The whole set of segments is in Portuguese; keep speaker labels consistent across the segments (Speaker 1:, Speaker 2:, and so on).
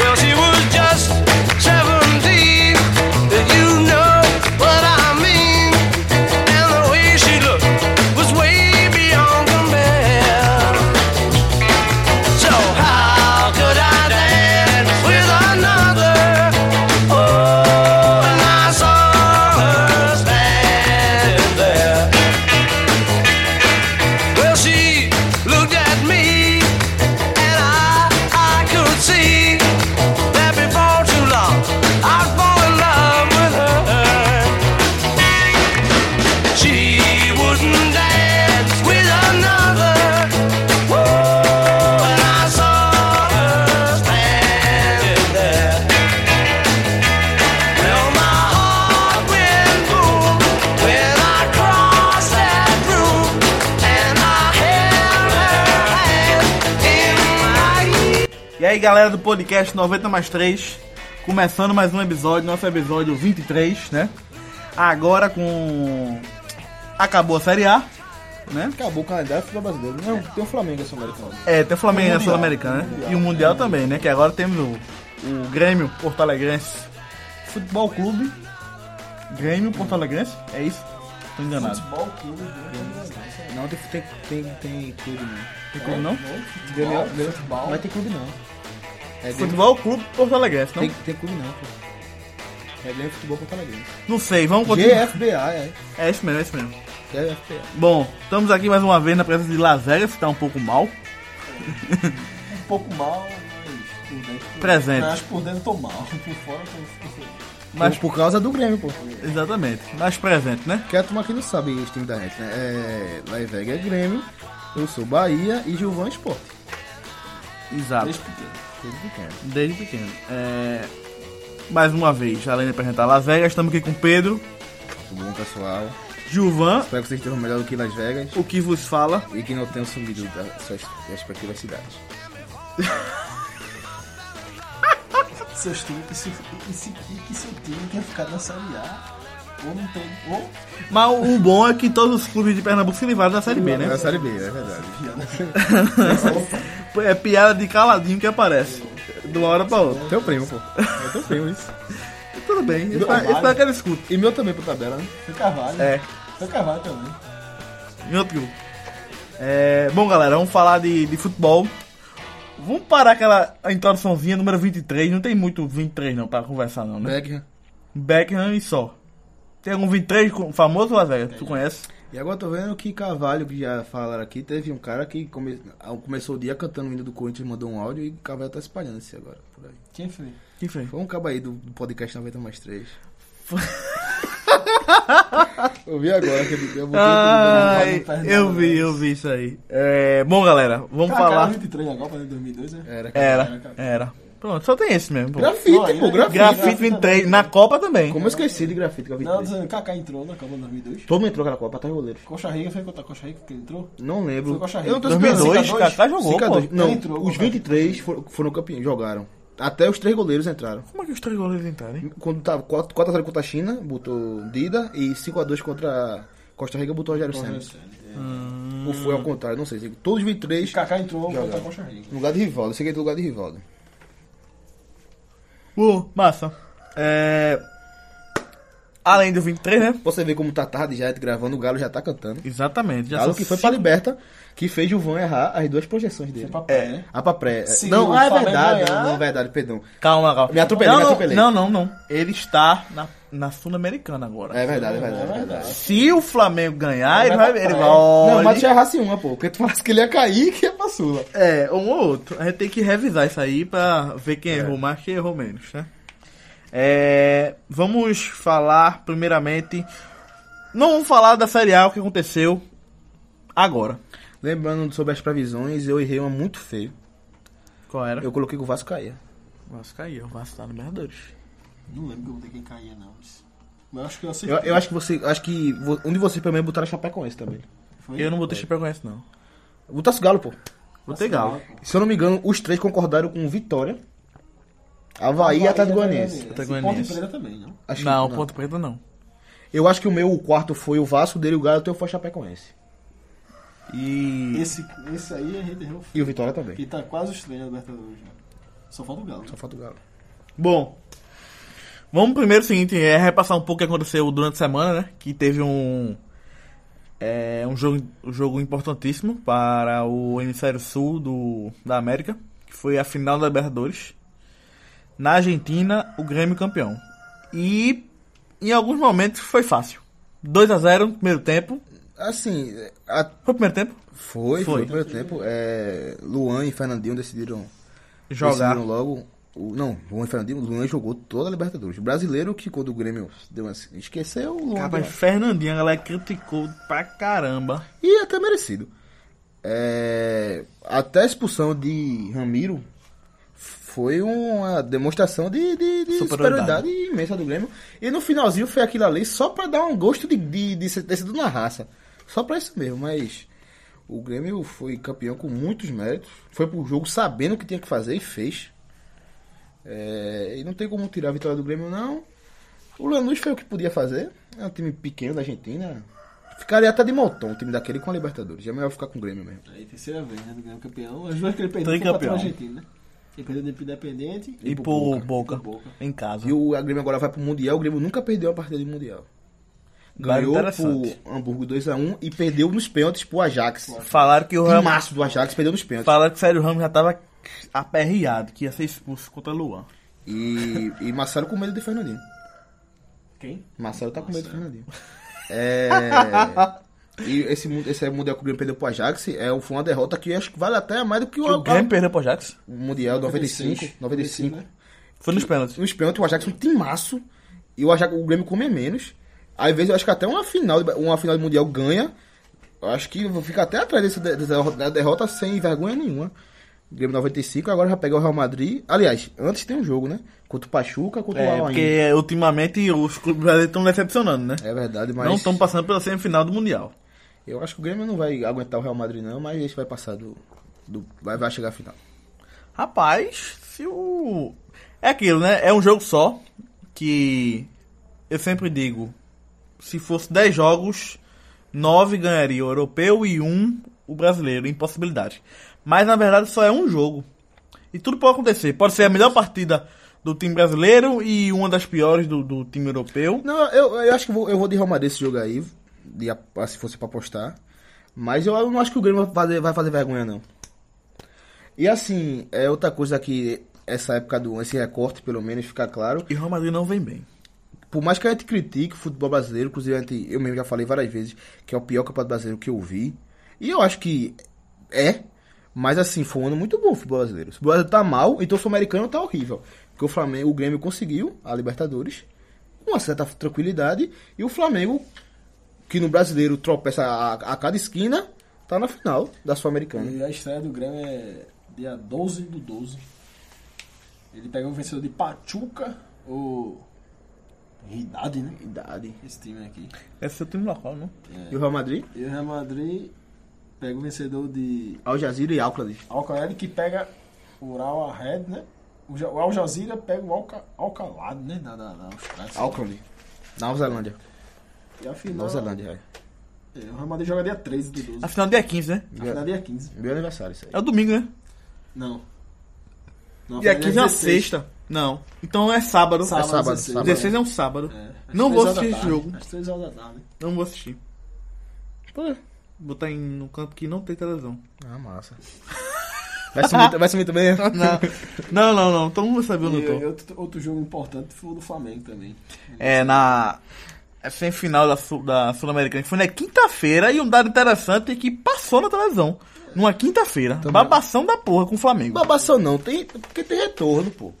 Speaker 1: Well, she was just 17. You know what I mean. And the way she looked was way beyond compare. So how could I dance with another? Oh, and I saw her standing there. Well, she looked at me, and I, I could see that before too long I'd fall in love with her. She wouldn't dance with another. Oh, and I saw her standing there. Well, my heart went boom when I crossed that room, and I held her hand in my ear.
Speaker 2: E aí galera do podcast 90 mais 3, começando mais um episódio, nosso episódio 23, né? Agora com. Acabou a Série A, né?
Speaker 3: Acabou o calendário do futebol brasileiro. Não, tem o Flamengo essa americana.
Speaker 2: É, tem o Flamengo
Speaker 3: E o
Speaker 2: na
Speaker 3: Mundial.
Speaker 2: Sul-Americana,
Speaker 3: O
Speaker 2: né?
Speaker 3: Mundial.
Speaker 2: E o Mundial também, né? Que agora temos o, o Grêmio Porto Alegrense Futebol Clube. Grêmio Porto Alegrense? É isso? Tô enganado.
Speaker 3: Futebol, clube, né?
Speaker 4: Não, tem, tem, tem, tem clube não.
Speaker 2: Tem clube não?
Speaker 3: Futebol, futebol.
Speaker 4: Não vai ter clube não. É Grêmio-
Speaker 2: Futebol Clube Porto Alegrense, não?
Speaker 4: tem, tem clube não, pô. É Grêmio Futebol Porto Alegre.
Speaker 2: Não sei, vamos continuar.
Speaker 4: GFBA, é.
Speaker 2: É isso mesmo, é isso mesmo.
Speaker 4: GFBA.
Speaker 2: Bom, estamos aqui mais uma vez na presença de Lazérias, que tá um pouco mal.
Speaker 3: Um pouco mal, mas por dentro...
Speaker 2: Presente. Um
Speaker 3: Acho que por dentro eu tô mal. Por fora eu tô- tô... feliz.
Speaker 2: Mas,
Speaker 4: Por, por causa do Grêmio, pô.
Speaker 2: exatamente, mais presente, né?
Speaker 4: Que a turma aqui não sabe os times da gente, né? É, Laivega é Grêmio, eu sou Bahia e Gilvan Esporte.
Speaker 2: Exato,
Speaker 3: Desde pequeno.
Speaker 4: Tudo pequeno.
Speaker 2: desde pequeno. É... Mais uma vez, além de apresentar Las Vegas, estamos aqui com Pedro,
Speaker 4: Tudo bom, pessoal?
Speaker 2: Gilvan,
Speaker 4: Espero que vocês estejam melhor do que Las Vegas
Speaker 2: o que vos fala,
Speaker 4: e que não tenham sumido das suas respectivas cidades.
Speaker 3: Seus times, que se, e se, e que seu time quer ficar na Série A, ou não tem... Ou...
Speaker 2: mas o bom é que todos os clubes de Pernambuco se livraram da Série B, né?
Speaker 4: É a Série B, é verdade.
Speaker 2: É piada de caladinho que aparece, de uma hora pra outra.
Speaker 4: Teu primo, pô. É teu primo isso.
Speaker 2: Tudo bem, ele
Speaker 4: Meu
Speaker 2: tá, ele
Speaker 3: trabalho.
Speaker 2: tá que ele escuta.
Speaker 4: E meu também pro tabela, né?
Speaker 3: Foi Carvalho.
Speaker 2: É.
Speaker 3: Foi Carvalho também.
Speaker 2: em outro grupo. É, bom, galera, vamos falar de, de futebol. Vamos parar aquela introduçãozinha número 23. Não tem muito 23 não pra conversar não, né?
Speaker 4: Beckham.
Speaker 2: Beckham e só. Tem algum 23 com- famoso, Lazega? Tu conhece?
Speaker 4: E agora eu tô vendo que Carvalho, que já falaram aqui, teve um cara que come- ah, começou o dia cantando o hino do Corinthians, mandou um áudio e Carvalho tá espalhando isso agora por aí.
Speaker 3: Quem foi?
Speaker 2: Quem foi?
Speaker 4: Foi um cabo aí do, do podcast 90 mais 3. eu vi agora que ele eu botei
Speaker 3: Ah,
Speaker 2: Ai,
Speaker 3: não perde
Speaker 2: eu
Speaker 3: nada,
Speaker 2: vi,
Speaker 3: né?
Speaker 2: eu vi isso aí. É, bom, galera, vamos
Speaker 3: Cara,
Speaker 2: falar. É,
Speaker 3: cara, 23 agora, pra 2002, né?
Speaker 4: Era.
Speaker 2: Era, era. Pronto, só tem esse mesmo. pô.
Speaker 4: Grafite, pô, grafite. né?
Speaker 2: Grafite 23, na Copa também.
Speaker 4: Como é eu esqueci de grafite, grafite.
Speaker 3: Não, dizendo, Kaká entrou na Copa de 2002.
Speaker 4: Todo mundo entrou naquela Copa, tá roleiro.
Speaker 3: Coxa Rica, foi contra a Coxa Rica que ele entrou?
Speaker 4: Não lembro.
Speaker 3: Foi Costa Rica.
Speaker 4: Eu não tô
Speaker 2: 2002,
Speaker 3: Cica dois?
Speaker 2: Kaká Ah, jogou,
Speaker 4: Cica
Speaker 2: pô.
Speaker 4: dois. Não,
Speaker 3: entrou,
Speaker 4: os
Speaker 3: Copa.
Speaker 4: 23 foram, foram campeões, jogaram. Até os três goleiros entraram.
Speaker 2: Como é que os três goleiros entraram, hein?
Speaker 4: Quando tava 4x0 contra a China, botou Dida. E 5x2 contra a Costa Rica, botou Rogério Senna. é. Ou foi ao contrário, não sei. Todos os 23
Speaker 3: Kaká entrou contra a
Speaker 4: Jogaram.
Speaker 3: Coxa Rica.
Speaker 4: no lugar de Rivaldo. Eu sei que entrou no lugar de Rivaldo.
Speaker 2: Uh, massa. É... Além do 23, né?
Speaker 4: Você vê como tá tarde já gravando, o Galo já tá cantando.
Speaker 2: Exatamente. Já
Speaker 4: Galo
Speaker 2: são
Speaker 4: que foi
Speaker 2: cinco-
Speaker 4: pra Liberta, que fez o Van errar as duas projeções dele.
Speaker 2: É.
Speaker 3: Foi pra praia, né?
Speaker 4: A pra pré.
Speaker 3: Se o
Speaker 4: não, ah, é
Speaker 3: Flamengo
Speaker 4: verdade.
Speaker 3: ganhar-
Speaker 4: Não, não, é verdade, perdão.
Speaker 2: Calma, calma.
Speaker 4: Me atropelei,
Speaker 2: não,
Speaker 4: me
Speaker 2: não,
Speaker 4: atropelei.
Speaker 2: Não, não, não. Ele está na, na Sul-Americana agora.
Speaker 4: É verdade, é verdade, é verdade.
Speaker 2: Se o Flamengo ganhar, ele
Speaker 3: vai
Speaker 2: vai...
Speaker 3: pra
Speaker 2: Ele vai...
Speaker 3: praia.
Speaker 4: Não, mas
Speaker 2: Olha...
Speaker 4: já errasse uma, pô. Porque tu falasse que ele ia cair que ia pra Sula.
Speaker 2: É, um ou outro. A gente tem que revisar isso aí pra ver quem errou mais, quem errou menos, né? É... Vamos falar, primeiramente... Não vamos falar da Série A, o que aconteceu agora.
Speaker 4: Lembrando sobre as previsões, eu errei uma muito feia.
Speaker 2: Qual era?
Speaker 4: Eu coloquei que o Vasco caía.
Speaker 2: Vasco aí, o Vasco tá no Mercadores.
Speaker 3: Não lembro que eu botei quem caía, não. Mas eu acho que eu
Speaker 4: Eu,
Speaker 3: acertei.
Speaker 4: eu acho que você. Acho que vo- um de vocês pelo menos botaram a Chapecoense também.
Speaker 3: Foi?
Speaker 2: Eu não botei Chapecoense, não.
Speaker 4: Botasse o Galo, pô.
Speaker 2: Botei Galo.
Speaker 4: Se eu não me engano, os três concordaram com Vitória, Havaí e Atlético Goianiense.
Speaker 2: Atlético
Speaker 3: E Ponte
Speaker 2: Goianiense.
Speaker 3: Pereira também, não?
Speaker 4: Acho que-
Speaker 2: Não, Ponto Preta não.
Speaker 4: Eu acho que o meu o quarto foi o Vasco, o dele o Galo, o teu foi a Chapecoense.
Speaker 2: E.
Speaker 3: Esse, esse aí é Render Hill,
Speaker 4: E o Vitória também.
Speaker 3: que tá quase os três na Libertadores, né? Só falta o Galo.
Speaker 4: Só falta o Galo.
Speaker 2: Bom, vamos primeiro o seguinte, é repassar um pouco o que aconteceu durante a semana, né? Que teve um é, um jogo, um jogo importantíssimo para o hemisfério sul do, da América, que foi a final da Libertadores. Na Argentina, o Grêmio campeão. E em alguns momentos foi fácil. 2 a 0 no primeiro tempo.
Speaker 4: Assim, a-
Speaker 2: Foi o primeiro tempo? Foi.
Speaker 4: foi, foi no primeiro tempo. É, Luan e Fernandinho decidiram
Speaker 2: Jogar.
Speaker 4: decidiram logo. O, não, Luan e Fernandinho, Luan jogou toda a Libertadores. O brasileiro que quando o Grêmio deu uma, esqueceu, o Luan.
Speaker 2: Rapaz,
Speaker 4: deu uma-
Speaker 2: Fernandinho, a galera criticou pra caramba.
Speaker 4: E até merecido. É, até a expulsão de Ramiro foi uma demonstração de, de- de
Speaker 2: Superioridade.
Speaker 4: superioridade imensa do Grêmio. E no finalzinho foi aquilo ali só pra dar um gosto de, de, de ser ter sido na raça. Só pra isso mesmo, mas o Grêmio foi campeão com muitos méritos. Foi pro jogo sabendo o que tinha que fazer e fez. É, e não tem como tirar a vitória do Grêmio, não. O Lanús foi o que podia fazer. É um time pequeno da Argentina. Ficaria até de montão o time daquele com a Libertadores. É melhor ficar com o Grêmio mesmo.
Speaker 3: Aí, terceira vez, né? Do Grêmio campeão. As duas que ele perdeu foi pra
Speaker 2: Tricampeão.
Speaker 3: Argentina, né? Ele perdeu pro Independente.
Speaker 2: E,
Speaker 4: E
Speaker 2: por
Speaker 4: pro
Speaker 2: Boca,
Speaker 3: Pro Boca.
Speaker 2: em casa.
Speaker 4: E o a Grêmio agora vai pro Mundial. O Grêmio nunca perdeu uma partida de Mundial.
Speaker 2: Dado
Speaker 4: Ganhou
Speaker 2: interessante.
Speaker 4: pro Hamburgo 2x1 e perdeu nos pênaltis pro Ajax.
Speaker 2: Falaram que o
Speaker 4: O
Speaker 2: Real
Speaker 4: maço do Ajax perdeu nos pênaltis.
Speaker 2: Falaram que o Sérgio Ramos já tava aperreado, que ia ser expulso contra o Luan.
Speaker 4: E, e Marcelo com medo de Fernandinho.
Speaker 3: Quem?
Speaker 4: Marcelo tá com medo de Fernandinho. É. E esse, mu- esse Mundial que o Grêmio perdeu pro Ajax é, um- foi uma derrota que eu acho que vale até mais do que o,
Speaker 2: O Grêmio perdeu pro Ajax?
Speaker 4: o Mundial 95. 95.
Speaker 3: né?
Speaker 2: Foi nos pênaltis.
Speaker 4: Nos pênaltis, o Ajax é um timaço. E o, Ajax, o Grêmio come menos. Às vezes, eu acho que até uma final, de- uma final de Mundial ganha. Eu acho que fica até atrás dessa, de- dessa derrota- derrota sem vergonha nenhuma. O Grêmio 95, agora já pega o Real Madrid. Aliás, antes tem um jogo, né? Contra o Pachuca, contra o
Speaker 2: É,
Speaker 4: Al Ain.
Speaker 2: porque ultimamente os clubes brasileiros estão decepcionando, né?
Speaker 4: É verdade, mas...
Speaker 2: Não estão passando pela semifinal do Mundial.
Speaker 4: Eu acho que o Grêmio não vai aguentar o Real Madrid, não, mas a gente vai passar do. do- vai, vai chegar à final.
Speaker 2: Rapaz, se o. É aquilo, né? É um jogo só. Que eu sempre digo: se fosse 10 jogos, 9 ganharia o europeu e 1 o brasileiro. Impossibilidade. Mas na verdade só é um jogo. E tudo pode acontecer. Pode ser a melhor partida do time brasileiro e uma das piores do, do time europeu.
Speaker 4: Não, eu, eu acho que vou, eu vou de Real Madrid esse jogo aí, de a- se fosse pra apostar. Mas eu não acho que o Grêmio vai fazer, vai fazer vergonha, não. E assim, é outra coisa que essa época do. esse recorte, pelo menos, fica claro.
Speaker 2: E o Real Madrid não vem bem.
Speaker 4: Por mais que a gente critique o futebol brasileiro, inclusive a gente- eu mesmo já falei várias vezes que é o pior campeonato brasileiro que eu vi. E eu acho que é. Mas assim, foi um ano muito bom o futebol brasileiro. Se o Brasil tá mal, então o Sul-Americano tá horrível. Porque o Flamengo, o Grêmio conseguiu a Libertadores com uma certa tranquilidade. E o Flamengo, que no brasileiro tropeça a, a cada esquina, tá na final da Sul-Americana.
Speaker 3: E a estreia do Grêmio é dia 12 do 12. Ele pega o vencedor de Pachuca, o. Ridade, né?
Speaker 4: Idade.
Speaker 3: Esse time aqui.
Speaker 2: Esse é seu time local, não?
Speaker 4: E o Real Madrid?
Speaker 3: E o Real Madrid pega o vencedor de
Speaker 4: Al Jazeera e Alcalade.
Speaker 3: Alcalade, que pega o Ural Red, né? O Ja- o Al Jazeera pega o Alca, Alcalade, né? Da, da, da Austrália.
Speaker 4: Auckland. Nova Zelândia.
Speaker 3: E a final.
Speaker 4: Nova Zelândia, é.
Speaker 3: É, o Real Madrid joga dia 13 do 12.
Speaker 2: A final dia 15, né?
Speaker 3: A final é dia 15.
Speaker 4: Meu aniversário isso aí.
Speaker 2: É o domingo, né?
Speaker 3: Não. Não, a
Speaker 2: Dia
Speaker 3: final é
Speaker 2: 15 é uma
Speaker 3: 16.
Speaker 2: sexta. Não. Então é sábado.
Speaker 3: Sábado,
Speaker 4: É sábado,
Speaker 3: 16.
Speaker 4: sábado.
Speaker 2: 16 é um sábado.
Speaker 3: É, às
Speaker 2: Não
Speaker 3: três
Speaker 2: vou
Speaker 3: horas da
Speaker 2: assistir esse
Speaker 3: tarde.
Speaker 2: jogo.
Speaker 3: Às 3 horas da tarde.
Speaker 2: Não vou assistir. Botar em um canto que não tem televisão.
Speaker 4: Ah, massa. Vai sumir, vai sumir também? né?
Speaker 2: Não, não, não, não. Todo mundo vai saber onde
Speaker 3: E
Speaker 2: eu tô.
Speaker 3: outro, outro jogo importante foi o do Flamengo também.
Speaker 2: É, na é semifinal da, Sul- da Sul-Americana, que foi na quinta-feira, e um dado interessante é que passou na televisão. Numa quinta-feira. Babação da porra com o Flamengo.
Speaker 4: Babação não, tem, porque tem retorno, pô.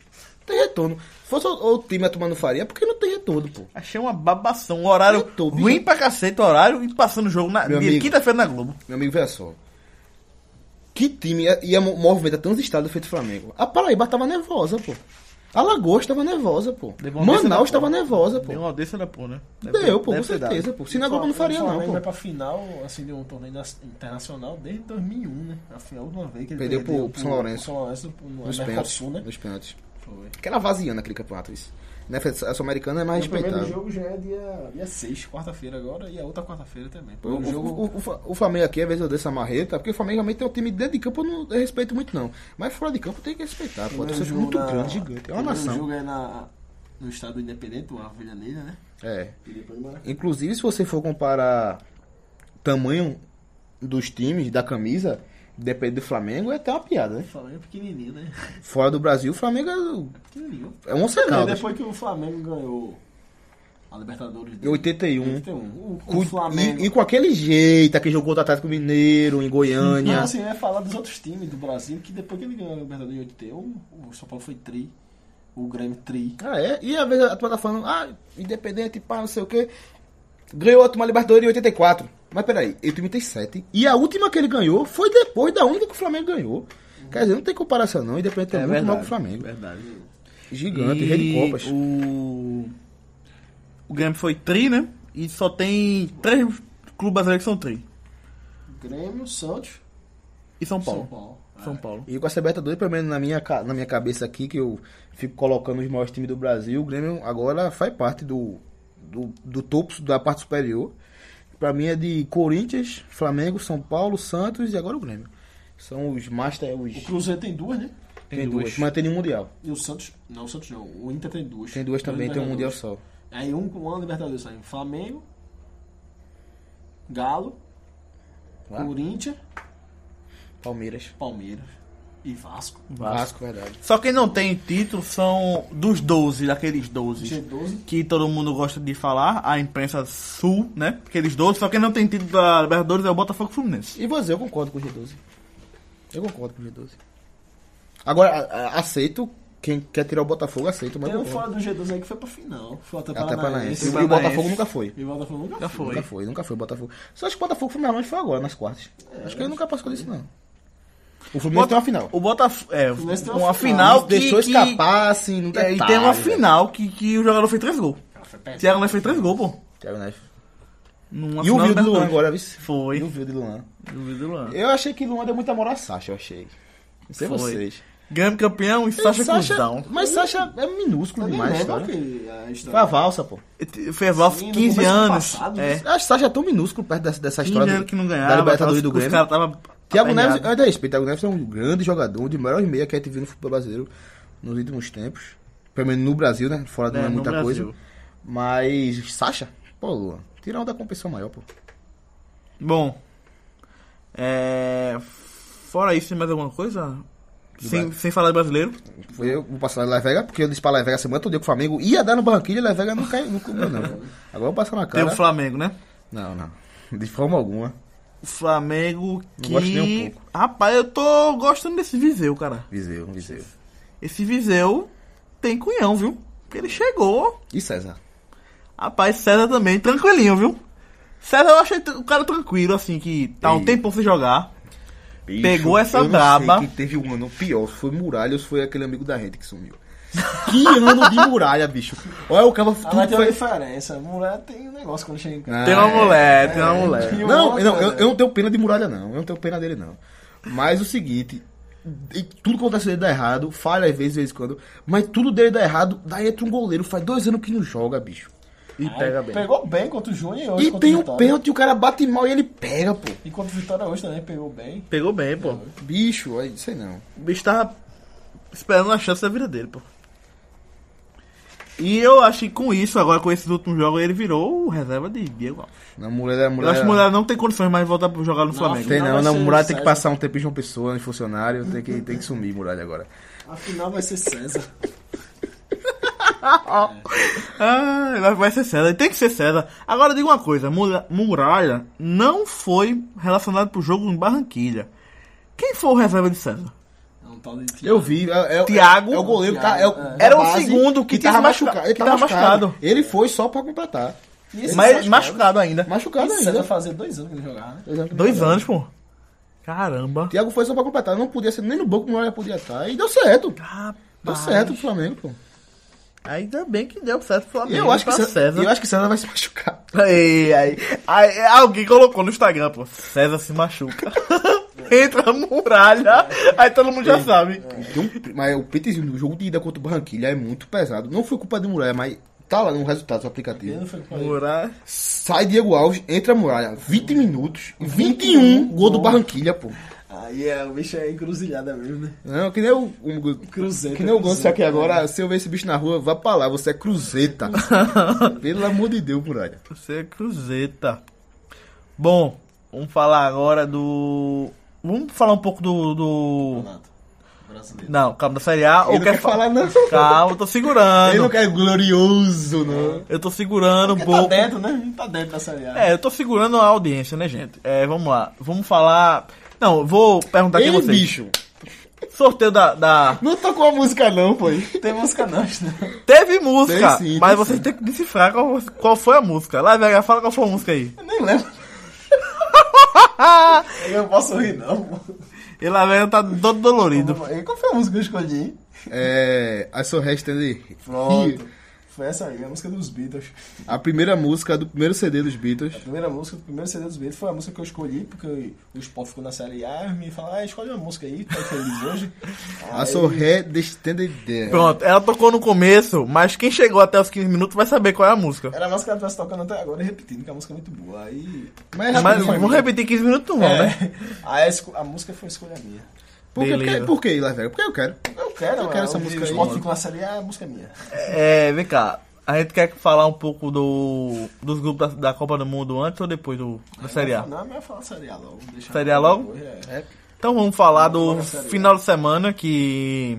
Speaker 4: Tem retorno. Se fosse o, o time a tomar no faria, é porque não tem retorno, pô.
Speaker 2: Achei uma babação. Um horário
Speaker 4: Eu tô, bicho.
Speaker 2: ruim pra cacete, o horário, e passando o jogo na
Speaker 4: Meu
Speaker 2: de
Speaker 4: amigo.
Speaker 2: quinta-feira na Globo.
Speaker 4: Meu amigo, veja só. Que time ia, ia mo- movimentar tantos estados feito o Flamengo? A Paraíba tava nervosa, pô. Alagoas tava nervosa, pô.
Speaker 2: Deu uma
Speaker 4: Manaus
Speaker 2: descida,
Speaker 4: tava
Speaker 2: pô.
Speaker 4: nervosa,
Speaker 2: Deu
Speaker 4: pô.
Speaker 2: uma audiência da porra, né? Deve ter-
Speaker 4: Deu, pô, com
Speaker 2: deve ter dado.
Speaker 4: certeza, pô. Se na Globo não é
Speaker 3: O
Speaker 4: faria,
Speaker 3: Flamengo
Speaker 4: não, pô.
Speaker 3: vai pra final, assim, de um torneio nas- internacional desde 2001, né? A final, a última vez que ele
Speaker 4: Perdeu pro- pro São Lourenço.
Speaker 3: Pro São Lourenço, pro, no
Speaker 4: Nos
Speaker 3: Mercosul,
Speaker 4: pênaltis.
Speaker 3: né?
Speaker 4: Nos pênaltis.
Speaker 3: Foi.
Speaker 4: Aquela vaziana naquele campeonato, isso. né? A Sul-Americana é mais
Speaker 3: O primeiro
Speaker 4: respeitável.
Speaker 3: jogo já é dia, dia 6, quarta-feira agora, e a outra quarta-feira também.
Speaker 4: O,
Speaker 3: O um jogo.
Speaker 4: o, o, Fa- o Flamengo aqui, às vezes eu desço a marreta, porque o Flamengo realmente tem um time dentro de campo, eu não eu respeito muito, não. Mas fora de campo tem que respeitar, pô.
Speaker 3: primeiro
Speaker 4: Torcida
Speaker 3: jogo
Speaker 4: muito
Speaker 3: na-
Speaker 4: grande, gigante. É uma
Speaker 3: primeiro
Speaker 4: nação.
Speaker 3: jogo é na, no estado independente, o Avellaneda, né?
Speaker 4: É.
Speaker 3: E depois no Maracanã.
Speaker 4: Inclusive, se você for comparar tamanho dos times, da camisa, depende do Flamengo, é até uma piada, né?
Speaker 3: O Flamengo é pequenininho, né?
Speaker 4: Fora do Brasil, o Flamengo é, o-
Speaker 3: Pequenininho.
Speaker 4: é um
Speaker 3: E
Speaker 4: Caldas.
Speaker 3: depois que o Flamengo ganhou a Libertadores
Speaker 4: Em
Speaker 3: de
Speaker 4: 81.
Speaker 3: 81, o, o
Speaker 4: Com-
Speaker 3: Flamengo.
Speaker 4: um. E, e com aquele jeito, aquele jogou contra o Atlético Mineiro, em Goiânia.
Speaker 3: Não, assim, eu ia falar dos outros times do Brasil, que depois que ele ganhou a Libertadores em 81, o São Paulo foi tri, o Grêmio tri.
Speaker 4: Ah, é? E às vezes a turma tá falando, ah, independente, pá, não sei o quê. Ganhou a turma Libertadores em 84. Mas peraí, ele tem 87. E a última que ele ganhou foi depois da única que o Flamengo ganhou. Quer dizer, não tem comparação não, independente é, muito mal que o Flamengo.
Speaker 2: Verdade. É.
Speaker 4: Gigante, rede de copas.
Speaker 2: O... o Grêmio foi tri, né? E só tem três clubes brasileiros que são tri.
Speaker 3: Grêmio, Santos,
Speaker 2: E São Paulo.
Speaker 3: São Paulo.
Speaker 2: São Paulo.
Speaker 4: E com a Libertadores, pelo menos na minha, ca- na minha cabeça aqui, que eu fico colocando os maiores times do Brasil, o Grêmio agora faz parte do, do, do topo, da parte superior. Pra mim é de Corinthians, Flamengo, São Paulo, Santos e agora o Grêmio. São os master, os...
Speaker 3: O Cruzeiro tem duas, né?
Speaker 4: Tem, duas. Mas tem um Mundial.
Speaker 3: E o Santos, não, o Santos não, o Inter tem duas.
Speaker 4: Tem duas também, tem um Mundial
Speaker 3: Libertadores.
Speaker 4: só.
Speaker 3: Aí um com uma Libertadores saiu. Flamengo, Galo,
Speaker 4: Ué.
Speaker 3: Corinthians,
Speaker 4: Palmeiras.
Speaker 3: Palmeiras e Vasco.
Speaker 4: Vasco, verdade.
Speaker 2: Só quem não tem título são dos 12, daqueles 12.
Speaker 3: G12.
Speaker 2: Que todo mundo gosta de falar, a imprensa sul, né? Aqueles 12, só quem não tem título da Libertadores é o Botafogo e o Fluminense.
Speaker 4: E você, eu concordo com o G12. Eu concordo com o G12. Agora, a- a- aceito. Quem quer tirar o Botafogo, aceito, mas é
Speaker 3: Tem
Speaker 4: eu
Speaker 3: um
Speaker 4: concordo.
Speaker 3: fora do G12 aí que foi pra final. Foi até
Speaker 4: Até Paranaense.
Speaker 3: Paranaense.
Speaker 4: E o
Speaker 2: Paranaense.
Speaker 4: Botafogo nunca foi.
Speaker 3: E o Botafogo nunca
Speaker 2: Já
Speaker 3: foi.
Speaker 2: foi.
Speaker 4: Nunca foi, nunca foi o Botafogo. Só acho que o Botafogo foi mais longe foi agora, nas quartas.
Speaker 2: É,
Speaker 4: acho que ele nunca passou disso, não. O Fluminense
Speaker 2: Bota-
Speaker 4: tem uma final.
Speaker 2: O Botafogo. É,
Speaker 3: Fluminense tem
Speaker 2: uma
Speaker 3: uma
Speaker 2: final que.
Speaker 4: Deixou
Speaker 2: que-
Speaker 4: escapar, assim, no
Speaker 2: É,
Speaker 4: detalhe.
Speaker 2: e tem uma
Speaker 4: velho.
Speaker 2: final que, que o jogador fez três gols.
Speaker 3: Cara, foi péssimo.
Speaker 2: Thiago Neves fez três gols, pô.
Speaker 4: Thiago Neves.
Speaker 2: Numa
Speaker 4: E o
Speaker 2: final
Speaker 4: Vil
Speaker 2: da
Speaker 4: do Luan
Speaker 2: Libertadores.
Speaker 4: agora, viu?
Speaker 2: Foi.
Speaker 4: E o Vil do Luan.
Speaker 2: E o Vil do Luan.
Speaker 4: Eu achei que Luan deu muita moral a Sasha, eu achei. Não sei
Speaker 2: Foi.
Speaker 4: vocês.
Speaker 2: Grêmio campeão e Sasha é Cruzão.
Speaker 4: Mas Sasha é minúsculo
Speaker 3: Eu nem
Speaker 4: demais,
Speaker 3: lembro
Speaker 4: cara.
Speaker 3: que
Speaker 4: Foi
Speaker 3: a
Speaker 4: a
Speaker 3: história.
Speaker 4: valsa, pô.
Speaker 2: Fez Valf
Speaker 3: Sim, no
Speaker 2: 15
Speaker 3: começo do
Speaker 2: anos.
Speaker 3: passado,
Speaker 2: é.
Speaker 3: né?
Speaker 4: Eu Acho que Sasha é tão minúsculo perto dessa, dessa
Speaker 2: 15
Speaker 4: história
Speaker 2: anos
Speaker 4: do,
Speaker 2: que não ganhava.
Speaker 4: da Libertadores do
Speaker 2: os
Speaker 4: Grêmio.
Speaker 2: caras tava
Speaker 4: Thiago Neves, eu
Speaker 2: aperreado.
Speaker 4: ainda respeito, Thiago Neves é um grande jogador, um dos melhores meias que a gente viu no futebol brasileiro nos últimos tempos. Pelo menos no Brasil, né? Fora não
Speaker 2: É,
Speaker 4: é
Speaker 2: no
Speaker 4: muita
Speaker 2: Brasil.
Speaker 4: coisa. Mas Sasha, pô, Luan, tira onda da competição maior, pô.
Speaker 2: Bom. É. Fora isso, tem mais alguma coisa? Sem, sem falar de brasileiro?
Speaker 4: Eu vou passar na Vega, porque eu disse pra Vega semana todo dia que o Flamengo ia dar no Barranquilla e Las Vega não caiu, não cobriu, não. Agora eu vou passar na
Speaker 2: Tem
Speaker 4: cara.
Speaker 2: o Flamengo, né?
Speaker 4: Não, não. De forma alguma.
Speaker 2: O Flamengo que.
Speaker 4: gosto nem um
Speaker 2: Rapaz, eu tô gostando desse Viseu, cara.
Speaker 4: Viseu, Viseu.
Speaker 2: Esse Viseu tem cunhão, viu? Porque ele chegou.
Speaker 4: E César?
Speaker 2: Rapaz, César também, tranquilinho, viu? César eu achei o cara tranquilo, assim, que tá um
Speaker 4: Ei.
Speaker 2: tempão sem jogar.
Speaker 4: Bicho,
Speaker 2: Pegou essa
Speaker 4: eu não
Speaker 2: braba.
Speaker 4: Sei que teve um ano pior. Foi Muralha ou se foi aquele amigo da gente que sumiu. que ano de Muralha, bicho. Olha o cara.
Speaker 3: Ah, mas
Speaker 4: Tudo
Speaker 3: tem uma
Speaker 4: foi...
Speaker 3: diferença. Mulher tem um negócio quando chega em casa.
Speaker 4: Ah,
Speaker 2: Tem uma
Speaker 4: é. um
Speaker 2: mulher, tem uma
Speaker 3: é.
Speaker 2: mulher.
Speaker 3: Tem
Speaker 4: Não,
Speaker 3: outra,
Speaker 4: não eu,
Speaker 3: né?
Speaker 4: eu não tenho pena de Muralha, não. Eu não tenho pena dele, não. Mas o seguinte. e Tudo que acontece dele dá errado, falha às vezes, de vez em quando, mas tudo dele dá errado, daí entra um goleiro, faz dois anos que não joga, bicho. E
Speaker 3: Aí
Speaker 4: pega bem.
Speaker 3: Pegou bem contra o Júnior e hoje.
Speaker 4: E
Speaker 3: contra o
Speaker 4: tem um
Speaker 3: Vitória.
Speaker 4: pênalti, o cara bate mal e ele pega, pô.
Speaker 3: E contra o Vitória hoje também pegou bem.
Speaker 2: Pegou bem, pô.
Speaker 4: Bicho, aí, sei não.
Speaker 2: O bicho tava esperando a chance da vida dele, pô. E eu acho que com isso, agora com esses últimos jogos, ele virou o reserva de Diego Alves.
Speaker 4: Na Muralha,
Speaker 2: Eu acho que o Mulher não tem condições mais de voltar pra jogar no Flamengo.
Speaker 4: É. Tem
Speaker 3: Não,
Speaker 4: não,
Speaker 3: vai
Speaker 4: não,
Speaker 3: ser
Speaker 4: Muralha tem que
Speaker 3: César.
Speaker 4: passar um tempo em João Pessoa, em funcionário, tem que, tem que sumir Muralha agora.
Speaker 3: Afinal vai ser César.
Speaker 2: Ah, vai- vai ser César. Tem que ser César. Agora diga uma coisa: Mura- Muralha não foi relacionado pro jogo em Barranquilha. Quem foi o reserva de César?
Speaker 3: É um tal de Thiago.
Speaker 4: Eu vi, é, é,
Speaker 2: Thiago?
Speaker 4: é, o goleiro,
Speaker 3: Thiago,
Speaker 4: tá, é o-
Speaker 3: é.
Speaker 4: da
Speaker 2: Era o
Speaker 4: base,
Speaker 2: segundo que tinha
Speaker 4: tava
Speaker 2: se machuca-
Speaker 4: machucado, ele
Speaker 2: que
Speaker 4: tava
Speaker 2: tava
Speaker 4: machucado.
Speaker 2: machucado.
Speaker 4: Ele foi só pra completar.
Speaker 3: E esse
Speaker 4: é
Speaker 2: Mas
Speaker 3: César-
Speaker 2: machucado ainda.
Speaker 4: Machucado
Speaker 3: Esse César
Speaker 4: ainda.
Speaker 3: fazia dois anos que ele jogava, né?
Speaker 2: Dois anos, pô. Caramba.
Speaker 4: Thiago foi só pra completar, não podia ser nem no banco, o Muralha podia estar. E deu certo. Deu
Speaker 2: Rapaz.
Speaker 4: certo pro Flamengo, pô.
Speaker 2: Ainda bem que deu certo pro
Speaker 4: E
Speaker 2: Flamengo.
Speaker 4: eu acho que
Speaker 2: pra
Speaker 4: César, eu acho que César vai se machucar.
Speaker 2: Ei, aí, aí, alguém colocou no Instagram, pô. César se machuca. entra a muralha,
Speaker 4: É.
Speaker 2: aí todo mundo já sabe.
Speaker 4: Tem um- mas o Peterzinho do jogo de ida contra o Barranquilha é muito pesado. Não foi culpa de Muralha, mas tá lá no resultado do aplicativo.
Speaker 3: Não foi com ele.
Speaker 2: Muralha.
Speaker 4: Sai Diego Alves, entra a Muralha, 20 minutos, 21 gol do Barranquilha, pô.
Speaker 3: Aí é, o bicho é encruzilhada mesmo, né?
Speaker 4: Não, que nem o, o
Speaker 3: Cruzeiro.
Speaker 4: que nem o Gonçalo aqui
Speaker 3: Cruzeiro.
Speaker 4: agora, se eu ver esse bicho na rua, vá pra lá, você é cruzeta. Pelo amor de Deus, Muralha.
Speaker 2: Você é cruzeta. Bom, vamos falar agora do. Vamos falar um pouco do. do...
Speaker 3: Campeonato Brasileiro.
Speaker 2: Não, calma, da Série A.
Speaker 4: Ele não quer
Speaker 2: fa-
Speaker 4: falar, não.
Speaker 2: Calma, eu tô
Speaker 4: Ele não
Speaker 2: segurando.
Speaker 4: quer glorioso, não.
Speaker 2: Eu tô segurando um
Speaker 3: Porque tá
Speaker 2: pouco.
Speaker 3: dentro, né? Não tá dentro da Série A.
Speaker 2: É, eu tô segurando a audiência, né, gente? É, vamos lá. Vamos falar. Não, eu vou perguntar aqui a
Speaker 4: Ele,
Speaker 2: vocês.
Speaker 4: bicho,
Speaker 2: Sorteio da. da-
Speaker 4: não tocou a música, não, pô.
Speaker 3: Tem música não, né?
Speaker 2: Teve música,
Speaker 4: Tem sim,
Speaker 2: mas
Speaker 4: tem
Speaker 2: vocês têm que decifrar qual, qual foi a música. Lá, velho, fala qual foi a música aí.
Speaker 3: Eu nem lembro. eu não posso rir, não. pô.
Speaker 2: E lá, velho, tá todo dolorido.
Speaker 3: E Qual foi a música que eu escolhi? hein?
Speaker 4: É. I saw rest ali.
Speaker 3: Pronto. Foi essa aí, a música dos Beatles.
Speaker 4: A primeira música do primeiro CD dos Beatles.
Speaker 3: A primeira música, o primeiro CD dos Beatles foi a música que eu escolhi, porque o Sport ficou na série A e me falaram, ah, escolhe uma música aí, tá feliz hoje.
Speaker 4: I saw rest extended there.
Speaker 2: Pronto, ela tocou no começo, mas quem chegou até os 15 minutos vai saber qual é a música.
Speaker 3: Era a música que ela tava tocando até agora e repetindo, que a música é muito boa. Aí.
Speaker 4: Mas,
Speaker 2: Mas
Speaker 4: rapidinho,
Speaker 2: vamos repetir 15 minutos, não, né?
Speaker 3: É, aí a, esco- a música foi escolha minha.
Speaker 4: Por que, por
Speaker 2: Beleza.
Speaker 4: que, por que Lavega? Porque eu quero.
Speaker 3: Eu quero,
Speaker 4: Eu quero
Speaker 3: mano,
Speaker 4: essa
Speaker 3: o-
Speaker 4: música
Speaker 3: O
Speaker 4: aí,
Speaker 3: Sport
Speaker 4: mano.
Speaker 3: ficou na série A, a música é minha.
Speaker 2: É, vem cá. A gente quer falar um pouco do, dos grupos da, da Copa do Mundo antes ou depois do, da Série A?
Speaker 3: Não, mas eu falo É série A logo. deixa
Speaker 2: Série A logo?
Speaker 3: É.
Speaker 2: Então vamos falar do
Speaker 3: Bora, Série A.
Speaker 2: final de semana que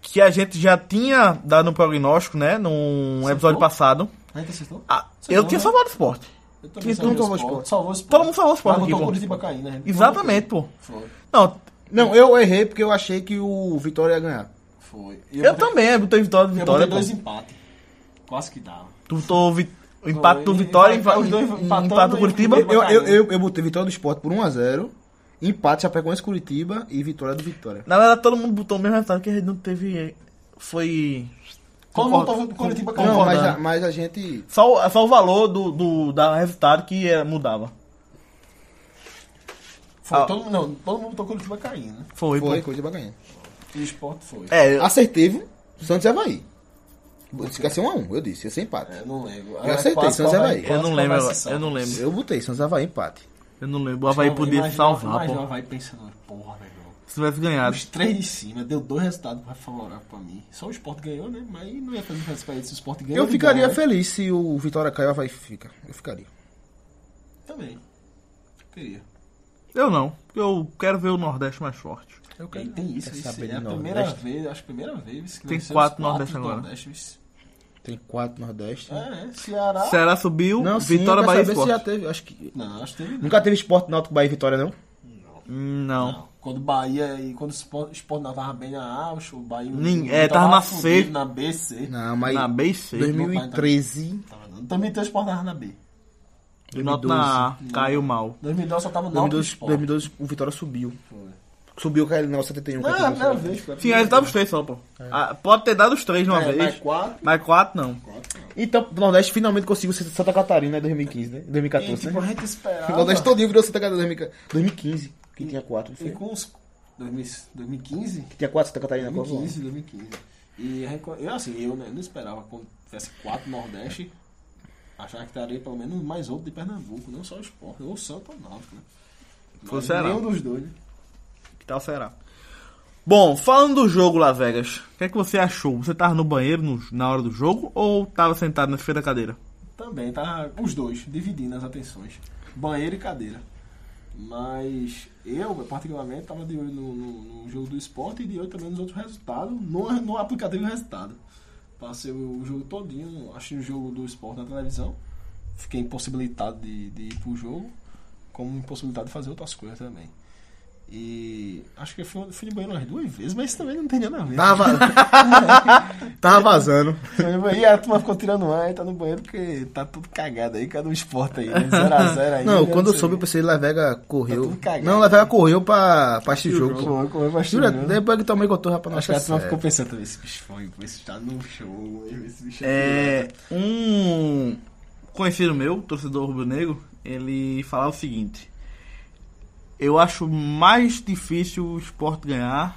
Speaker 2: que a gente já tinha dado um prognóstico, né, num episódio passado.
Speaker 3: Aí tu acertou?
Speaker 2: Ah,
Speaker 3: Você
Speaker 2: eu
Speaker 3: não,
Speaker 2: tinha
Speaker 3: né?
Speaker 2: salvado o esporte.
Speaker 3: Eu
Speaker 4: Quem
Speaker 3: também salvei
Speaker 4: nunca
Speaker 3: o
Speaker 4: falou
Speaker 3: Sport.
Speaker 4: Sport?
Speaker 3: Salvou o Sport.
Speaker 2: Todo mundo salvou o Sport
Speaker 3: Mas
Speaker 2: aqui,
Speaker 3: botou o
Speaker 2: pô.
Speaker 3: Curitiba caindo, né?
Speaker 2: Exatamente, pô.
Speaker 3: Foi,
Speaker 2: Não,
Speaker 4: Não, eu errei porque eu achei que o Vitória ia ganhar.
Speaker 3: foi. E
Speaker 2: eu,
Speaker 3: botei-
Speaker 2: também, eu botei vitória do
Speaker 3: Eu
Speaker 2: Vitória,
Speaker 3: botei
Speaker 2: pô.
Speaker 3: dois empates. Então Quase que dava.
Speaker 2: Tu botou vi- o empate do
Speaker 3: Foi,
Speaker 2: Vitória e
Speaker 3: empatar os dois,
Speaker 2: empate
Speaker 3: empatando
Speaker 2: do
Speaker 3: e-
Speaker 2: Curitiba.
Speaker 3: e-
Speaker 4: Eu, eu, eu, eu botei Vitória do Esporte por 1x0. Empate Chapecoense Curitiba e vitória do Vitória.
Speaker 2: Na verdade, todo mundo botou o mesmo resultado que a gente não teve... é, Foi...
Speaker 3: Todo mundo
Speaker 2: Concordo.
Speaker 3: tava pro Curitiba caindo.
Speaker 4: Não, mas,
Speaker 2: Concordando.
Speaker 4: a- mas a gente.
Speaker 2: Só, o- só o valor do, do da resultado que eh, mudava.
Speaker 3: Foi,
Speaker 2: Ah.
Speaker 3: todo, não, todo mundo botou o Curitiba caindo, né?
Speaker 2: Foi,
Speaker 4: Foi,
Speaker 2: foi.
Speaker 4: Curitiba ganhando.
Speaker 3: E o Sport foi.
Speaker 2: É, eu-
Speaker 4: Acertei, viu? Santos e Havaí. Eu disse que ia ser 1x1, eu disse, ia ser empate.
Speaker 3: É, não lembro.
Speaker 4: Eu aceitei, Santos e Havaí.
Speaker 2: eu não lembro agora. Eu não lembro.
Speaker 4: Eu botei Santos e Havaí empate.
Speaker 2: Eu não lembro. O Havaí podia se salvar,
Speaker 3: Mas o
Speaker 2: pô.
Speaker 3: Havaí pensando, porra, meu irmão.
Speaker 2: Se tivesse ganhado.
Speaker 3: Os três de cima, deu dois resultados mais favoráveis pra mim. Só o Sport ganhou, né? Mas não ia fazer diferença pra ele se o Sport ganhou.
Speaker 2: é
Speaker 4: Eu
Speaker 3: ele
Speaker 4: ficaria
Speaker 3: ganha, né?
Speaker 4: feliz se o Vitória cair, o Havaí fica. Eu ficaria.
Speaker 3: Também. Queria.
Speaker 2: Eu não. Porque eu quero ver o Nordeste mais forte.
Speaker 3: Eu Tem isso,
Speaker 4: Quer
Speaker 3: isso.
Speaker 4: saber
Speaker 3: É a
Speaker 4: de
Speaker 3: primeira
Speaker 4: Nordeste?
Speaker 3: vez, acho que é a primeira vez. Que
Speaker 2: Tem
Speaker 3: vai ser os
Speaker 2: quatro
Speaker 3: quatro
Speaker 2: Nordeste agora.
Speaker 3: Nordeste, isso.
Speaker 4: Tem 4 Nordeste.
Speaker 3: É, é. Ceará.
Speaker 2: Ceará subiu,
Speaker 4: Não, sim,
Speaker 2: Vitória
Speaker 4: eu quero
Speaker 2: Bahia
Speaker 4: saber se já
Speaker 2: Esporte.
Speaker 4: teve. Acho que.
Speaker 3: Não, acho que teve.
Speaker 4: Nunca teve esporte náutico Bahia e Vitória, não?
Speaker 2: Hum, Não.
Speaker 3: Não. Quando o Bahia e quando o Sport, o Sport não tava bem na A, o Bahia.
Speaker 2: Ninguém-
Speaker 3: o-
Speaker 2: é, tava na
Speaker 3: fudido
Speaker 2: C.
Speaker 3: Na B, C.
Speaker 4: Não, mas.
Speaker 2: Na B e C.
Speaker 4: 2013.
Speaker 3: Tava não. Também tem o Sport tava na B.
Speaker 2: E nota na A. Caiu mal.
Speaker 3: 2009 só tava no
Speaker 4: 2012, 2012 o Vitória subiu. Subiu com a LNL 71.
Speaker 3: Não, é a primeira vez, cara.
Speaker 2: Sim, aí ele tava os três só, pô. Ah, pode ter dado os três de uma
Speaker 3: É,
Speaker 2: vez.
Speaker 3: mais quatro.
Speaker 2: Mas quatro não.
Speaker 4: Então, o Nordeste finalmente conseguiu ser Santa Catarina em 2015, né?
Speaker 3: E
Speaker 4: 2014,
Speaker 3: tipo,
Speaker 4: né?
Speaker 3: a gente
Speaker 4: O
Speaker 3: esperava.
Speaker 4: Nordeste todinho virou Santa Catarina em 2015. Que tinha 4.
Speaker 3: E
Speaker 4: Que
Speaker 3: com os 2000 2015?
Speaker 4: tinha 4 Santa
Speaker 2: É,
Speaker 4: Catarina. qual foi?
Speaker 3: 2015, 2015. E a gente- eu, assim, eu né, não esperava quando tivesse quatro Nordeste, achava que estaria pelo menos mais outro de Pernambuco, não só o Sport, ou o Santo ou o Náutico, né?
Speaker 2: Foi o
Speaker 3: Mas
Speaker 2: Ceará.
Speaker 3: Nenhum dos dois, né?
Speaker 2: Que tal será? Bom, falando do jogo, Las Vegas, o que é que você achou? Você tava no banheiro no- na hora do jogo ou tava sentado na esfera da cadeira?
Speaker 3: Também tá os dois, dividindo as atenções. Banheiro e cadeira. Mas eu, particularmente, tava de olho no, no- no jogo do esporte e de olho também nos outros resultados, no, no aplicativo resultado. Passei o jogo todinho, achei o jogo do esporte na televisão. Fiquei impossibilitado de, de ir pro jogo, como impossibilitado de fazer outras coisas também. E acho que eu fui, fui de banheiro umas duas vezes, mas isso também não tem nada a ver.
Speaker 4: Tava. Tava vazando.
Speaker 3: E a turma ficou tirando ar e tá no banheiro porque tá tudo cagado aí, cadê o esporte aí? né? 0x0 aí.
Speaker 4: Não, quando eu
Speaker 3: sei. Tá
Speaker 4: soube, eu pensei que Lavega correu.
Speaker 3: tudo cagado. né? Tá
Speaker 4: não, Lavega correu pra, pra esse jogo. pô.
Speaker 3: Correu, correu bastante,
Speaker 4: Jura,
Speaker 3: né?
Speaker 4: depois que tomei que eu tô, rapaz,
Speaker 3: Acho que a
Speaker 4: nossa,
Speaker 3: turma
Speaker 4: sério.
Speaker 3: ficou pensando, esse bicho foi, esse tá no show, esse bicho
Speaker 2: É, um conhecido meu, torcedor rubro-negro, ele falava o seguinte: Eu acho mais difícil o esporte ganhar.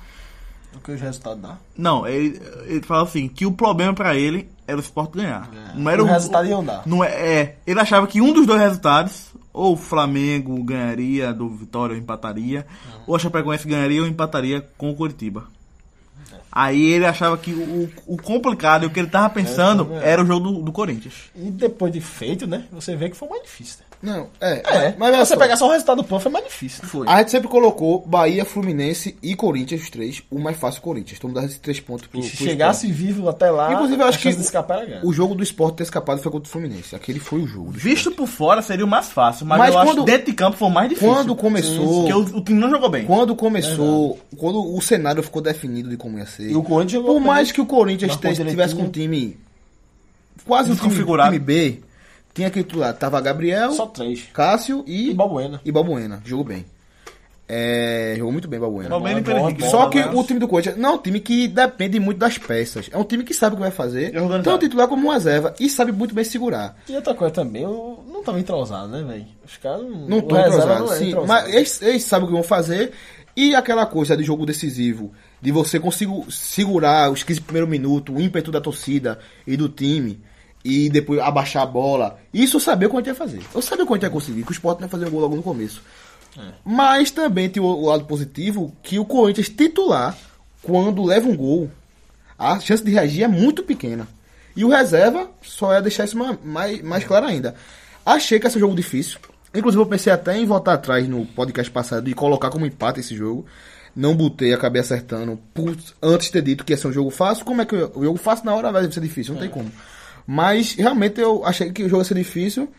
Speaker 3: O que os resultados dá?
Speaker 2: Não, ele, ele fala assim, que o problema pra ele era o esporte ganhar. Não era
Speaker 3: É, O resultado iam dar.
Speaker 2: Não é, é, ele achava que um dos dois resultados, ou o Flamengo ganharia do Vitória ou empataria, ou a Chapecoense ganharia ou empataria com o Curitiba. Aí ele achava que o, o complicado, o que ele tava pensando,
Speaker 3: também.
Speaker 2: era o jogo do, do Corinthians.
Speaker 3: E depois de feito, né? Você vê que foi mais difícil. né?
Speaker 4: Não, é.
Speaker 3: É,
Speaker 4: mas
Speaker 3: mas
Speaker 4: olha
Speaker 3: você
Speaker 4: só.
Speaker 3: pegar só o resultado do PAN foi mais difícil. né? Foi.
Speaker 4: A gente sempre colocou Bahia, Fluminense e Corinthians, os três. O mais fácil, Corinthians. Então dá esses três pontos pro,
Speaker 3: E se
Speaker 4: pro
Speaker 3: chegasse vivo até lá,
Speaker 4: Inclusive, eu acho
Speaker 3: a chance
Speaker 4: que
Speaker 3: de escapar era grande.
Speaker 4: esporte. O jogo do esporte ter escapado foi contra o Fluminense. Aquele foi o jogo. do
Speaker 2: Visto por fora seria o mais fácil, mas,
Speaker 4: Mas
Speaker 2: eu acho
Speaker 4: quando-
Speaker 2: que dentro de campo foi o mais difícil.
Speaker 4: Quando começou.
Speaker 2: Porque o, o time não jogou bem.
Speaker 4: Quando começou. Quando o cenário ficou definido de como ia ser.
Speaker 3: E o Corinthians jogou
Speaker 4: Por
Speaker 3: bem.
Speaker 4: mais que o Corinthians
Speaker 3: Marcou
Speaker 4: te- tivesse com um time. Quase um time,
Speaker 2: Desconfigurado.
Speaker 4: time B. Tinha aquele titular. Tava Gabriel,
Speaker 3: Só três.
Speaker 4: Cássio e.
Speaker 3: E Balbuena.
Speaker 4: E Balbuena. Jogou bem. É, jogou muito bem Balbuena.
Speaker 2: Palmeiras e
Speaker 3: Boa,
Speaker 2: Pedro Henrique.
Speaker 3: boa,
Speaker 4: Só
Speaker 3: bola,
Speaker 4: que
Speaker 3: né?
Speaker 4: o time do Corinthians não é um time que depende muito das peças. É um time que sabe o que vai fazer.
Speaker 2: É organizado.
Speaker 4: Tanto o titular como o reserva. E sabe muito bem segurar.
Speaker 3: E outra coisa também, eu não tava entrosado, né, velho? Os caras não.
Speaker 4: Não
Speaker 3: o
Speaker 4: tô
Speaker 3: reserva
Speaker 4: entrosado,
Speaker 3: não é
Speaker 4: sim.
Speaker 3: entrosado.
Speaker 4: Mas eles, eles sabem o que vão fazer. E aquela coisa de jogo decisivo. De você conseguir segurar os 15 primeiros minutos, o ímpeto da torcida e do time. E depois abaixar a bola. Isso eu sabia o que a gente ia fazer. Eu sabia o que a gente ia conseguir. Que o Sport não ia fazer um gol logo no começo. Mas também tem o, o lado positivo que o Corinthians titular, quando leva um gol, a chance de reagir é muito pequena. E o reserva só é deixar isso ma- mais, mais claro ainda. Achei que esse é um jogo difícil. Inclusive eu pensei até em voltar atrás no podcast passado e colocar como empate esse jogo. Não botei, acabei acertando por antes de ter dito que ia ser um jogo fácil. Como é que eu- o jogo fácil na hora vai ser difícil? Não tem como. Mas realmente eu achei que o jogo ia ser difícil.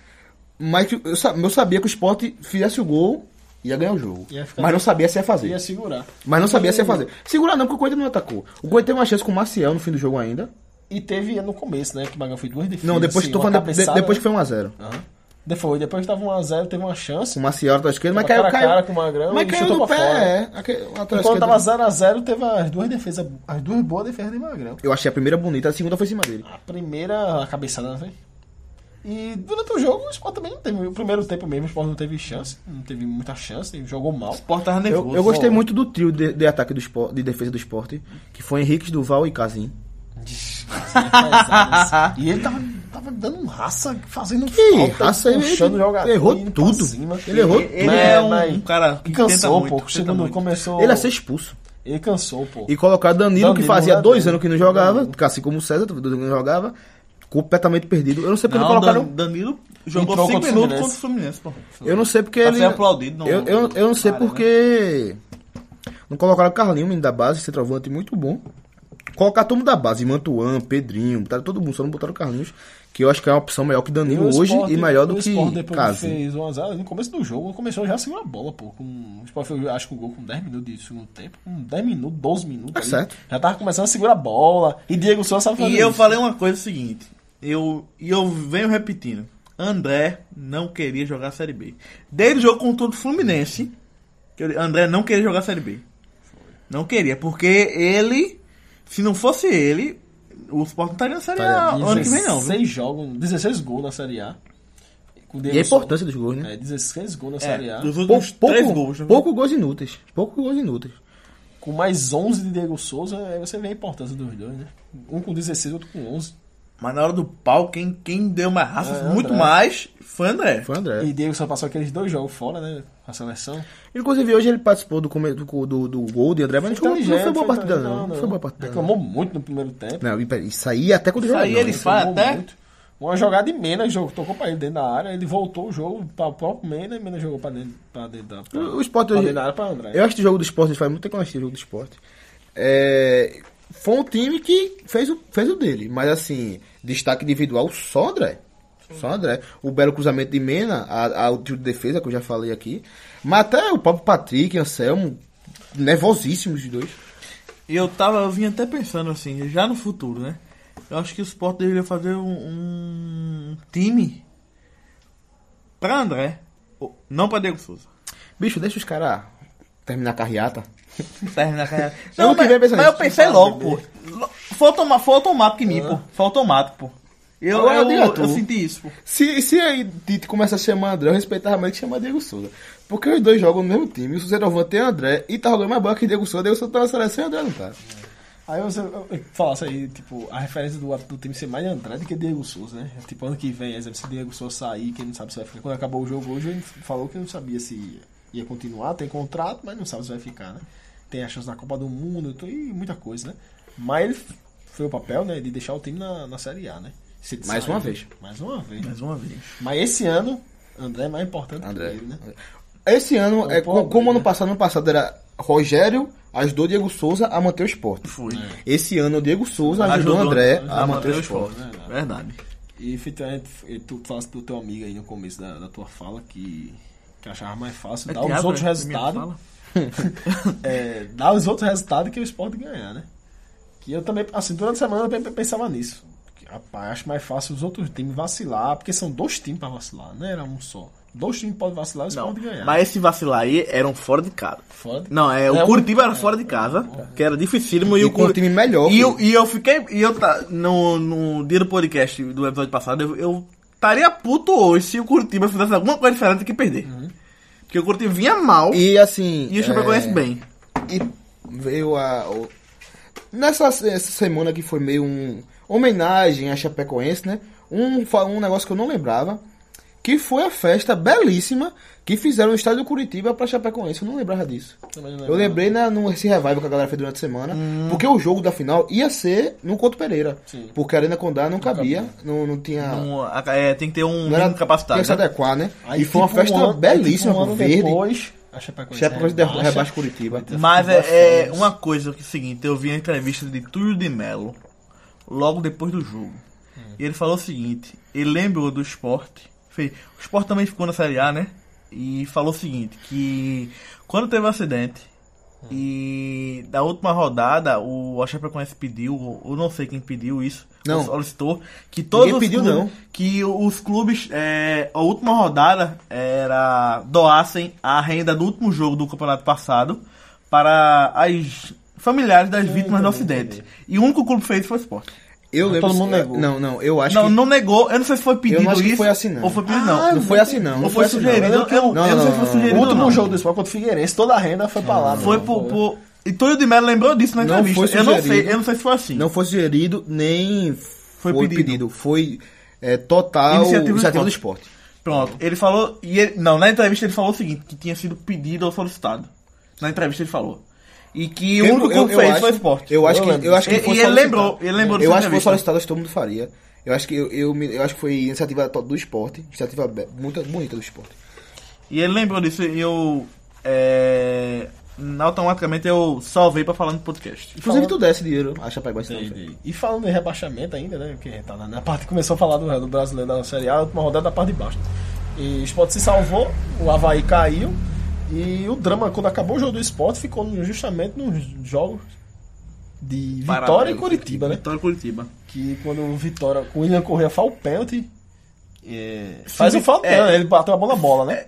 Speaker 4: Mas que eu, sa- eu sabia que o esporte fizesse o gol, ia ganhar o jogo.
Speaker 3: Ia ficar
Speaker 4: Mas não sabia se ia fazer.
Speaker 3: Ia segurar.
Speaker 4: Mas não sabia se ia fazer. Segurar não, porque o Corinthians não atacou. O Corinthians teve uma chance com o Maciel no fim do jogo ainda.
Speaker 3: E teve no começo, né? Que o Magal foi duas defesas.
Speaker 4: Não, depois,
Speaker 3: assim,
Speaker 4: tô
Speaker 3: uma
Speaker 4: falando de- de-
Speaker 3: cabeçada-
Speaker 4: depois que foi 1x0.
Speaker 3: Aham. De- foi, Depois que tava 1x0, teve uma chance.
Speaker 4: O Maciel era esquerda, mas caiu,
Speaker 3: Tava cara a
Speaker 4: caiu.
Speaker 3: cara com o Magrão
Speaker 4: mas
Speaker 3: e
Speaker 4: caiu
Speaker 3: chutou
Speaker 4: no
Speaker 3: pra
Speaker 4: pé,
Speaker 3: fora.
Speaker 4: é. Aquele- o lateral
Speaker 3: Quando
Speaker 4: esquerdo-
Speaker 3: tava 0x0, teve as duas defesas, as duas boas defesas de Magrão.
Speaker 4: Eu achei a primeira bonita, a segunda foi em cima dele.
Speaker 3: A primeira a cabeçada, né? velho? E durante o jogo, o Sport também não teve. No primeiro tempo mesmo, o Sport não teve chance. Não teve muita chance, ele jogou mal.
Speaker 2: O Sport tava nervoso.
Speaker 4: Eu, eu gostei muito do trio de, de ataque do esporte, de defesa do esporte, que foi Henrique, Duval e Casim.
Speaker 3: e ele tava, tava dando um raça, fazendo
Speaker 4: Ih,
Speaker 3: falta,
Speaker 4: raça, ele-
Speaker 3: puxando o jogador.
Speaker 4: errou
Speaker 3: indo pra
Speaker 4: tudo.
Speaker 3: cima.
Speaker 4: Ele errou
Speaker 2: Ele
Speaker 3: Mas-
Speaker 2: é um,
Speaker 3: mas
Speaker 2: cara que tenta
Speaker 3: cansou,
Speaker 2: muito,
Speaker 3: pô.
Speaker 2: tenta
Speaker 3: Segundo
Speaker 2: muito.
Speaker 3: começou.
Speaker 4: Ele ia ser expulso.
Speaker 3: Ele cansou, pô.
Speaker 4: E colocar Danilo,
Speaker 3: Danilo,
Speaker 4: que fazia
Speaker 3: né,
Speaker 4: dois
Speaker 3: Danilo.
Speaker 4: anos que não jogava, assim como o César, dois anos que não jogava, completamente perdido. Eu não sei porque
Speaker 2: Não,
Speaker 4: não colocaram.
Speaker 2: Dan- Danilo jogou
Speaker 3: Entrou
Speaker 2: 5
Speaker 3: contra o
Speaker 2: minutos contra o
Speaker 3: Fluminense.
Speaker 2: Fluminense, pô.
Speaker 4: Eu não sei porque
Speaker 2: Pra
Speaker 4: ele.
Speaker 2: ser aplaudido, não-
Speaker 4: eu, eu, eu não sei
Speaker 2: Cara,
Speaker 4: porque. Não colocaram o Carlinho, um menino da base, centroavante muito bom. Colocar todo mundo da base, Mantuan, Pedrinho, tá todo mundo, só não botaram o Carlinhos, que eu acho que é uma opção melhor que Danilo
Speaker 3: o
Speaker 4: hoje
Speaker 3: Sport-
Speaker 4: e melhor do
Speaker 3: o
Speaker 4: que
Speaker 3: Sport depois
Speaker 4: Casim.
Speaker 3: fez 1 a 0 no começo do jogo, começou já a segurar a bola, pô. Com, o Sport fez, acho que o gol com 10 minutos de segundo tempo, com 10 minutos, 12 minutos.
Speaker 4: Tá
Speaker 3: ali,
Speaker 4: certo.
Speaker 3: Já tava começando a segurar a bola. E Diego Souza sabe fazer
Speaker 2: E eu
Speaker 3: isso.
Speaker 2: falei uma coisa seguinte, eu e eu venho repetindo. André não queria jogar a Série B. Desde o jogo contra o Fluminense, que ele- André não queria jogar a Série B. Não queria, porque ele, se não fosse ele, o Sport não estaria na Série A
Speaker 4: Estaria
Speaker 2: "Ah, ano que vem não. viu?
Speaker 3: 16 jogos, 16 gols na Série A. Com
Speaker 4: E a
Speaker 3: Diego Souza.
Speaker 4: importância dos gols, né?
Speaker 3: É, 16 gols na Série
Speaker 2: É,
Speaker 3: A.
Speaker 2: dos
Speaker 4: Pouco,
Speaker 2: últimos três
Speaker 4: pouco,
Speaker 2: gols.
Speaker 4: gols,
Speaker 2: né?
Speaker 4: pouco gols inúteis. Pouco gols inúteis.
Speaker 3: Com mais 11 de Diego Souza, aí você vê a importância dos dois, né? Um com 16, outro com 11.
Speaker 2: Mas na hora do pau, quem, quem deu uma raça
Speaker 3: É,
Speaker 2: muito
Speaker 3: André.
Speaker 2: mais foi André.
Speaker 4: Foi o André.
Speaker 3: E Diego só passou aqueles dois jogos fora, né? A seleção.
Speaker 4: Inclusive, hoje ele participou do, come- do, do, do gol de André, mas não jogou-
Speaker 2: tá
Speaker 3: tá
Speaker 4: não foi boa
Speaker 2: né?
Speaker 4: partida, não. Não foi boa partida. não.
Speaker 3: né? Reclamou muito no primeiro tempo.
Speaker 4: Não, e peraí, isso aí até quando
Speaker 2: Isso
Speaker 4: jogava,
Speaker 2: aí
Speaker 4: não,
Speaker 2: ele
Speaker 4: né?
Speaker 2: faz
Speaker 3: Reclamou
Speaker 2: até.
Speaker 3: muito. Uma jogada em Mena, jogo, tocou pra ele dentro da área, ele voltou o jogo pra o próprio Mena e Mena jogou pra dentro, pra dentro da pra,
Speaker 4: O Sport
Speaker 3: pra
Speaker 4: hoje-
Speaker 3: dentro da área pra André.
Speaker 4: Eu acho que o jogo do esporte faz muito tempo que eu não assisti o jogo do esporte. É, foi um time que fez o, fez o dele, mas assim, destaque individual só André. Só André. O belo cruzamento de Mena, a, a, o tio de defesa que eu já falei aqui. Mas até o próprio Patrick, Anselmo, nervosíssimos os dois.
Speaker 2: E eu tava, eu vim até pensando assim, já no futuro, né? Eu acho que o Sport deveria fazer um, um time pra André, ou- não pra Diego Souza.
Speaker 4: Bicho, deixa os caras terminar a carreata.
Speaker 2: Termina a carreira.
Speaker 4: Eu não
Speaker 2: mas,
Speaker 4: queria pensar
Speaker 2: mas eu
Speaker 4: nisso.
Speaker 2: um pensei logo, um pô. Lo- Foi automa- foi automático em mim, pô. Foi automático, pô. Eu,
Speaker 4: Ah. Agora
Speaker 2: eu,
Speaker 4: diga tu.
Speaker 2: eu senti isso. pô.
Speaker 4: Se, se aí Tite começa a chamar André, eu respeitava mais que chamar Diego Souza. Porque os dois jogam no mesmo time, o Centroavante é André e tá jogando mais bola que Diego Souza. Diego Souza tá na seleção e André não tá.
Speaker 3: Aí você eu- eu falasse aí, tipo, a referência do, do time ser mais Andrade que Diego Souza, né? Tipo, ano que vem, exemplo, se Diego Souza sair, quem não sabe se vai ficar. Quando acabou o jogo hoje, ele falou que não sabia se ia, ia continuar, tem contrato, mas não sabe se vai ficar, né? Tem a chance na Copa do Mundo então, e muita coisa, né? Mas ele f- foi o papel, né, de deixar o time na, na Série A, né? Se ele
Speaker 4: Mais uma vez.
Speaker 3: Mais uma vez.
Speaker 2: Mais uma vez.
Speaker 3: Mas esse ano, André é mais importante
Speaker 4: André.
Speaker 3: que ele, né?
Speaker 4: Esse ano, é,
Speaker 3: pobre,
Speaker 4: co- como ano
Speaker 3: né?
Speaker 4: passado, ano passado era Rogério ajudou Diego Souza a manter o esporte.
Speaker 2: Foi.
Speaker 4: Esse ano o Diego Souza É. ajudou, André a manter o esporte.
Speaker 2: esporte. Verdade.
Speaker 3: E efetivamente, e tu falaste do teu amigo aí no começo da, da tua fala que, que achava mais fácil dar os
Speaker 2: teatro,
Speaker 3: outros
Speaker 2: é?
Speaker 3: resultados.
Speaker 2: Minha
Speaker 3: é, dar os outros resultados que o esporte ganhar, né? Que eu também, assim, durante a semana eu pe- pensava nisso. Que, rapaz, acho mais fácil os outros times vacilar, porque são dois times pra vacilar, não era um só. Dois times podem vacilar e o
Speaker 2: Não,
Speaker 3: esporte ganhar.
Speaker 2: mas esse vacilar aí eram fora de casa.
Speaker 3: Fora de-
Speaker 2: Não, é, o
Speaker 3: É,
Speaker 2: Curitiba era fora de casa, que era dificílimo. E,
Speaker 4: E
Speaker 2: o
Speaker 4: com um
Speaker 2: Curi-
Speaker 4: time melhor,
Speaker 2: E eu,
Speaker 4: pô.
Speaker 2: e eu fiquei. E eu tá, no, no dia do podcast do episódio passado, eu- eu estaria puto hoje se o Curitiba fizesse alguma coisa diferente do que perder.
Speaker 3: Uhum.
Speaker 2: Porque o Curitiba vinha mal e,
Speaker 4: E assim.
Speaker 2: o Chapecoense
Speaker 4: é,
Speaker 2: bem.
Speaker 4: E veio a. o- Nessa se- essa semana que foi meio um. Homenagem a Chapecoense, né? Um, fa- um negócio que eu não lembrava. Que foi a festa belíssima que fizeram no estádio do Curitiba pra Chapecoense. Eu não lembrava disso.
Speaker 3: Também não
Speaker 4: Eu
Speaker 3: lembrava. Hum.
Speaker 4: lembrei na, no esse revival que a galera fez durante a semana. Porque o jogo da final ia ser no Couto Pereira.
Speaker 3: Sim.
Speaker 4: Porque a Arena Condá não cabia. Não, não tinha.
Speaker 2: Então, a- é, tem que ter um
Speaker 4: não era
Speaker 2: mínimo capacitado.
Speaker 4: Tinha que se
Speaker 2: né?
Speaker 4: adequar, né?
Speaker 3: Aí,
Speaker 4: e foi uma
Speaker 3: tipo,
Speaker 4: festa
Speaker 3: um ano-
Speaker 4: belíssima,
Speaker 3: tipo, um ano
Speaker 4: verde.
Speaker 3: Depois, é, a Chapecoense,
Speaker 4: Chapecoense derru-
Speaker 3: rebaixa.
Speaker 4: rebaixa o Curitiba.
Speaker 3: Então,
Speaker 2: Mas é, é
Speaker 3: Bastante.
Speaker 2: uma coisa que é o seguinte, eu vi a entrevista de Túlio de Melo logo depois do jogo. E ele falou o seguinte, ele lembrou do esporte, fez, o esporte também ficou na Série A, né? E falou o seguinte, que quando teve o acidente e da última rodada o a Chapecoense pediu, ou eu não sei quem pediu isso,
Speaker 4: Não.
Speaker 2: ou solicitou, que todos os
Speaker 4: pediu,
Speaker 2: clubes-
Speaker 4: não.
Speaker 2: que os clubes, é, a última rodada era doassem a renda do último jogo do campeonato passado para as familiares das vítimas do acidente. E o único clube que fez isso foi o Sport.
Speaker 4: Eu lembro.
Speaker 3: todo mundo negou.
Speaker 4: Não, não, eu acho
Speaker 2: Não,
Speaker 4: que.
Speaker 2: não negou, eu não sei se foi pedido
Speaker 4: Eu não acho que
Speaker 2: isso.
Speaker 4: foi assim, não.
Speaker 2: Ou foi pedido,
Speaker 4: Ah,
Speaker 2: não.
Speaker 4: não foi assim, não.
Speaker 2: Ou
Speaker 4: Não
Speaker 2: foi,
Speaker 4: assim, não.
Speaker 2: sugerido.
Speaker 3: Eu
Speaker 2: Eu,
Speaker 3: lembro que
Speaker 2: eu
Speaker 4: não,
Speaker 2: não sei se
Speaker 4: não,
Speaker 2: foi
Speaker 4: não.
Speaker 3: O
Speaker 2: sugerido.
Speaker 3: último
Speaker 2: não.
Speaker 3: jogo do esporte contra o Figueirense, toda a renda foi pra lá.
Speaker 2: Foi
Speaker 3: mano.
Speaker 2: por. por... E Túlio de Mello lembrou disso na
Speaker 4: Não
Speaker 2: entrevista.
Speaker 4: foi
Speaker 2: eu não sei,
Speaker 4: sugerido.
Speaker 2: eu não sei se foi assim.
Speaker 4: Não foi sugerido, nem foi,
Speaker 2: pedido.
Speaker 4: pedido. Foi é, total
Speaker 2: Iniciativa do
Speaker 4: iniciativa, do esporte.
Speaker 2: Pronto. Ele falou. E ele- não, na entrevista ele falou o seguinte: que tinha sido pedido ou solicitado. Na entrevista ele falou. E que o único clube que fez foi o esporte.
Speaker 4: Eu acho
Speaker 3: Eu
Speaker 4: que,
Speaker 3: lembro.
Speaker 4: eu acho que
Speaker 2: E-
Speaker 4: foi
Speaker 2: e ele
Speaker 4: solicitado.
Speaker 2: lembrou- ele lembrou dessa
Speaker 4: Eu acho que foi
Speaker 2: entrevista.
Speaker 4: solicitado, acho que todo mundo faria. Eu acho que, eu, eu, me- eu acho que foi iniciativa to- do esporte, iniciativa be- muito bonita do esporte.
Speaker 2: E ele lembrou disso e eu. É, automaticamente eu salvei pra falar no podcast.
Speaker 4: Inclusive, tu desse dinheiro, a Chapecoense não
Speaker 3: Tem,
Speaker 4: fez.
Speaker 3: tem. E falando em rebaixamento ainda, né? Porque tá na, na parte começou a falar do, do brasileiro da Série A, a última rodada da parte de baixo. E o Sport se salvou, o Havaí caiu. E o drama, quando acabou o jogo do Sport, ficou no- justamente nos jogos de Vitória e Curitiba, né?
Speaker 2: Vitória e Curitiba.
Speaker 3: Que quando o Vitória, o William Correa faz o pênalti. é, faz
Speaker 2: Sim,
Speaker 3: o falta,
Speaker 2: é.
Speaker 3: né? ele bateu a mão na bola, né?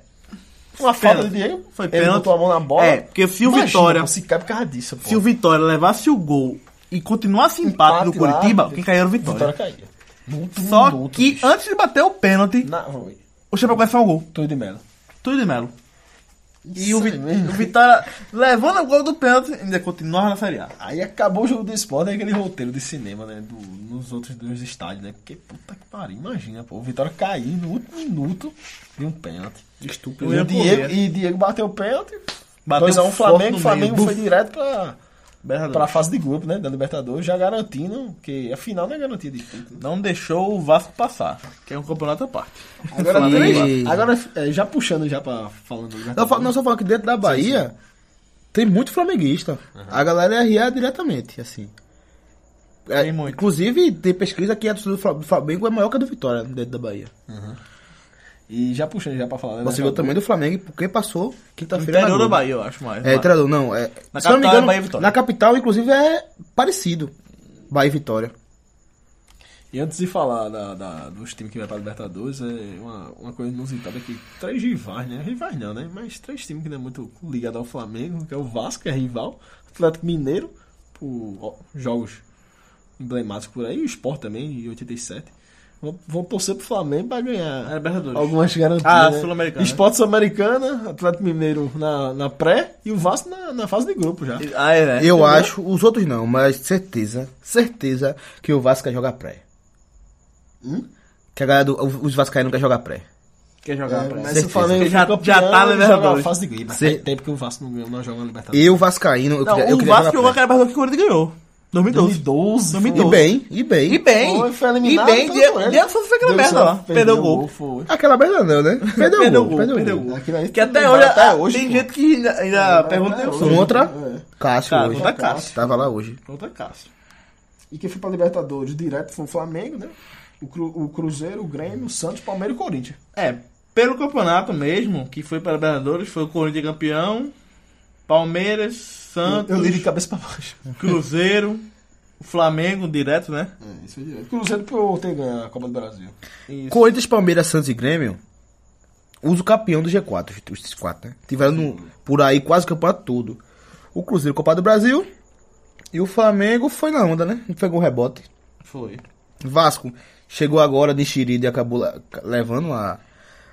Speaker 3: Uma falta do Diego,
Speaker 2: Foi
Speaker 3: ele
Speaker 2: pênalti.
Speaker 3: botou a mão na bola.
Speaker 2: É, porque se o
Speaker 3: Imagina,
Speaker 2: Vitória-
Speaker 3: pô, Se cai por causa disso, pô.
Speaker 2: Se o Vitória levasse o gol e continuasse empate do
Speaker 3: lá,
Speaker 2: Curitiba, quem caiu era o Vitória.
Speaker 3: Vitória caía. Muito
Speaker 2: Só
Speaker 3: minuto,
Speaker 2: que
Speaker 3: bicho.
Speaker 2: antes de bater o pênalti,
Speaker 3: Na, foi.
Speaker 2: o Chapecoense faz um gol.
Speaker 3: Túlio de Melo.
Speaker 2: Tudo de Melo. E o,
Speaker 3: Isso
Speaker 2: Vi-
Speaker 3: aí mesmo.
Speaker 2: o Vitória levando o gol do pênalti ainda continuava na Série A.
Speaker 3: Aí acabou o jogo do esporte, aí aquele roteiro de cinema, né? do- nos outros dois estádios, né? Porque puta que pariu, imagina, pô. O Vitória caiu no último minuto de um pênalti.
Speaker 4: Estúpido. né?
Speaker 2: William
Speaker 3: E o Diego,
Speaker 2: Correa.
Speaker 3: e Diego bateu o pênalti.
Speaker 2: Bateu
Speaker 3: 2x1 um
Speaker 2: forte
Speaker 3: Flamengo.
Speaker 2: no
Speaker 3: O Flamengo
Speaker 2: meio.
Speaker 3: foi direto pra,
Speaker 2: Berrador.
Speaker 3: pra fase de grupo, né? Da Libertadores, já garantindo, que a final não é garantia de título. né?
Speaker 2: Não deixou o Vasco passar, que é um campeonato à parte.
Speaker 3: Agora,
Speaker 2: Flamengo
Speaker 3: três-
Speaker 4: lá.
Speaker 3: agora é, já puxando já pra falando
Speaker 4: Não, fa-
Speaker 3: né? do Libertadores.
Speaker 4: não, só falar que dentro da Bahia tem muito flamenguista. A galera é RA diretamente, assim. É,
Speaker 2: Tem muito.
Speaker 4: Inclusive, tem pesquisa que a torcida do Fla- do Flamengo é maior que a do Vitória dentro da Bahia.
Speaker 3: E já puxando já pra falar. né,
Speaker 4: Você viu
Speaker 3: Libertadores.
Speaker 4: também do Flamengo, porque passou quinta-feira. na
Speaker 2: É Interior da
Speaker 4: Globo.
Speaker 2: Bahia, eu acho mais.
Speaker 4: É, treinador, não. É,
Speaker 2: Na
Speaker 4: se eu não me
Speaker 2: capital é
Speaker 4: engano,
Speaker 2: Bahia e Vitória.
Speaker 4: na capital, inclusive, é parecido. Bahia e Vitória.
Speaker 3: E antes de falar da, da- dos times que vai pra Libertadores, é uma, uma coisa inusitada que três rivais, né? Rivais não, né? Mas três times que não é muito ligado ao Flamengo, que é o Vasco, que é rival, Atlético Mineiro, por ó, jogos emblemáticos por aí, e o Sport também, em 87. Vou, vou torcer pro Flamengo pra ganhar
Speaker 2: É Libertadores.
Speaker 3: algumas garantias.
Speaker 2: Ah,
Speaker 3: né?
Speaker 2: Sul-Americana, né?
Speaker 3: Esporte Sul-Americana, Atlético Mineiro na, na pré e o Vasco na, na fase de grupo já.
Speaker 2: Ah, é, né?
Speaker 4: Eu acho, os outros não, mas certeza, certeza que o Vasco quer jogar pré.
Speaker 3: Hum?
Speaker 4: Que a galera do, os vascaínos quer jogar pré.
Speaker 2: Quer jogar pra
Speaker 3: É, Mas se
Speaker 4: certeza.
Speaker 3: o Flamengo
Speaker 2: Porque já-
Speaker 3: for
Speaker 2: já tá na
Speaker 3: ele
Speaker 2: Libertadores.
Speaker 3: joga na fase de grupo.
Speaker 4: Cer-
Speaker 3: Tem tempo que o Vasco não, ganha, não joga na Libertadores.
Speaker 4: Eu vascaíno, eu
Speaker 2: Não,
Speaker 4: queria, eu
Speaker 2: o
Speaker 4: queria
Speaker 2: Vasco jogou
Speaker 4: jogar pré.
Speaker 2: aquela Libertadores que o Corinthians ganhou. 2012.
Speaker 3: 2012.
Speaker 4: E bem, e bem.
Speaker 2: E bem.
Speaker 3: Foi,
Speaker 2: e
Speaker 3: foi
Speaker 2: é
Speaker 3: eliminado,
Speaker 2: bem,
Speaker 3: tá
Speaker 2: Diego
Speaker 3: doendo.
Speaker 2: Diego Souza fez aquela
Speaker 3: Deu
Speaker 2: merda
Speaker 3: certo,
Speaker 2: lá. Perdeu o gol.
Speaker 3: foi.
Speaker 4: Aquela merda não, né? Perdeu,
Speaker 2: Perdeu
Speaker 4: o gol, perdeu, o gol.
Speaker 3: Aquilo aí
Speaker 2: Que
Speaker 3: tá
Speaker 2: até
Speaker 3: lembrado
Speaker 2: hoje,
Speaker 3: até hoje,
Speaker 2: tem
Speaker 3: pô.
Speaker 2: gente que ainda,
Speaker 4: Ah,
Speaker 2: ainda pergunta
Speaker 3: até
Speaker 2: eu
Speaker 3: hoje.
Speaker 2: sou.
Speaker 4: Contra
Speaker 3: Né? É.
Speaker 4: Cássio
Speaker 2: Cara,
Speaker 4: hoje.
Speaker 2: contra Cássio.
Speaker 4: Tava lá hoje.
Speaker 2: Contra Cássio.
Speaker 3: E quem foi pra Libertadores direto foi o Flamengo, né? O, Cru- o Cruzeiro, o Grêmio, o Santos, Palmeiras e o Corinthians.
Speaker 2: É, pelo campeonato mesmo, que foi para Libertadores, foi o Corinthians campeão, Palmeiras,
Speaker 3: Eu li de
Speaker 2: Santos,
Speaker 3: cabeça pra baixo.
Speaker 2: Cruzeiro, o Flamengo direto, né?
Speaker 3: É, isso é direto. Cruzeiro por ter ganho a Copa do Brasil.
Speaker 4: Corinthians, Palmeiras, Santos e Grêmio. Usa o campeão do G4, os os quatro, né? Tiveram no- por aí quase o campeonato todo. O Cruzeiro, Copa do Brasil. E o Flamengo foi na onda, né? Não pegou rebote.
Speaker 2: Foi.
Speaker 4: Vasco chegou agora de xerido e acabou la- levando a,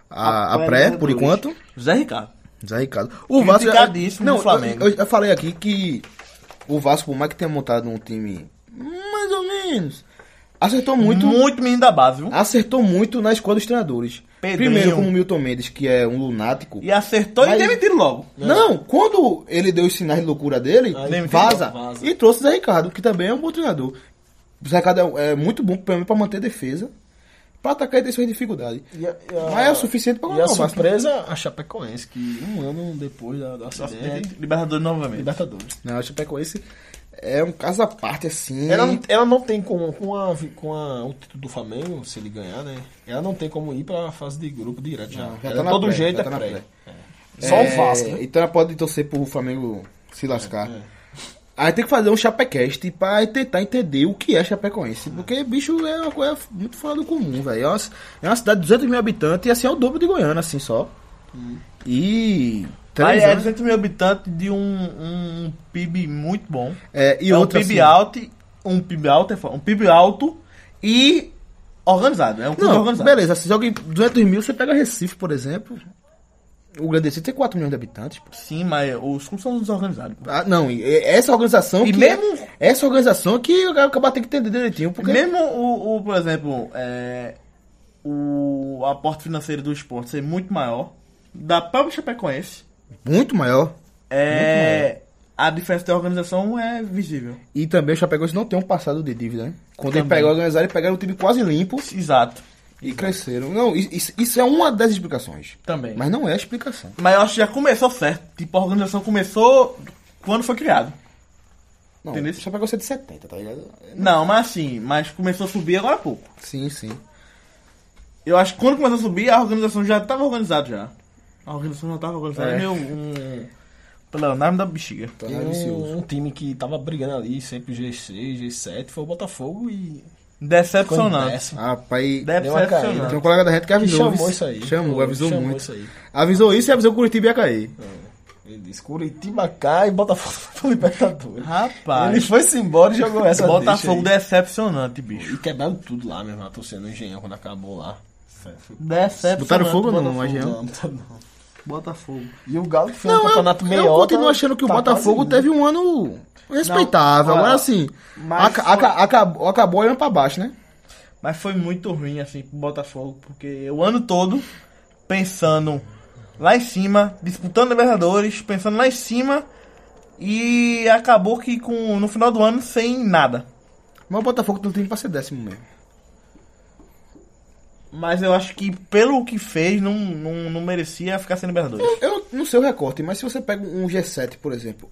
Speaker 4: a,
Speaker 2: A
Speaker 4: a pré,
Speaker 2: pré,
Speaker 4: por
Speaker 2: dois.
Speaker 4: enquanto.
Speaker 2: Zé Ricardo.
Speaker 4: Zé Ricardo. O Vasco. já-
Speaker 2: Criticadíssimo
Speaker 4: não,
Speaker 2: do Flamengo.
Speaker 4: Eu, eu- eu falei aqui que o Vasco, por mais que tenha montado um time mais ou menos, acertou
Speaker 2: Muito,
Speaker 4: muito.
Speaker 2: menino da base, viu?
Speaker 4: Acertou muito na escola dos treinadores.
Speaker 2: Pedrinho.
Speaker 4: Primeiro com o Milton Mendes, que é um lunático.
Speaker 2: E acertou
Speaker 4: Mas-
Speaker 2: e demitiram logo.
Speaker 4: Não, quando ele deu os sinais de loucura dele,
Speaker 3: Aí
Speaker 4: ele
Speaker 2: demitiu.
Speaker 4: vaza,
Speaker 3: Vaza.
Speaker 4: e trouxe o Zé Ricardo, que também é um bom treinador. O Zé Ricardo é, é muito bom pelo menos, pra manter a defesa, pra atacar e ter suas dificuldades.
Speaker 3: E a- e a-
Speaker 4: Mas é o suficiente pra
Speaker 3: E a
Speaker 4: ganhar o Vasco.
Speaker 3: surpresa, a Chapecoense, que um ano depois da, do acidente,
Speaker 2: Libertadores novamente.
Speaker 3: Libertadores.
Speaker 4: Não, o Chapecoense é um caso à parte, assim.
Speaker 3: Ela, não- ela não tem como, com, a, vi- com a- o título do Flamengo, se ele ganhar, né? Ela não tem como ir pra fase de grupo direto já.
Speaker 4: Não, já
Speaker 3: Ela
Speaker 4: tá na
Speaker 3: todo
Speaker 4: pré,
Speaker 3: jeito
Speaker 4: já
Speaker 3: é
Speaker 4: tá na
Speaker 3: pré.
Speaker 4: pré.
Speaker 3: É. Só o Vasco, né?
Speaker 4: Então ela pode torcer pro Flamengo se lascar.
Speaker 3: é.
Speaker 4: Aí tem que fazer um Chapecast pra tentar entender o que é Chapecoense. Porque, bicho, é uma coisa muito fora do comum, velho. É uma, é uma cidade de 200 mil habitantes e, assim, é o dobro de Goiânia, assim, só. E...
Speaker 2: Aí
Speaker 4: Três
Speaker 2: é
Speaker 4: anos.
Speaker 2: 200 mil habitantes de um, um, um PIB muito bom.
Speaker 4: É, e
Speaker 2: é
Speaker 4: outra,
Speaker 2: um PIB
Speaker 4: assim,
Speaker 2: alto, e- um PIB alto, é foda, um PIB alto e organizado. É um clube
Speaker 4: Não,
Speaker 2: organizado.
Speaker 4: beleza. assim, Se alguém 200 mil, você pega Recife, por exemplo. O Grande Recife tem 4 milhões de habitantes, pô.
Speaker 2: Sim, mas os clubes são desorganizados. pô.
Speaker 4: Ah, não, e- e essa organização
Speaker 2: E
Speaker 4: que é
Speaker 2: mesmo-
Speaker 4: essa organização que o cara acaba tem é que entender direitinho, porque
Speaker 2: Mesmo o, o, por exemplo, é, o aporte financeiro do esporte ser muito maior, da própria Chapecoense,
Speaker 4: muito maior.
Speaker 2: é, a diferença da organização é visível.
Speaker 4: E também o Chapecoense não tem um passado de dívida, né? Quando ele
Speaker 2: Também.
Speaker 4: pegou organizar, ele pegaram um time quase limpo
Speaker 2: Exato,
Speaker 4: e cresceram. Não, i- isso, isso é uma das explicações.
Speaker 2: também. Mas,
Speaker 4: Mas não é a explicação.
Speaker 2: eu acho que já começou certo. Tipo, a organização começou quando foi criado.
Speaker 4: Não,
Speaker 2: Entendeu?
Speaker 4: o Chapecoense é de 70, tá ligado?
Speaker 2: Não, mas assim, mas começou a subir agora há pouco.
Speaker 4: Sim, sim.
Speaker 2: Eu acho que quando começou a subir, a organização já estava organizada já. A organização já estava organizada.
Speaker 4: É.
Speaker 2: É. Meu,
Speaker 3: Hum.
Speaker 2: um... Pleonarmo da bexiga.
Speaker 4: Tá
Speaker 3: Tem
Speaker 4: vicioso.
Speaker 3: um, um time que tava brigando ali, sempre G6, G7, foi o Botafogo e. ficou em
Speaker 2: Decepcionante.
Speaker 3: décimo.
Speaker 4: Rapaz,
Speaker 3: Deu uma caída.
Speaker 4: tem um
Speaker 2: Decepcionante.
Speaker 4: colega da rede que
Speaker 3: E
Speaker 4: avisou.
Speaker 3: chamou
Speaker 4: viu?
Speaker 3: isso aí.
Speaker 4: Chamou,
Speaker 3: Foi,
Speaker 4: avisou
Speaker 3: chamou
Speaker 4: muito.
Speaker 3: Isso aí.
Speaker 4: Avisou isso e avisou o Curitiba ia cair.
Speaker 3: Ele disse: Curitiba cai, Botafogo pro Libertadores. Ele
Speaker 2: Rapaz,
Speaker 3: foi-se embora e jogou essa
Speaker 2: Botafogo
Speaker 3: Então, deixa aí.
Speaker 2: decepcionante, bicho.
Speaker 3: E quebraram tudo lá mesmo, a torcida no engenhão quando acabou lá. Foi-
Speaker 2: Decepcionante.
Speaker 4: Botaram fogo ou não,
Speaker 2: Botafogo.
Speaker 4: Engenhão?
Speaker 3: Não, tá não.
Speaker 2: Botafogo.
Speaker 3: E o Galo que fez um
Speaker 4: Não,
Speaker 3: campeonato tá
Speaker 4: eu,
Speaker 3: meio
Speaker 4: eu continuo achando que o Botafogo teve um ano respeitável.
Speaker 2: Não,
Speaker 4: Agora
Speaker 2: olha,
Speaker 4: sim,
Speaker 2: mas
Speaker 4: aca-
Speaker 2: foi-
Speaker 4: aca- acabou, acabou olhando pra baixo, né?
Speaker 2: Mas foi muito ruim, assim, pro Botafogo, porque o ano todo, pensando lá em cima, disputando Libertadores, pensando lá em cima, e acabou que com, no final do ano sem nada.
Speaker 4: Mas o Botafogo não tem um pra ser décimo mesmo.
Speaker 2: Mas eu acho que pelo que fez, não, não, não merecia ficar sem Libertadores.
Speaker 4: Eu não sei o recorte, mas se você pega um G7, por exemplo,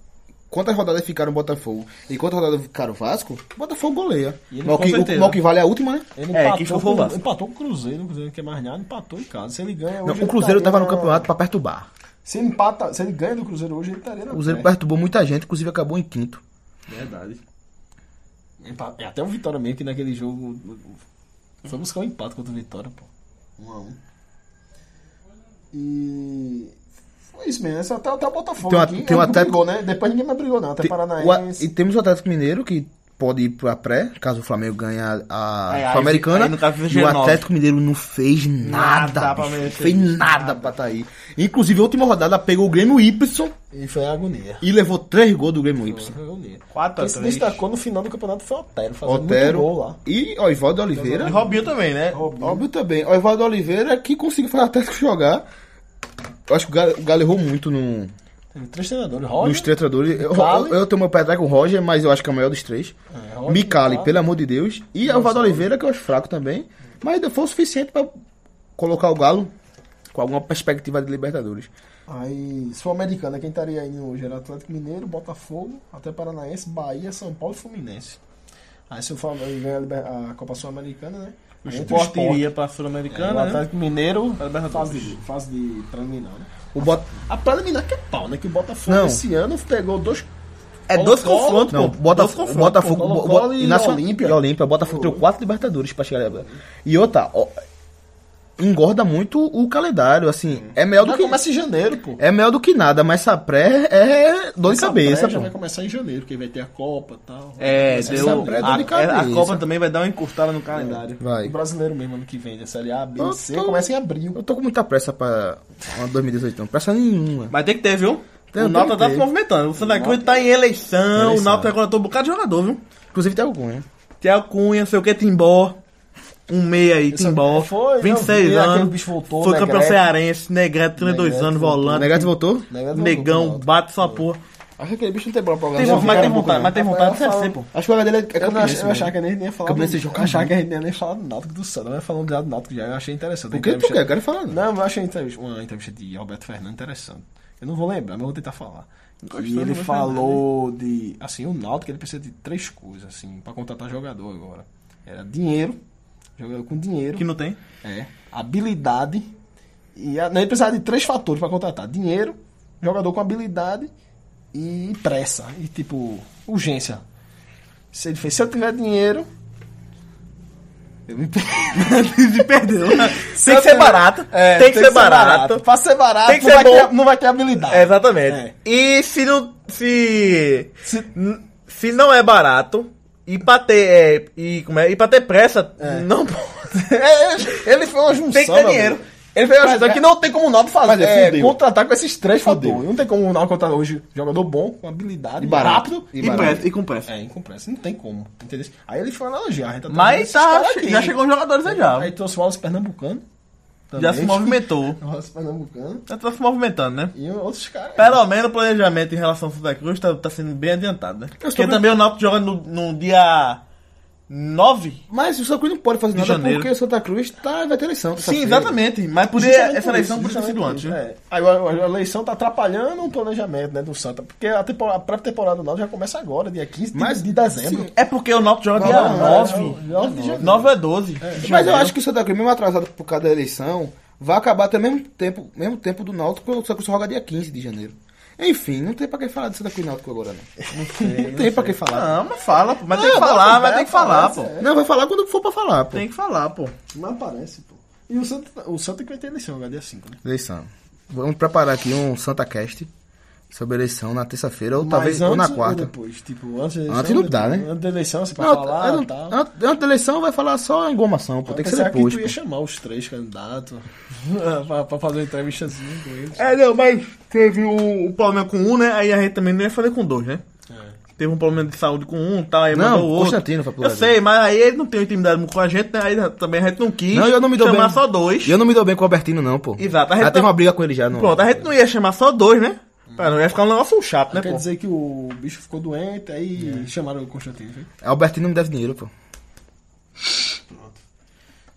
Speaker 4: quantas rodadas ficaram o Botafogo e quantas rodadas ficaram o Vasco, o Botafogo goleia.
Speaker 3: E ele
Speaker 4: Mas o
Speaker 3: com
Speaker 4: que,
Speaker 2: certeza.
Speaker 4: o, mas o que vale é a última, né?
Speaker 3: Ele
Speaker 2: É,
Speaker 3: empatou,
Speaker 2: que foi o
Speaker 3: com,
Speaker 2: Vasco.
Speaker 3: empatou com o Cruzeiro, o Cruzeiro não quer mais nada, empatou em casa. Se ele ganha
Speaker 4: Não,
Speaker 3: hoje.
Speaker 4: o
Speaker 3: ele
Speaker 4: Cruzeiro
Speaker 3: estaria
Speaker 4: tava no
Speaker 3: na-
Speaker 4: campeonato pra perturbar.
Speaker 3: Se, ele empata, se ele ganha do Cruzeiro hoje, ele estaria na
Speaker 4: O Cruzeiro
Speaker 3: pré.
Speaker 4: perturbou muita gente, inclusive acabou em quinto.
Speaker 3: Verdade. Empa- É até o Vitória mesmo que naquele jogo foi buscar um empate contra o Vitória, pô. 1 a 1 E foi isso mesmo, esse até, até o Botafogo.
Speaker 4: Tem uma-
Speaker 3: aqui, é
Speaker 4: tem uma
Speaker 3: ninguém
Speaker 4: até-
Speaker 3: brigou, né? Depois ninguém mais brigou, não. Até
Speaker 4: Tem- o a-
Speaker 3: Paranaense.
Speaker 4: e temos o Atlético Mineiro que pode ir pra pré, caso o Flamengo ganhe a, a
Speaker 2: Aí, aí
Speaker 4: Sul-Americana.
Speaker 2: fica- aí no caso fica
Speaker 4: e o
Speaker 2: 19.
Speaker 4: Atlético Mineiro não fez nada.
Speaker 2: Nada pra
Speaker 4: bicho, não
Speaker 2: merecer
Speaker 4: fez
Speaker 2: isso,
Speaker 4: nada pra tá aí. Inclusive, a última rodada pegou o Grêmio Y
Speaker 3: E foi a agonia.
Speaker 4: e levou três gols do Grêmio Y.
Speaker 3: Foi a agonia.
Speaker 2: Quatro a
Speaker 3: Quem se
Speaker 2: três.
Speaker 3: destacou no final do campeonato foi o Otero, fazendo
Speaker 4: Otero
Speaker 3: muito gol lá.
Speaker 4: e Oivaldo
Speaker 2: E
Speaker 4: Oliveira.
Speaker 2: Robinho também, né?
Speaker 4: Óbvio também. O Evaldo Oliveira que conseguiu fazer o Atlético jogar. Eu acho que o Galo, o Galo errou muito no,
Speaker 3: Teve três treinadores, Roger,
Speaker 4: nos treinadores. Eu,
Speaker 3: Micali.
Speaker 4: eu, eu tenho meu pé atrás com o Roger, mas eu acho que é o maior dos três.
Speaker 3: É,
Speaker 4: Micali,
Speaker 3: Roger, Micali.
Speaker 4: pelo amor de Deus. E o Evaldo Oliveira, que eu acho fraco também. Mas ainda foi o suficiente pra colocar o Galo com alguma perspectiva de Libertadores.
Speaker 3: Aí, Sul-Americana, quem estaria aí hoje era Atlético Mineiro, Botafogo, até Paranaense, Bahia, São Paulo e Fluminense. Aí se o Flamengo ganha a Liber- a Copa Sul-Americana, né?
Speaker 2: O
Speaker 3: Aí entra
Speaker 2: Sport
Speaker 3: Sport.
Speaker 2: iria pra
Speaker 3: É, o
Speaker 2: Sul-Americana, né?
Speaker 3: Atlético Mineiro,
Speaker 2: Pra Libertadores.
Speaker 3: fase de, fase de preliminar, né?
Speaker 4: O Bot...
Speaker 3: A preliminar que é pau, né? Que o Botafogo
Speaker 4: Não.
Speaker 3: esse ano pegou dois...
Speaker 2: É dois
Speaker 3: Colo-Colo,
Speaker 2: confrontos,
Speaker 4: Não,
Speaker 2: pô.
Speaker 4: Botafogo,
Speaker 2: Dois confrontos,
Speaker 4: Botafogo,
Speaker 3: pô.
Speaker 4: Bo- Bo-
Speaker 3: Colo-Colo e
Speaker 4: e Nacional,
Speaker 3: Olímpia.
Speaker 4: e Olímpia. Botafogo tem quatro Libertadores pra chegar. lá. E outra, ó, engorda muito o calendário, assim, é melhor do
Speaker 3: Já
Speaker 4: que
Speaker 3: começa em janeiro, pô.
Speaker 4: é melhor do que nada, mas essa pré é dor de
Speaker 3: Essa
Speaker 4: cabeça,
Speaker 3: pré Já
Speaker 4: pô.
Speaker 3: vai começar em janeiro, porque vai ter a Copa e tal.
Speaker 2: É,
Speaker 3: Essa
Speaker 2: deu.
Speaker 3: pré é
Speaker 2: A,
Speaker 3: dor de cabeça. É.
Speaker 2: é, a Copa também vai dar uma encurtada no calendário.
Speaker 3: calendário.
Speaker 4: Vai.
Speaker 3: O brasileiro mesmo, ano que vem, da Série A, B,
Speaker 4: Eu
Speaker 3: C,
Speaker 4: tô-
Speaker 3: começa em abril.
Speaker 4: Eu tô com muita pressa pra uma 2018, não. Pressa nenhuma.
Speaker 2: Mas tem que ter, viu?
Speaker 4: Tem-
Speaker 2: o
Speaker 4: tem
Speaker 2: Nauta
Speaker 4: que
Speaker 2: tá
Speaker 4: ter.
Speaker 2: se movimentando. O Santa Cruz tá em eleição.
Speaker 4: Eleição.
Speaker 2: O Nauta contratou um bocado de jogador, viu?
Speaker 4: Inclusive tem algum, né?
Speaker 2: Thiago Cunha, sei o que, Timbó. Um meia aí,
Speaker 3: Essa-
Speaker 2: Timbó.
Speaker 3: é, foi, eu
Speaker 2: 26
Speaker 3: vi, aquele
Speaker 2: anos.
Speaker 3: bicho voltou,
Speaker 2: foi
Speaker 3: Negrete.
Speaker 2: campeão cearense, Negrete, 32
Speaker 3: Negrete
Speaker 2: anos,
Speaker 3: voltou.
Speaker 4: O
Speaker 2: volante.
Speaker 4: Negati voltou?
Speaker 3: Negrete voltou pro
Speaker 2: Negão,
Speaker 3: Náutico.
Speaker 2: bate sua porra.
Speaker 4: Acho que aquele bicho não tem bola pra
Speaker 2: Tem
Speaker 4: né?
Speaker 2: vontade, mas tem
Speaker 4: Ficaram um pouco,
Speaker 2: vontade, mas
Speaker 4: né?
Speaker 2: tem vontade de ser assim, pô.
Speaker 4: A jogada dele é
Speaker 3: Eu, não
Speaker 4: campeonato,
Speaker 3: ach- eu
Speaker 4: né?
Speaker 3: achava que nem, nem ia falar.
Speaker 4: Campeonato
Speaker 3: do-
Speaker 4: se joga
Speaker 3: eu achava que a gente nem ia falar do Náutico do Santos, mas falando já do Náutico já, eu achei interessante.
Speaker 4: Por quê? Por quê? Eu quero falar, né?
Speaker 3: Não, mas eu achei entrevista- uma entrevista de Alberto Fernandes interessante. Eu não vou lembrar, mas eu vou tentar falar. E ele falou de. Assim, o Náutico ele precisa de três coisas, assim, pra contratar jogador agora. Era dinheiro, jogador com dinheiro.
Speaker 2: Que não tem.
Speaker 3: É. Habilidade. E a, ele precisava de três fatores para contratar: dinheiro, jogador com habilidade e pressa. E tipo, urgência. Se ele fez, se eu tiver dinheiro. Eu me perdi.
Speaker 2: Se perdeu. tem
Speaker 3: eu
Speaker 2: que ser
Speaker 3: tiver-
Speaker 2: barato.
Speaker 3: É,
Speaker 2: tem que ser barato.
Speaker 3: Pra ser barato,
Speaker 2: Tem que
Speaker 3: não,
Speaker 2: ser
Speaker 3: vai
Speaker 2: bom.
Speaker 3: Ter, não vai ter habilidade.
Speaker 2: É, exatamente.
Speaker 3: É.
Speaker 2: E se não. Se.
Speaker 3: Se-
Speaker 2: n- Se não é barato. E pra ter. é, e, como é? e pra ter pressa,
Speaker 3: É.
Speaker 2: não pode.
Speaker 3: ele foi uma junção.
Speaker 2: Tem que ter
Speaker 3: meu
Speaker 2: dinheiro.
Speaker 3: amigo. Ele fez uma
Speaker 4: Mas
Speaker 3: junção
Speaker 4: é-
Speaker 3: que não tem como o Náutico
Speaker 4: Mas
Speaker 3: fazer.
Speaker 4: é,
Speaker 3: É,
Speaker 4: fudeu.
Speaker 3: contratar com esses três
Speaker 4: Fudeu.
Speaker 3: fatores. Não tem como o Náutico contratar hoje jogador bom, com habilidade,
Speaker 4: E barato.
Speaker 3: rápido
Speaker 4: E
Speaker 2: E, pressa, e com pressa.
Speaker 3: É, incompresso, não tem como, entendeu? Aí ele foi analogia, a gente tá
Speaker 2: Mas
Speaker 3: trazendo
Speaker 2: tá,
Speaker 3: esses caras
Speaker 2: já chegou os jogadores aí já.
Speaker 3: Aí trouxe o Wallace Pernambucano.
Speaker 2: Já se
Speaker 3: também.
Speaker 2: movimentou.
Speaker 3: O Wallace Pernambucano.
Speaker 2: Já tá se movimentando, né?
Speaker 3: E outros caras.
Speaker 2: Pelo menos o planejamento em relação ao Santa Cruz tá, tá sendo bem adiantado, né? Porque
Speaker 4: sobre-
Speaker 2: também o Náutico joga no, no dia 9?
Speaker 4: Mas
Speaker 3: é
Speaker 4: o Santa Cruz não pode fazer
Speaker 2: De
Speaker 4: nada
Speaker 2: janeiro.
Speaker 4: porque o Santa Cruz tá, vai ter eleição.
Speaker 2: Sim,
Speaker 4: terça-feira.
Speaker 2: exatamente. Mas podia,
Speaker 3: Justamente
Speaker 2: essa eleição
Speaker 3: por
Speaker 2: podia
Speaker 3: isso,
Speaker 2: ter sido antes,
Speaker 3: justamente
Speaker 2: né?
Speaker 3: isso, é. Agora, a eleição tá atrapalhando o planejamento, né, do Santa. Porque a, temporada, a pré-temporada do Náutico já começa agora, dia 15 de-
Speaker 4: Mas-
Speaker 3: de dezembro.
Speaker 2: É porque o Náutico joga dia
Speaker 3: Não, não, não,
Speaker 2: 9.
Speaker 3: não, 9 de janeiro.
Speaker 2: 9 é 12.
Speaker 4: Mas eu acho que o Santa Cruz, mesmo atrasado por causa da eleição, vai acabar até mesmo tempo, mesmo tempo do Náutico, porque o Santa Cruz só joga dia 15 de janeiro. Enfim, não tem pra que falar do Santa Cruz e Náutico agora, não. Não tem pra que falar.
Speaker 2: Não, mas fala, pô. Mas
Speaker 3: Não,
Speaker 2: tem que
Speaker 3: não,
Speaker 2: falar,
Speaker 3: não,
Speaker 2: mas tem que falar,
Speaker 3: parece,
Speaker 2: pô.
Speaker 3: é.
Speaker 4: Não, vai falar quando for pra falar, pô.
Speaker 2: Tem que falar, pô.
Speaker 3: Não aparece, pô. E o Santa, o Santa que vai ter eleição agora, dia 5, né?
Speaker 4: Eleição. Vamos preparar aqui um Santa Cast sobre eleição na terça-feira ou talvez
Speaker 3: antes
Speaker 4: ou na quarta.
Speaker 3: depois, tipo, antes da eleição.
Speaker 4: Antes não dá, né?
Speaker 3: Antes da eleição, você pode
Speaker 4: Não,
Speaker 3: falar
Speaker 4: eu não-
Speaker 3: e tal.
Speaker 4: antes antes da eleição vai falar só engomação, pô. Tem que ser
Speaker 3: Apesar
Speaker 4: depois.
Speaker 3: que tu ia
Speaker 4: pô.
Speaker 3: chamar os três candidatos pra, pra fazer uma entrevistazinha com eles. Né,
Speaker 2: É, não, mas teve um, um problema com um, né? Aí a gente também não ia fazer com dois, né? Teve um problema de saúde com um e tal, aí
Speaker 4: Não,
Speaker 2: mandou o outro.
Speaker 4: Constantino foi pro
Speaker 2: Eu
Speaker 4: Brasil.
Speaker 2: sei, mas aí ele não tem intimidade muito com a gente, né? Aí também a gente não quis
Speaker 4: Não, eu não me dou
Speaker 2: chamar
Speaker 4: bem.
Speaker 2: só dois.
Speaker 4: E eu não me dou bem com o Albertino, não, pô.
Speaker 2: Exato, a gente
Speaker 4: Já teve
Speaker 2: tá-
Speaker 4: uma briga com ele já, não.
Speaker 2: Pronto, a gente não ia chamar só dois, né? Pra não ia ficar um negócio chato, né,
Speaker 3: Quer
Speaker 2: pô?
Speaker 3: dizer que o bicho ficou doente, aí
Speaker 4: É.
Speaker 3: chamaram o Constantino. viu?
Speaker 4: Albertino me deve dinheiro, pô.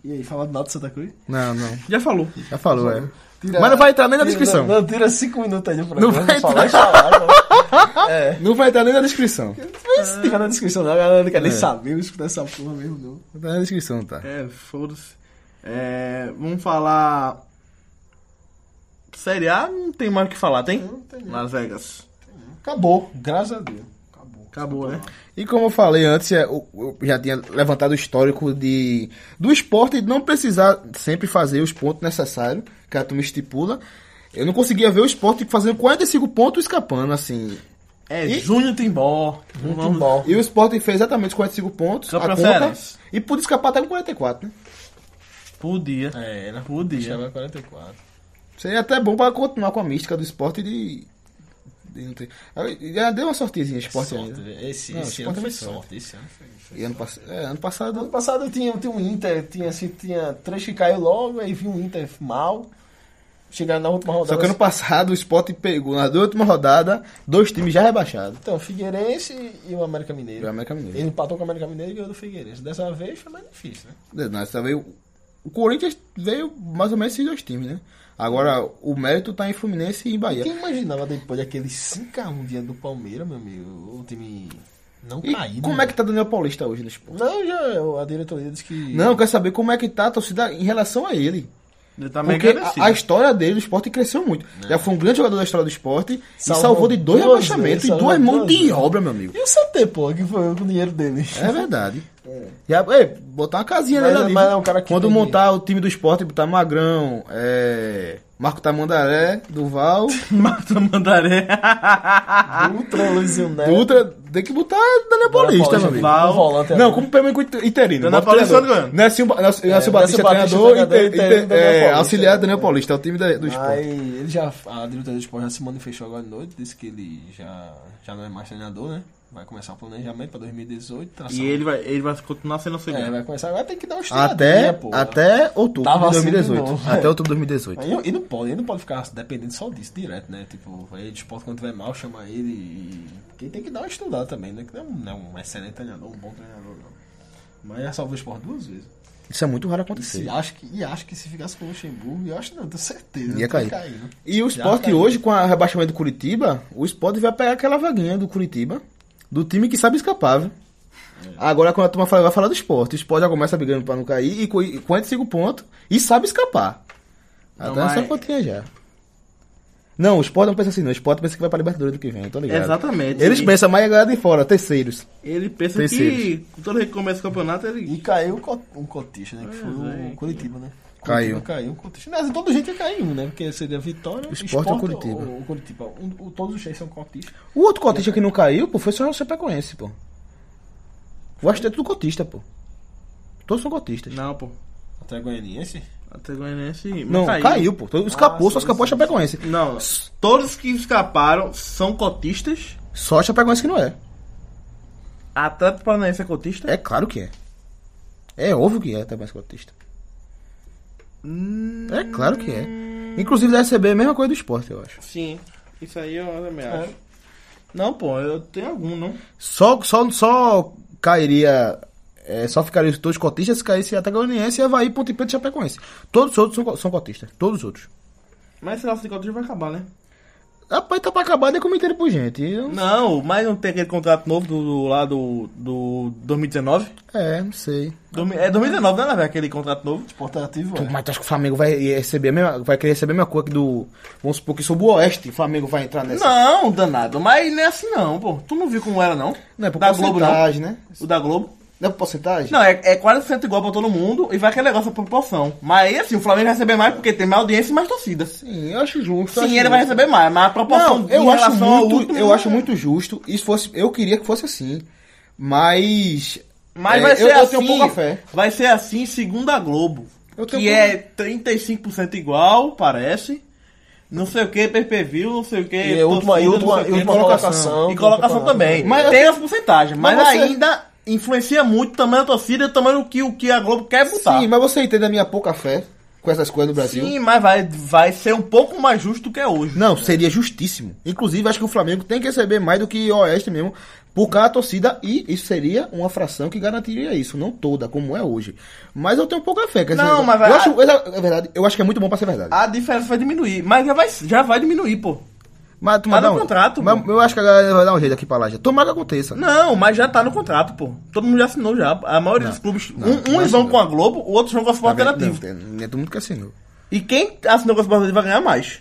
Speaker 3: E aí, falar do Náutico Santa Cruz?
Speaker 4: Não, não.
Speaker 2: Já falou.
Speaker 4: Já falou, é.
Speaker 3: Tira-
Speaker 4: Mas não vai entrar nem na
Speaker 3: tira-
Speaker 4: descrição.
Speaker 3: Não, tira cinco minutos aí do
Speaker 4: Não
Speaker 3: programa.
Speaker 4: vai
Speaker 3: só vai
Speaker 4: entrar.
Speaker 3: falar. né?
Speaker 4: Não vai entrar nem na descrição.
Speaker 3: Mas se tiver na descrição, não, a galera não quer nem
Speaker 4: É.
Speaker 3: saber, eu escutar essa porra mesmo, não.
Speaker 4: Não tá na descrição, tá?
Speaker 2: É, foda-se. É, vamos falar. Série A não tem mais o que falar, tem?
Speaker 3: Não, tem não.
Speaker 2: Las Vegas.
Speaker 3: Acabou, graças a Deus. Acabou.
Speaker 2: Acabou, né?
Speaker 4: E como eu falei antes, é, eu, eu já tinha levantado o histórico de do esporte não precisar sempre fazer os pontos necessários que a turma estipula. Eu não conseguia ver o esporte fazendo 45 pontos e escapando, assim.
Speaker 2: É,
Speaker 4: E-
Speaker 2: Júnior Timbó.
Speaker 4: E o Sporting fez exatamente os 45 pontos.
Speaker 2: Campeão
Speaker 4: a conta,
Speaker 2: cearense.
Speaker 4: e podia escapar até com 44, né?
Speaker 2: Podia.
Speaker 3: É, era.
Speaker 2: Podia.
Speaker 3: Chegava 44.
Speaker 4: Seria é até bom pra continuar com a mística do esporte de. de não ter... Aí, Já deu uma sortezinha esporte
Speaker 3: sorte,
Speaker 4: ainda.
Speaker 3: velho. Esse,
Speaker 4: Não,
Speaker 3: esse
Speaker 4: esporte
Speaker 3: ano
Speaker 4: é
Speaker 3: foi
Speaker 4: sorte.
Speaker 3: sorte. Esse ano foi
Speaker 4: E ano, pass... é, ano passado.
Speaker 3: Ano passado tinha, tinha um Inter, tinha, assim, tinha três que caiu logo, aí vinha um Inter mal. Chegaram na última rodada. assim,
Speaker 4: Só que ano passado o esporte pegou na última rodada dois times já rebaixados.
Speaker 3: Então, Figueirense e o América Mineiro.
Speaker 4: O América Mineiro.
Speaker 3: Ele empatou com o América Mineiro e ganhou do Figueirense. Dessa vez foi mais difícil, né?
Speaker 4: Nossa, veio... O Corinthians veio mais ou menos esses dois times, né? Agora o mérito tá em Fluminense e em Bahia.
Speaker 3: Quem imaginava depois daquele 5x1 diante do Palmeiras, meu amigo? O time não
Speaker 4: E
Speaker 3: caído.
Speaker 4: como é que tá Daniel Paulista hoje no esporte?
Speaker 3: Não, já a diretoria disse que.
Speaker 4: Não, eu quero saber como é que tá a torcida em relação a ele.
Speaker 2: Ele tá meio
Speaker 4: Porque
Speaker 2: agradecido.
Speaker 4: a, a história dele do esporte cresceu muito. Já foi um grande jogador da história do esporte
Speaker 3: Salvou
Speaker 4: e salvou de dois
Speaker 3: duas
Speaker 4: rebaixamentos
Speaker 3: vezes,
Speaker 4: e duas
Speaker 3: salvou
Speaker 4: mãos
Speaker 3: duas
Speaker 4: de
Speaker 3: vezes.
Speaker 4: obra, meu amigo.
Speaker 3: E o CT, pô, que foi com o dinheiro dele?
Speaker 4: É verdade. Já, é, botar uma casinha
Speaker 3: Mas-
Speaker 4: nele ali.
Speaker 3: mas
Speaker 4: viu?
Speaker 3: é um cara que
Speaker 4: Quando
Speaker 3: tem-
Speaker 4: montar o time do esporte, botar Magrão, é, Marco Tamandaré, Duval,
Speaker 2: Mata Mandaré.
Speaker 3: Ultra Luizinho Neto.
Speaker 4: Dutra. Tem que botar Daniel Paulista, meu amigo.
Speaker 2: Val.
Speaker 3: Val. Volante,
Speaker 4: Não, como Pernambuco interino.
Speaker 2: Daniel
Speaker 4: bota
Speaker 2: Paulista
Speaker 4: treinador.
Speaker 2: é o goiano.
Speaker 4: Nelson, Ba- Nelson, Nelson Batista, é
Speaker 3: Batista,
Speaker 4: treinador,
Speaker 3: treinador,
Speaker 4: inter- inter-
Speaker 3: interino, Daniel
Speaker 4: é,
Speaker 3: Paulista.
Speaker 4: auxiliar Daniel Paulista, é o time da- do
Speaker 3: Aí
Speaker 4: esporte.
Speaker 3: ele já. A diretoria do esporte já se manifestou agora de noite, disse que ele já, já não é mais treinador, né? Vai começar o planejamento pra 2018. traçar
Speaker 2: E
Speaker 3: um-
Speaker 2: ele vai, ele vai continuar sendo auxiliar.
Speaker 3: É, vai começar agora, tem que dar uma estiradinha,
Speaker 4: Até,
Speaker 3: pô.
Speaker 4: até outubro
Speaker 3: Tava
Speaker 4: de
Speaker 3: assim de
Speaker 4: 2018.
Speaker 3: novo,
Speaker 4: até
Speaker 3: velho.
Speaker 4: outubro de 2018.
Speaker 3: Aí, e não pode, ele não pode ficar dependendo só disso direto, né? Tipo, aí o esporte quando tiver mal, chama ele e. Quem tem que dar uma estudada também, né? Que não é um- não é um excelente treinador, um bom treinador, não. Mas já salvou o esporte duas vezes.
Speaker 4: Isso é muito raro
Speaker 3: E,
Speaker 4: acontecer.
Speaker 3: se acha que, e acho que se ficasse com o Luxemburgo, eu acho não, tenho certeza.
Speaker 4: Ia
Speaker 3: que
Speaker 4: cair.
Speaker 3: caindo.
Speaker 4: E o
Speaker 3: Já
Speaker 4: esporte
Speaker 3: caiu.
Speaker 4: hoje, com o rebaixamento do Curitiba, o esporte vai pegar aquela vaguinha do Curitiba, do time que sabe escapar, viu?
Speaker 3: É.
Speaker 4: Agora, quando a turma fala, vai falar do esporte, o esporte já começa brigando pra não cair e com e com 45 pontos e sabe escapar.
Speaker 2: Não,
Speaker 4: Até essa
Speaker 2: mas-
Speaker 4: continha já. Não, o esporte não pensa assim, não. O esporte pensa que vai pra Libertadores do que vem, tô ligado.
Speaker 2: Exatamente.
Speaker 4: Eles
Speaker 2: E-
Speaker 4: pensam mais agora de fora, terceiros.
Speaker 2: Ele pensa
Speaker 4: Terceiros.
Speaker 2: que toda vez que começa o campeonato,
Speaker 3: E
Speaker 2: ele.
Speaker 3: caiu o co- um cotista, né? Que foi
Speaker 2: é,
Speaker 3: o Curitiba, né?
Speaker 4: Caiu.
Speaker 3: Curitiba caiu um cotista. Mas todo jeito ia cair um, né? Porque seria Vitória,
Speaker 4: Sport ou Curitiba?
Speaker 3: é O, Curitiba. Um- o- todos os três são cotistas.
Speaker 4: O outro cotista que não caiu, pô, foi só o Chapecoense, pô. O acho que é tudo cotista, pô. Todos são cotistas.
Speaker 2: Não, pô.
Speaker 3: Até Goianiense.
Speaker 2: Até Goianiense. mas
Speaker 4: Não, caiu, pô. Todo- Escapou,
Speaker 3: Ah,
Speaker 4: só
Speaker 3: sim,
Speaker 4: escapou a
Speaker 3: sim,
Speaker 4: Chapecoense.
Speaker 2: Não, s- todos que escaparam são cotistas.
Speaker 4: Só a Chapecoense que não é.
Speaker 2: Atlético Paranaense é cotista?
Speaker 4: É claro que é. É óbvio que é também escotista. É claro que é.
Speaker 3: Hum.
Speaker 4: Inclusive da SCB é a mesma coisa do esporte, eu acho.
Speaker 2: Sim. Isso aí eu também
Speaker 3: acho.
Speaker 2: É. Não, pô, eu tenho algum, não.
Speaker 4: Só, só, só cairia. é, só ficariam todos cotistas se caísse até Goianiense, Havaí, Ponte Preta e Chapecoense. Todos os outros são, co- são cotistas. Todos os outros.
Speaker 2: Mas esse negócio de cotista vai acabar, né?
Speaker 4: Rapaz, tá pra acabar de comitê por gente. Eu-
Speaker 2: Não, mas não tem aquele contrato novo do, do lá do, do 2019?
Speaker 4: é, não sei.
Speaker 2: Domi- É 2019, né, velho? Aquele contrato novo.
Speaker 4: Tipo
Speaker 3: Esporte é ativo,
Speaker 4: Mas tu acha que o Flamengo vai receber a mesma, vai querer receber a mesma coisa que do. Vamos supor que sou o Oeste, o Flamengo vai entrar nessa.
Speaker 2: Não, danado. Mas não é assim, não, pô. Tu não viu como era, não?
Speaker 4: Não é por
Speaker 2: da Globo, não.
Speaker 4: porcentagem, né?
Speaker 2: O da Globo.
Speaker 4: Não é por porcentagem?
Speaker 2: Não, é, é 40% igual pra todo mundo e vai aquele negócio da proporção. Mas aí, assim, o Flamengo vai receber mais porque tem mais audiência e mais torcida. Sim,
Speaker 4: Sim, eu acho justo. eu acho
Speaker 2: ele vai
Speaker 4: justo.
Speaker 2: receber mais, mas a proporção
Speaker 4: Não, eu
Speaker 2: em
Speaker 4: acho
Speaker 2: relação ao
Speaker 4: muito,
Speaker 2: último...
Speaker 4: eu acho muito justo. Isso fosse, eu queria que fosse assim, mas
Speaker 2: Mas
Speaker 4: é,
Speaker 2: vai ser
Speaker 4: eu,
Speaker 2: assim...
Speaker 4: eu tenho pouca fé.
Speaker 2: Vai ser assim segundo a Globo.
Speaker 4: Eu tenho
Speaker 2: que
Speaker 4: pouca-
Speaker 2: é 35% igual, parece. Não sei o que, pay-per-view, não sei o que...
Speaker 4: é
Speaker 3: E a última- e a última- e a última colocação.
Speaker 2: E colocação também.
Speaker 4: Mas assim,
Speaker 2: tem as porcentagens, mas,
Speaker 4: mas você-
Speaker 2: ainda influencia muito o tamanho da torcida e o tamanho do que, o que a Globo quer botar.
Speaker 4: Sim, mas você entende a minha pouca fé com essas coisas no Brasil?
Speaker 2: Sim, mas vai, vai ser um pouco mais justo do que é hoje.
Speaker 4: Não, seria justíssimo. Inclusive, acho que o Flamengo tem que receber mais do que o Oeste mesmo, por causa da torcida, e isso seria uma fração que garantiria isso, não toda, como é hoje. Mas eu tenho pouca fé. que esse
Speaker 2: Não,
Speaker 4: negócio-
Speaker 2: mas vai- Ah,
Speaker 4: eu acho, eu- é verdade, eu acho que é muito bom pra ser verdade.
Speaker 2: A diferença vai diminuir, mas já vai, já vai diminuir, pô.
Speaker 4: Mas tu
Speaker 2: tá
Speaker 4: mandar
Speaker 2: no
Speaker 4: um-
Speaker 2: contrato,
Speaker 4: mas
Speaker 2: pô.
Speaker 4: eu acho que a galera vai dar um jeito aqui pra lá já. Tomara que aconteça.
Speaker 2: Não, mas já tá no contrato, pô. Todo mundo já assinou já. A maioria dos clubes, um, uns
Speaker 4: acho
Speaker 2: vão
Speaker 4: não.
Speaker 2: com a Globo, outros vão com a Sport Interativo.
Speaker 4: Não, é todo mundo que assinou.
Speaker 2: E quem assinou com a Sport Interativo vai ganhar mais.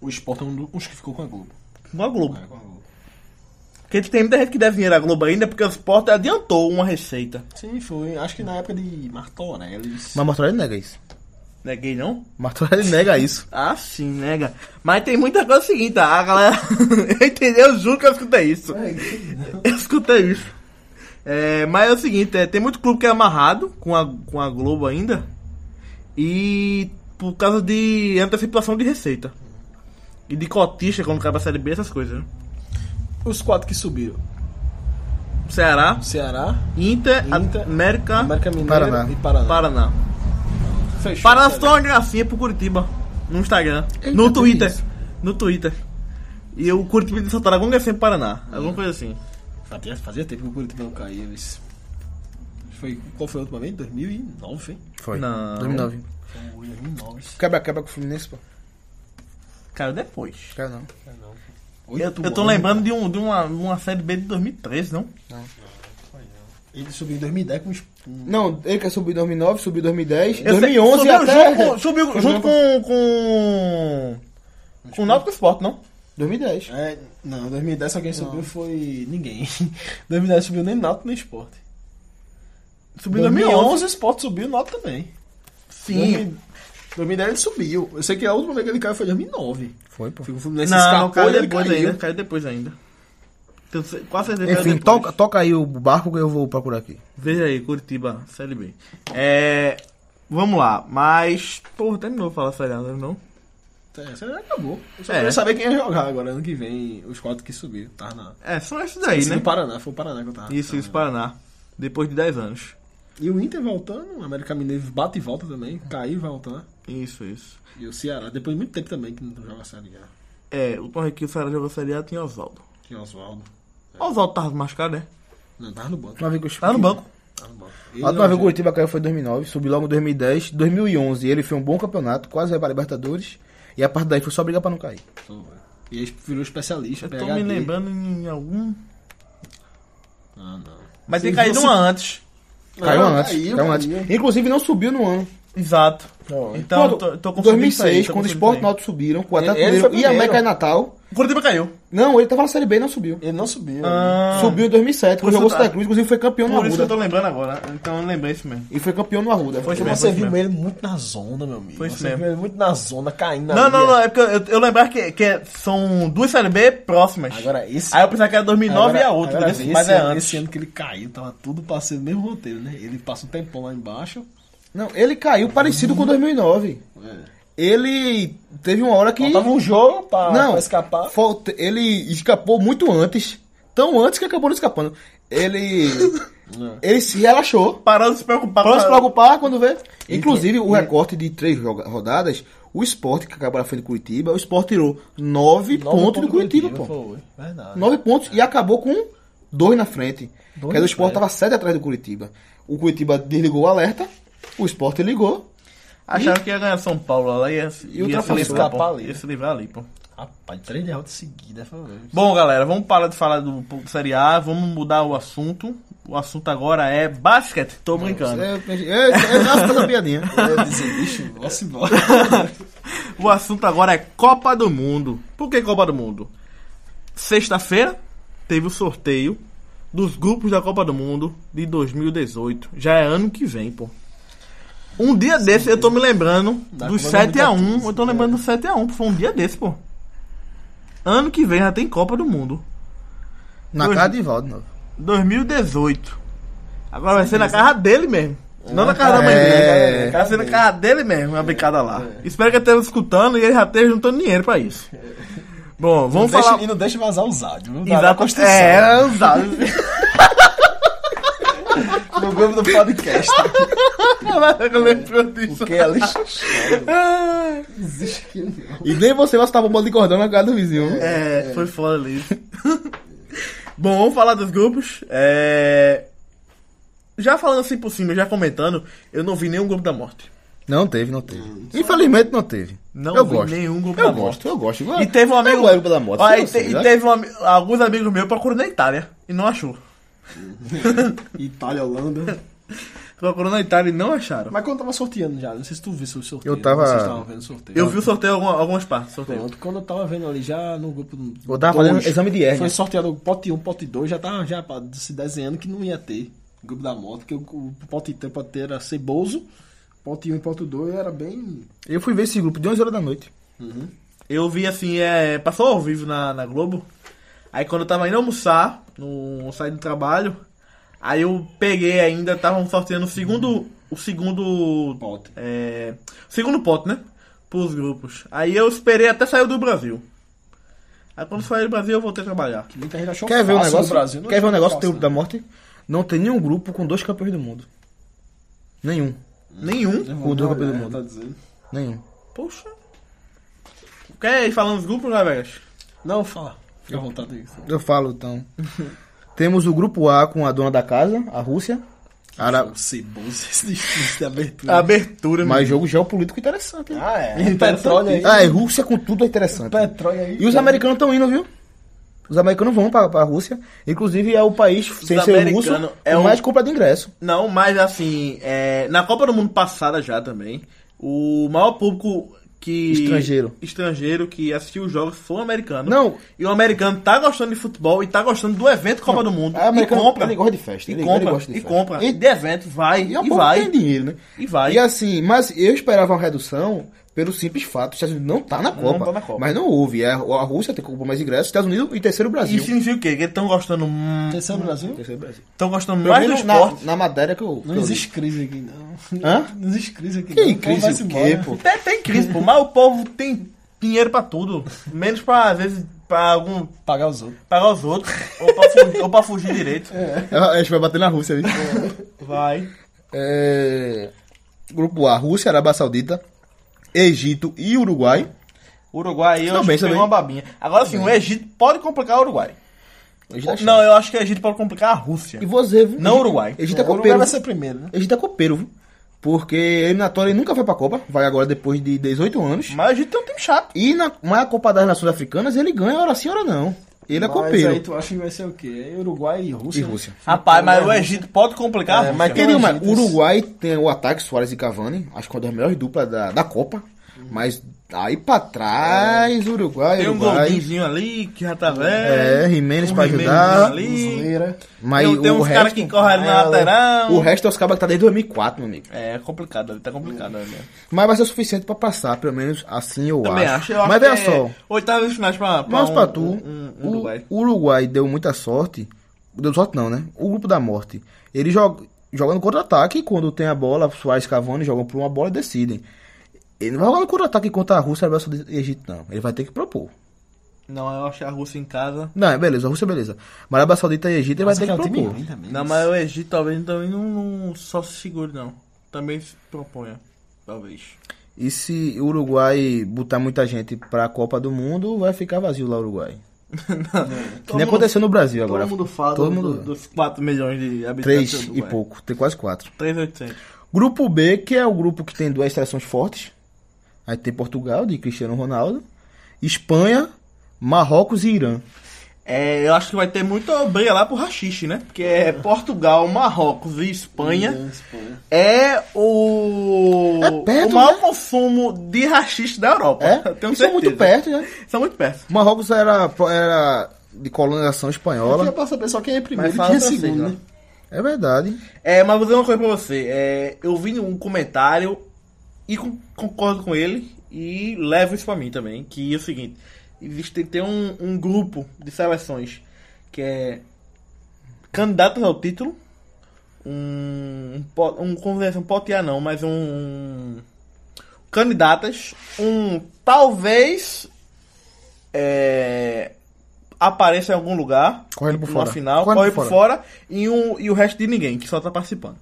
Speaker 3: O esporte é um do- uns que ficou com a Globo.
Speaker 2: Com a Globo.
Speaker 3: É, com a Globo.
Speaker 2: Porque tem muita gente que deve dinheiro à Globo ainda, porque o Sport adiantou uma receita.
Speaker 3: Sim, foi. Acho que na época de né? Martorelli.
Speaker 4: Mas mostrar ele nega isso.
Speaker 2: Não é gay, não?
Speaker 4: Martorelli nega isso.
Speaker 2: Ah, sim, nega. Mas tem muita coisa seguinte, tá? a galera. eu entendi, eu juro que eu escutei isso.
Speaker 3: É isso. né?
Speaker 2: Eu escutei isso. É, mas é o seguinte, é, tem muito clube que é amarrado com a, com a Globo ainda. E por causa de antecipação de receita. E de cotista quando cai pra série B, essas coisas. né?
Speaker 3: Os quatro que subiram.
Speaker 2: Ceará,
Speaker 3: Ceará,
Speaker 2: Inter,
Speaker 3: Inter,
Speaker 2: América,
Speaker 3: América Mineiro
Speaker 4: Paraná.
Speaker 3: e Paraná.
Speaker 2: Paraná.
Speaker 3: Fechou.
Speaker 2: Paraná se
Speaker 3: Ceará.
Speaker 2: tornou uma gracinha pro Curitiba. No Instagram.
Speaker 4: Eita,
Speaker 2: no
Speaker 4: tem
Speaker 2: Twitter.
Speaker 4: isso.
Speaker 2: No Twitter. E o Curitiba de Santará, alguma gracinha pro Paraná. Alguma coisa assim.
Speaker 3: Fazia, fazia tempo que o Curitiba não caía, eles. Foi, qual foi o último momento? 2009, hein?
Speaker 4: Foi.
Speaker 2: Não.
Speaker 4: 2009.
Speaker 3: Foi 2009.
Speaker 4: Quebra-quebra com o Fluminense, pô.
Speaker 2: Cara, depois.
Speaker 4: Cara, não.
Speaker 3: É, não.
Speaker 2: Eu,
Speaker 3: Oito
Speaker 2: eu tô
Speaker 3: anos.
Speaker 2: lembrando de, um, de uma, uma série B de 2013, não?
Speaker 3: Ele subiu em 2010 com. os- com-
Speaker 4: Não, ele quer subir em 2009, subiu em 2010,
Speaker 2: Eu sei-
Speaker 4: 2011
Speaker 2: subiu
Speaker 4: até...
Speaker 2: junto com- subiu
Speaker 4: Subiu
Speaker 2: junto com. com. com o Náutico Sport, não?
Speaker 4: 2010.
Speaker 3: É, não, 2010 só quem subiu foi ninguém. 2010 subiu nem Náutico nem Sport.
Speaker 2: Subiu em 2011.
Speaker 3: o Sport subiu, o Náutico também.
Speaker 2: Sim.
Speaker 3: 2000 2010 ele subiu. Eu sei que a última vez que ele caiu foi em 2009.
Speaker 4: Foi, pô.
Speaker 3: Fico o Fluminense
Speaker 2: Não,
Speaker 3: escapou
Speaker 2: caiu
Speaker 3: e ele
Speaker 2: depois
Speaker 3: caiu.
Speaker 2: ainda. Caiu depois ainda. Tenho ce- Quase certeza que caiu
Speaker 4: Enfim,
Speaker 2: depois.
Speaker 4: toca, toca aí o barco que eu vou procurar aqui.
Speaker 2: Veja aí, Curitiba, Série B. É. Vamos lá, mas. Porra, terminou de falar Série A, não? não?
Speaker 3: É, você já acabou. Eu só
Speaker 2: É.
Speaker 3: queria saber quem ia jogar agora ano que vem, os quatro que subiram. Tá na.
Speaker 2: É, são esses daí,
Speaker 3: Esse
Speaker 2: né?
Speaker 3: do Paraná, foi o Paraná que eu tava.
Speaker 2: Isso,
Speaker 3: tava
Speaker 2: isso, Paraná. Depois de 10 anos.
Speaker 3: E o Inter voltando, o América Mineiro bate e volta também, cai e volta. né?
Speaker 2: Isso, isso.
Speaker 3: E o Ceará, depois de muito tempo também que não joga a Série A.
Speaker 2: É, o Tom que o Ceará jogou Série A tinha Oswaldo.
Speaker 3: Tinha Oswaldo.
Speaker 2: Oswaldo tava machucado, né?
Speaker 3: Não, tava no banco.
Speaker 4: Uma vez que eu-
Speaker 2: Tá no banco.
Speaker 3: Tava no banco.
Speaker 4: A última vez que o Curitiba caiu foi em 2009, subiu logo em 2010, 2011. Ele fez um bom campeonato, quase vai para a Libertadores. E a partir daí foi só brigar para não cair.
Speaker 3: E aí virou especialista,
Speaker 2: Eu tô
Speaker 3: PhD.
Speaker 2: me lembrando em algum.
Speaker 3: Ah, não.
Speaker 2: Mas
Speaker 3: Se
Speaker 2: tem caído
Speaker 3: você-
Speaker 2: uma antes.
Speaker 4: Caiu
Speaker 3: Não,
Speaker 4: antes,
Speaker 3: caiu,
Speaker 4: caiu antes.
Speaker 3: caiu.
Speaker 4: Inclusive não subiu no ano.
Speaker 2: Exato. Então, eu
Speaker 4: é. Quando-
Speaker 2: tô, tô
Speaker 4: em
Speaker 2: confundindo isso
Speaker 4: 2006,
Speaker 2: aí, tô
Speaker 4: quando o
Speaker 2: confundindo
Speaker 4: Sport e
Speaker 2: isso aí.
Speaker 4: Náutico subiram, com o Atlético
Speaker 3: Ele- ele foi
Speaker 4: Mineiro e a
Speaker 3: primeiro.
Speaker 4: América e Natal.
Speaker 2: O Curitiba caiu.
Speaker 4: Não, ele tava na Série B e não subiu.
Speaker 3: Ele não subiu.
Speaker 2: Ah,
Speaker 4: Subiu em 2007,
Speaker 2: Por
Speaker 4: quando jogou
Speaker 2: isso tá-
Speaker 4: Santa Cruz, inclusive foi campeão no
Speaker 2: Por isso que eu tô
Speaker 4: Arruda.
Speaker 2: lembrando agora. Então eu lembrei isso mesmo.
Speaker 4: E foi campeão no Arruda.
Speaker 2: Foi isso
Speaker 3: Porque
Speaker 2: mesmo.
Speaker 3: você
Speaker 2: foi isso
Speaker 3: viu
Speaker 2: mesmo.
Speaker 3: ele muito na zona, meu amigo.
Speaker 2: Foi isso
Speaker 3: você
Speaker 2: mesmo.
Speaker 3: viu ele muito na zona, caindo
Speaker 2: Não,
Speaker 3: ali,
Speaker 2: não, não.
Speaker 3: é.
Speaker 2: É porque eu, eu lembrar que, que são duas série B próximas.
Speaker 3: Agora esse.
Speaker 2: Aí eu pensava que era 2009
Speaker 3: agora-
Speaker 2: e a outra,
Speaker 3: agora,
Speaker 2: entendeu?
Speaker 3: esse
Speaker 2: mas é
Speaker 3: ano-
Speaker 2: antes.
Speaker 3: Esse ano que ele caiu, tava tudo passando o mesmo roteiro, né? Ele passa um tempão lá embaixo.
Speaker 4: Não, ele caiu parecido com 2009.
Speaker 3: É.
Speaker 4: Ele teve uma hora que...
Speaker 3: Faltava um jogo pra,
Speaker 4: Não,
Speaker 3: pra escapar.
Speaker 4: falta- ele escapou muito antes. Tão antes que acabou não escapando. Ele. ele se relaxou.
Speaker 2: Parou de se preocupar.
Speaker 4: Para se
Speaker 2: com a-
Speaker 4: preocupar quando vê. Inclusive, o recorte de três joga- rodadas, o Sport, que acabou na frente do Curitiba, o Sport tirou nove,
Speaker 3: Nove
Speaker 4: pontos do Curitiba, pô.
Speaker 3: Foi, verdade.
Speaker 4: Nove pontos e acabou com dois na frente.
Speaker 3: Dois
Speaker 4: Quer dizer, o
Speaker 3: na
Speaker 4: Sport
Speaker 3: frente.
Speaker 4: tava sete atrás do Curitiba. O Curitiba desligou o alerta, o Sport ligou.
Speaker 2: Acharam que ia ganhar São Paulo lá e ia,
Speaker 4: E
Speaker 2: ia se
Speaker 4: ultrapassou.
Speaker 2: livrar, pô.
Speaker 3: Escapar ali.
Speaker 2: Ia se livrar ali, pô.
Speaker 3: Rapaz, três derrotas seguidas, foi mesmo.
Speaker 2: Bom, galera, vamos parar de falar do, do Série A, vamos mudar o assunto. O assunto agora é basquete. Tô brincando.
Speaker 4: É, é, é, nossa, essa piadinha.
Speaker 3: Eu disse, bicho, nossa, embora.
Speaker 2: O assunto agora é Copa do Mundo. Por que Copa do Mundo? Sexta-feira teve o sorteio dos grupos da Copa do Mundo de 2018. Já é ano que vem, pô. Um dia desse eu tô me lembrando
Speaker 3: Da
Speaker 2: dos
Speaker 3: Copa do
Speaker 2: 7 a 1
Speaker 3: 2014,
Speaker 2: Eu tô lembrando do 7 a 1 Foi um dia desse, pô. Ano que vem já tem Copa do Mundo.
Speaker 4: Na
Speaker 2: Hoje-
Speaker 4: cara de Valdo, não.
Speaker 2: 2018. Agora vai ser na casa dele mesmo. Não na casa da mãe
Speaker 4: É.
Speaker 2: dele. né? Vai ser na casa dele mesmo, uma brincada lá. Espero que ele esteja escutando e ele já esteja juntando dinheiro pra isso. Bom, vamos
Speaker 3: Deixa-
Speaker 2: falar.
Speaker 3: E não deixa vazar os áudios. viu? Da- da
Speaker 2: Exato.
Speaker 3: construção.
Speaker 2: É, era usado.
Speaker 3: No grupo do podcast. tá? é
Speaker 2: Eu lembro disso.
Speaker 3: Porque ela
Speaker 2: Ah,
Speaker 3: existe que não.
Speaker 4: E nem você vai estar bombando de cordão na cara do vizinho. né?
Speaker 2: É, foi foda ali. Bom, vamos falar dos grupos. É... Já falando assim por cima, já comentando, eu não vi nenhum grupo da morte.
Speaker 4: Não teve, não teve. Infelizmente não teve.
Speaker 2: Não
Speaker 4: eu
Speaker 2: vi
Speaker 4: gosto.
Speaker 2: nenhum grupo
Speaker 4: eu
Speaker 2: da
Speaker 4: gosto,
Speaker 2: morte.
Speaker 4: Eu gosto, eu
Speaker 2: E
Speaker 3: é
Speaker 2: teve um amigo.
Speaker 4: Eu gosto do grupo da moto.
Speaker 2: Ó,
Speaker 4: eu
Speaker 2: e, te-
Speaker 4: sei,
Speaker 2: e
Speaker 4: né?
Speaker 2: teve um ami- alguns amigos meus procurando na Itália e não achou.
Speaker 3: Itália, Holanda.
Speaker 2: Procurou na Itália e não acharam.
Speaker 3: Mas quando eu tava sorteando já, não sei se tu viu o sorteio.
Speaker 4: Eu tava-
Speaker 3: não sei se tava vendo o sorteio.
Speaker 2: Eu vi o sorteio alguma- algumas partes. Sorteio.
Speaker 3: Pronto, quando eu tava vendo ali já no grupo do.
Speaker 4: Eu tava
Speaker 3: dois,
Speaker 4: fazendo um exame de hérnia.
Speaker 3: Foi sorteado o pote 1, pote 2, já tava já pá, se desenhando que não ia ter grupo da moto, que o, o pote 3 pode ter era Ceboso, Ponto 1 e ponto 2 era bem.
Speaker 4: Eu fui ver esse grupo de 11 horas da noite.
Speaker 2: Eu vi assim, é, passou ao vivo na, na Globo. Aí quando eu tava indo almoçar, no saí do trabalho, aí eu peguei ainda, estavam sorteando o segundo. O segundo.
Speaker 3: Pote.
Speaker 2: É, o segundo pote, né? Pros grupos. Aí eu esperei até sair do Brasil. Aí quando saí do Brasil eu voltei a trabalhar.
Speaker 3: Que muita gente achou
Speaker 4: Quer ver o
Speaker 3: fácil no
Speaker 4: negócio?
Speaker 3: Brasil. Não
Speaker 4: Quer ver
Speaker 3: achou
Speaker 4: o negócio do
Speaker 3: fácil, né?
Speaker 4: grupo da morte? Não tem nenhum grupo com dois campeões do mundo. Nenhum.
Speaker 2: Nenhum.
Speaker 3: não.
Speaker 4: O do
Speaker 3: Olha,
Speaker 4: Copa do Mundo.
Speaker 3: tá dizendo.
Speaker 4: Nenhum.
Speaker 2: Poxa. Quer ir falando os grupos, né, Vegas?
Speaker 3: Não, fala. Fica à vontade aí.
Speaker 4: Eu falo então. Temos o grupo A com a dona da casa, a Rússia. Ara...
Speaker 3: Ceboso esse difícil de abertura.
Speaker 2: Abertura,
Speaker 4: Mas jogo geopolítico interessante, hein?
Speaker 3: Ah, é. E petróleo aí.
Speaker 4: Ah, é Rússia com tudo é interessante.
Speaker 3: Petróleo aí.
Speaker 4: E os americanos estão indo, viu? Os americanos vão pra, pra Rússia. Inclusive é o país, sem ser russo,
Speaker 2: americanos é
Speaker 4: o
Speaker 2: um-
Speaker 4: mais compra de ingresso.
Speaker 2: Não, mas assim, é, na Copa do Mundo passada já também, o maior público que.
Speaker 4: Estrangeiro.
Speaker 2: Estrangeiro que assistiu os jogos foi o americano.
Speaker 4: Não.
Speaker 2: E o americano tá gostando de futebol e tá gostando do evento Copa do Mundo.
Speaker 4: Ah,
Speaker 2: e
Speaker 4: americano,
Speaker 2: compra.
Speaker 4: Ele gosta de festa.
Speaker 2: E
Speaker 4: ele,
Speaker 2: compra.
Speaker 4: ele gosta de
Speaker 2: e
Speaker 4: festa.
Speaker 2: compra.
Speaker 4: E,
Speaker 2: E de evento, vai.
Speaker 4: e
Speaker 2: E,
Speaker 4: é um povo que
Speaker 2: vai.
Speaker 4: tem dinheiro, né?
Speaker 2: E vai.
Speaker 4: E assim, mas eu esperava uma redução pelo simples fato, os Estados Unidos não tá na Copa.
Speaker 2: tá na Copa.
Speaker 4: Mas não houve. A, a Rússia tem que comprar mais ingressos, Estados Unidos e terceiro Brasil.
Speaker 2: Isso significa o quê? Que eles estão gostando.
Speaker 3: Terceiro Brasil?
Speaker 4: Terceiro Brasil.
Speaker 2: Estão gostando
Speaker 4: Eu
Speaker 2: mais
Speaker 4: vi
Speaker 2: do
Speaker 4: no- na,
Speaker 2: esporte.
Speaker 4: na matéria que eu. que eu
Speaker 3: Não
Speaker 4: li.
Speaker 3: existe crise aqui, não.
Speaker 4: Hã?
Speaker 3: Não existe crise aqui.
Speaker 4: Que
Speaker 3: não. O povo vai
Speaker 4: crise
Speaker 3: se
Speaker 4: o quê,
Speaker 3: embora.
Speaker 4: pô?
Speaker 2: Até tem crise, pô. Mas o povo tem dinheiro pra tudo. Menos pra, às vezes, pra algum.
Speaker 3: Pagar os outros.
Speaker 2: Pagar os outros. ou, pra fugir, ou pra fugir direito.
Speaker 4: É. A gente vai bater na Rússia, viu?
Speaker 2: Vai.
Speaker 4: É, Grupo A, Rússia, Arábia Saudita, Egito e Uruguai.
Speaker 2: Uruguai, eu
Speaker 4: Tudo
Speaker 2: acho
Speaker 4: bem,
Speaker 2: que
Speaker 4: tudo
Speaker 2: pegou uma
Speaker 4: bem.
Speaker 2: babinha. Agora sim, o Egito pode complicar o Uruguai.
Speaker 4: Egito é
Speaker 2: Não,
Speaker 4: chato.
Speaker 2: eu acho que o Egito pode complicar a Rússia.
Speaker 4: E você, viu?
Speaker 2: Não,
Speaker 4: Egito-
Speaker 2: Uruguai.
Speaker 4: Egito é,
Speaker 3: o Uruguai
Speaker 4: copeiro.
Speaker 3: vai ser primeiro, né?
Speaker 4: Egito é copeiro, viu? Porque a eliminatória nunca foi pra Copa, vai agora depois de 18 anos.
Speaker 2: Mas o Egito tem um time chato.
Speaker 4: E na mas a Copa das Nações Africanas ele ganha, hora sim, hora não. Ele é
Speaker 3: Mas
Speaker 4: copeiro.
Speaker 3: aí tu acha que vai ser o quê? É Uruguai e Rússia?
Speaker 4: E Rússia.
Speaker 2: Rapaz, mas o Egito pode complicar
Speaker 3: É,
Speaker 2: a
Speaker 3: mas
Speaker 2: Rússia.
Speaker 4: Quem diria, mas
Speaker 3: Egito,
Speaker 4: o Uruguai tem o ataque Soares e Cavani, acho que é uma das melhores duplas da, da Copa. Mas aí pra trás, Uruguai,
Speaker 2: Tem um
Speaker 4: Uruguai.
Speaker 2: Goldinzinho ali, que já tá
Speaker 4: é,
Speaker 2: velho.
Speaker 4: Jimenez
Speaker 2: um
Speaker 4: pra ajudar.
Speaker 2: Jimenez ali.
Speaker 3: Brasileira.
Speaker 4: Mas
Speaker 2: tem tem
Speaker 4: o
Speaker 2: uns caras
Speaker 4: resto, é,
Speaker 2: que correm ali na lateral.
Speaker 4: o resto é os cabos que tá desde 2004, meu amigo.
Speaker 2: É complicado ali, tá complicado ali. né?
Speaker 4: Mas vai ser o suficiente pra passar, pelo menos assim eu
Speaker 2: Também
Speaker 4: acho.
Speaker 2: acho. Eu acho
Speaker 4: Mas
Speaker 2: que
Speaker 4: veja
Speaker 2: é
Speaker 4: só,
Speaker 2: Oitavas de finais pra, pra
Speaker 4: Mas
Speaker 2: um-
Speaker 4: pra tu,
Speaker 2: um- um
Speaker 4: o
Speaker 2: Uruguai.
Speaker 4: o Uruguai deu muita sorte. Deu sorte não, né? O grupo da morte. Ele joga, joga no contra-ataque e quando tem a bola, Suárez e Cavani jogam por uma bola e decidem. Ele não vai jogar no contra-ataque contra a Rússia, Arábia Saudita e Egito, não. Ele vai ter que propor.
Speaker 2: Não, eu acho que a Rússia em casa.
Speaker 4: Não, é beleza, a Rússia é beleza. Mas a Arábia Saudita e Egito ele vai
Speaker 3: Mas
Speaker 4: ter que
Speaker 3: aquele time
Speaker 4: propor.
Speaker 3: ruim também.
Speaker 2: Não, mas o Egito talvez também não, não só se segure, não. Também se proponha. Talvez.
Speaker 4: E se o Uruguai botar muita gente pra Copa do Mundo, vai ficar vazio lá o Uruguai. Que
Speaker 2: Todo
Speaker 4: nem
Speaker 2: mundo-
Speaker 4: aconteceu no Brasil agora.
Speaker 2: Todo mundo fala
Speaker 4: Todo
Speaker 2: do-
Speaker 4: mundo-
Speaker 2: dos 4 milhões de habitantes.
Speaker 4: Três
Speaker 2: do
Speaker 4: e
Speaker 2: Uruguai.
Speaker 4: pouco, tem quase quatro.
Speaker 2: 3,800.
Speaker 4: Grupo B, que é o grupo que tem duas seleções fortes. Aí tem Portugal, de Cristiano Ronaldo. Espanha, Marrocos e Irã.
Speaker 2: É, eu acho que vai ter muita briga lá pro rachixe, né? Porque é Portugal, Marrocos e Espanha. É o.
Speaker 4: É perto,
Speaker 2: o maior
Speaker 4: né?
Speaker 2: consumo de rachixe da Europa.
Speaker 4: É?
Speaker 2: Tenho
Speaker 4: Isso é muito
Speaker 2: certeza.
Speaker 4: perto, né?
Speaker 2: São muito perto.
Speaker 4: Marrocos era, era de colonização
Speaker 3: Aqui é
Speaker 4: espanhola.
Speaker 3: pra saber só quem é
Speaker 2: Mas
Speaker 3: primeiro e
Speaker 2: fala
Speaker 3: quem é
Speaker 2: francês,
Speaker 3: segundo,
Speaker 2: ó.
Speaker 3: né?
Speaker 4: É verdade.
Speaker 2: É, mas vou dizer uma coisa pra você. É, eu vi um comentário e con- concordo com ele e levo isso pra mim também, que é o seguinte. Existe tem um, um grupo de seleções que é candidatos ao título, um, um, po- um, como se diz, um pote A não, mas um candidatas, um talvez é, apareça em algum lugar
Speaker 4: Correndo por
Speaker 2: na
Speaker 4: fora.
Speaker 2: final,
Speaker 4: Correndo
Speaker 2: corre
Speaker 4: por
Speaker 2: por fora, e, um, e o resto de ninguém que só tá participando.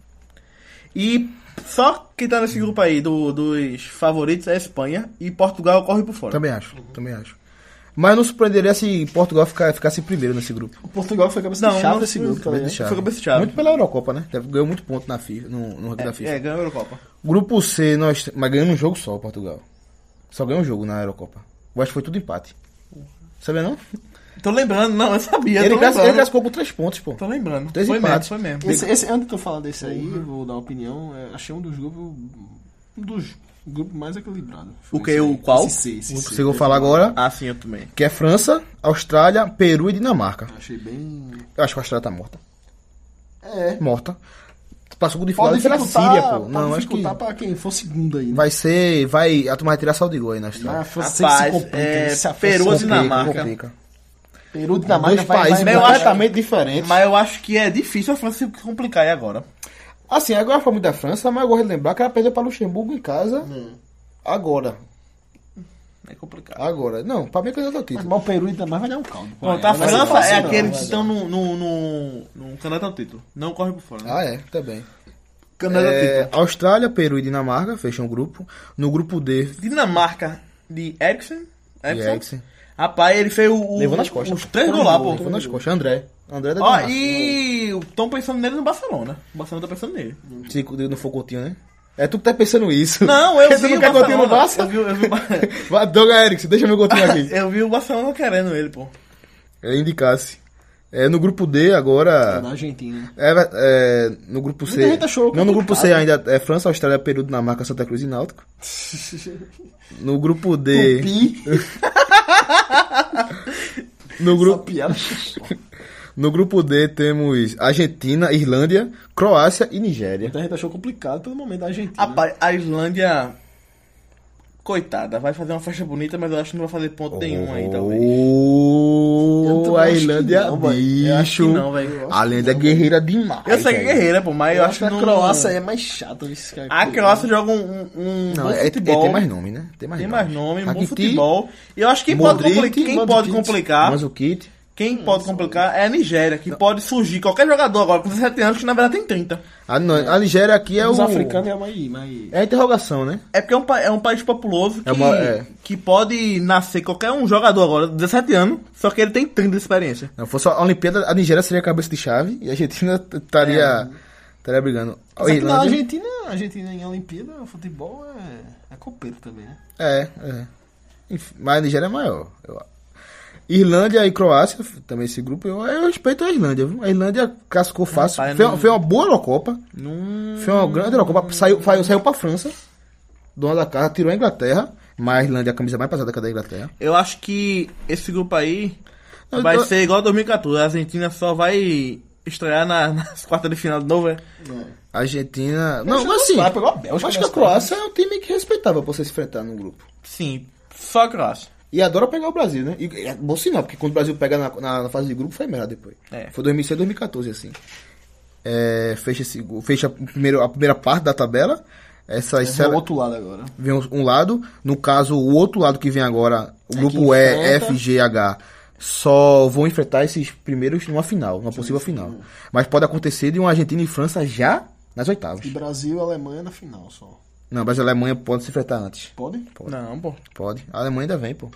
Speaker 2: E só quem tá nesse grupo aí do- dos favoritos é a Espanha e Portugal corre por fora.
Speaker 4: Também acho, também acho. Mas não surpreenderia se Portugal fica- ficasse em primeiro nesse grupo.
Speaker 3: O Portugal foi cabeça
Speaker 2: Não,
Speaker 3: de chave
Speaker 2: não
Speaker 3: desse
Speaker 2: foi
Speaker 3: grupo também.
Speaker 4: Cabeça de
Speaker 3: né?
Speaker 4: chave.
Speaker 2: Foi cabeça de chave.
Speaker 4: Muito pela Eurocopa, né? Deve- Ganhou muito ponto na FIFA, no, no ranking da FIFA.
Speaker 2: É, ganhou a Eurocopa.
Speaker 4: Grupo C, nós. Mas ganhamos um jogo só, Portugal. Só ganhou um jogo na Eurocopa. Eu acho que foi tudo empate. Sabia não?
Speaker 2: Tô lembrando, não, eu sabia.
Speaker 4: Ele,
Speaker 2: tô Então,
Speaker 4: classi-
Speaker 2: lembrando.
Speaker 4: ele classificou com três pontos, pô.
Speaker 2: Tô lembrando.
Speaker 4: Três
Speaker 2: foi
Speaker 4: empates.
Speaker 2: mesmo, foi mesmo.
Speaker 3: Esse, esse, antes de eu falar desse aí, eu vou dar uma opinião. é, achei um dos grupos. Um dos grupos mais equilibrados. Foi
Speaker 2: O quê?
Speaker 3: esse aí.
Speaker 2: O qual?
Speaker 3: Esse C, esse
Speaker 4: O
Speaker 3: C.
Speaker 4: que eu vou falar agora,
Speaker 2: Ah, sim, eu também.
Speaker 4: que é França, Austrália, Peru e Dinamarca.
Speaker 3: Achei bem.
Speaker 4: Eu acho que a Austrália tá morta.
Speaker 3: É.
Speaker 4: Morta. Passou com
Speaker 3: Pode
Speaker 4: dificuldade pela
Speaker 3: dificultar,
Speaker 4: Síria, pô.
Speaker 3: pode
Speaker 4: Não, acho que
Speaker 3: dificultar pra quem for segundo aí. né?
Speaker 4: vai ser. Vai, a turma vai tirar sal de gol aí na
Speaker 3: Ah,
Speaker 4: Austrália.
Speaker 3: França
Speaker 2: Rapaz,
Speaker 3: se complica,
Speaker 2: é,
Speaker 3: se afasta,
Speaker 2: Peru,
Speaker 3: se
Speaker 2: Dinamarca.
Speaker 4: Complica.
Speaker 3: complica. Peru, Dinamarca,
Speaker 4: Dois países
Speaker 2: vai-
Speaker 4: completamente diferentes.
Speaker 2: Mas eu acho que é difícil a França se complicar aí agora.
Speaker 4: Assim, agora foi muito da França, mas eu gosto de lembrar que ela perdeu para Luxemburgo em casa
Speaker 2: Hum.
Speaker 4: agora.
Speaker 2: É complicado.
Speaker 4: Agora. Não, para mim é candidato ao título.
Speaker 3: Mas o Peru e Dinamarca vai dar um caldo.
Speaker 2: Pronto, a
Speaker 3: Não vai ser
Speaker 2: França
Speaker 3: fácil,
Speaker 2: é
Speaker 3: não,
Speaker 2: aquele que
Speaker 3: vai
Speaker 2: estão no, no, no, no candidato ao título. Não corre por fora. Né?
Speaker 4: Ah, é, também.
Speaker 2: Candidato ao
Speaker 4: É,
Speaker 2: título.
Speaker 4: Austrália, Peru e Dinamarca fecham o grupo. No grupo D,
Speaker 2: Dinamarca de Eriksen.
Speaker 4: Eriksen.
Speaker 2: Rapaz, ele fez o, o-
Speaker 4: Levou nas costas,
Speaker 2: os
Speaker 4: pô.
Speaker 2: três gols lá, pô.
Speaker 4: levou nas costas. André. André da
Speaker 2: Ó,
Speaker 4: Dinamarca.
Speaker 2: e estão pensando nele no Barcelona. O Barcelona tá pensando nele.
Speaker 4: Se não for Coutinho, né? É tu que tá pensando isso.
Speaker 2: Não, eu
Speaker 4: Porque
Speaker 2: vi
Speaker 4: tu não
Speaker 2: o
Speaker 4: quer Coutinho no
Speaker 2: Barcelona.
Speaker 4: Barça?
Speaker 2: Eu vi, eu vi o Bar-
Speaker 4: Vai, Doga Eriksen, deixa meu Coutinho aqui.
Speaker 2: eu vi o Barcelona querendo ele, pô.
Speaker 4: é, indicasse. É, no grupo D
Speaker 3: dar.
Speaker 4: agora...
Speaker 3: Na Argentina.
Speaker 4: É, é, no grupo C.
Speaker 3: Muita gente achou
Speaker 4: não, no grupo C
Speaker 3: complicado.
Speaker 4: ainda é França, Austrália, Peru, Dinamarca, Santa Cruz e Náutico. No grupo D.
Speaker 3: Tupi.
Speaker 4: No,
Speaker 3: Essa
Speaker 4: gru
Speaker 3: piada.
Speaker 4: no grupo D temos Argentina, Irlândia, Croácia e Nigéria.
Speaker 3: Muita Então gente achou complicado pelo momento da Argentina.
Speaker 2: Rapaz, a Islândia. Coitada, vai fazer uma festa bonita, mas eu acho que não vai fazer ponto nenhum um aí, então. talvez.
Speaker 4: Ô,
Speaker 3: Eu
Speaker 4: Oh, a
Speaker 3: acho que
Speaker 4: Irlândia,
Speaker 3: não,
Speaker 2: velho. Eu acho que
Speaker 4: bicho.
Speaker 2: não, velho.
Speaker 4: a Irlândia é guerreira demais.
Speaker 2: Eu sei que é
Speaker 4: velho.
Speaker 2: guerreira, pô, mas eu,
Speaker 3: Eu
Speaker 2: acho que
Speaker 3: a
Speaker 2: não-
Speaker 3: Croácia é mais chata. esse cara.
Speaker 2: A Croácia joga um, um, um
Speaker 4: Não,
Speaker 2: bom
Speaker 4: é, é-
Speaker 2: futebol.
Speaker 4: tem mais nome, né? Tem mais
Speaker 2: Tem
Speaker 4: nome.
Speaker 2: mais nome, bom
Speaker 4: Rakitic,
Speaker 2: futebol. E eu acho que quem pode
Speaker 4: Modric, Hum,
Speaker 2: complicar, quem
Speaker 4: Mandzukic,
Speaker 2: pode complicar,
Speaker 4: Mandzukic.
Speaker 2: quem pode complicar é a Nigéria, que pode surgir qualquer jogador agora com 17 anos, que na verdade tem 30.
Speaker 4: A, no- Ah, a Nigéria aqui é
Speaker 3: Os
Speaker 4: o.
Speaker 3: africanos é mais... mais...
Speaker 4: É a interrogação, né?
Speaker 2: É porque é um, pa- é um país populoso que,
Speaker 4: É uma- é.
Speaker 2: que pode nascer qualquer um jogador agora, 17 anos, só que ele tem 30 de experiência.
Speaker 4: Não fosse a Olimpíada, a Nigéria seria a cabeça de chave e a Argentina t- estaria estaria brigando. A
Speaker 3: É. Só que na
Speaker 4: Irlândia,
Speaker 3: Argentina, a Argentina em Olimpíada, o futebol é, é copeiro também, né?
Speaker 4: é, é. Enfim, mas a Nigéria é maior. eu acho. Irlândia e Croácia, f- também esse grupo, eu, eu respeito a Irlândia. viu? A Irlândia cascou fácil.
Speaker 2: Rapaz,
Speaker 4: foi,
Speaker 2: não-
Speaker 4: foi uma boa Eurocopa. Foi uma grande Eurocopa. Saiu, saiu, saiu pra França, dona da casa, tirou a Inglaterra. Mas a Irlândia é a camisa mais pesada que a da Inglaterra.
Speaker 2: Eu acho que esse grupo aí
Speaker 4: Eu
Speaker 2: vai
Speaker 4: tô-
Speaker 2: ser igual a 2014. A Argentina só vai estrear na- nas quartas de final de novo, é?
Speaker 4: A Argentina. Não,
Speaker 3: não
Speaker 4: mas assim.
Speaker 3: vai, pegou a Bélgica tá.
Speaker 4: acho que a
Speaker 3: nas
Speaker 4: Croácia é um time que respeitável pra você se enfrentar no grupo.
Speaker 2: Sim, só a Croácia.
Speaker 4: E adora pegar o Brasil, né? E é bom sinal, porque quando o Brasil pega na, na- na fase de grupo, foi merda depois.
Speaker 2: É.
Speaker 4: Foi 2006, 2014, assim. É, fecha esse, gru- fecha a, primeiro- a primeira parte da tabela. Essas
Speaker 3: Esse é o
Speaker 4: séries-
Speaker 3: outro lado agora.
Speaker 4: vem um, um lado. No caso, o outro lado que vem agora,
Speaker 2: É
Speaker 4: o grupo
Speaker 3: que
Speaker 4: E,
Speaker 3: enfrenta.
Speaker 4: F, G, H, só vão enfrentar esses primeiros numa final, numa possível final. Mas pode acontecer de uma Argentina e França já nas oitavas.
Speaker 3: E Brasil e Alemanha na final só.
Speaker 4: Não, mas a Alemanha pode se enfrentar antes.
Speaker 3: Pode?
Speaker 2: Não, pô.
Speaker 4: Pode. A Alemanha ainda vem, pô.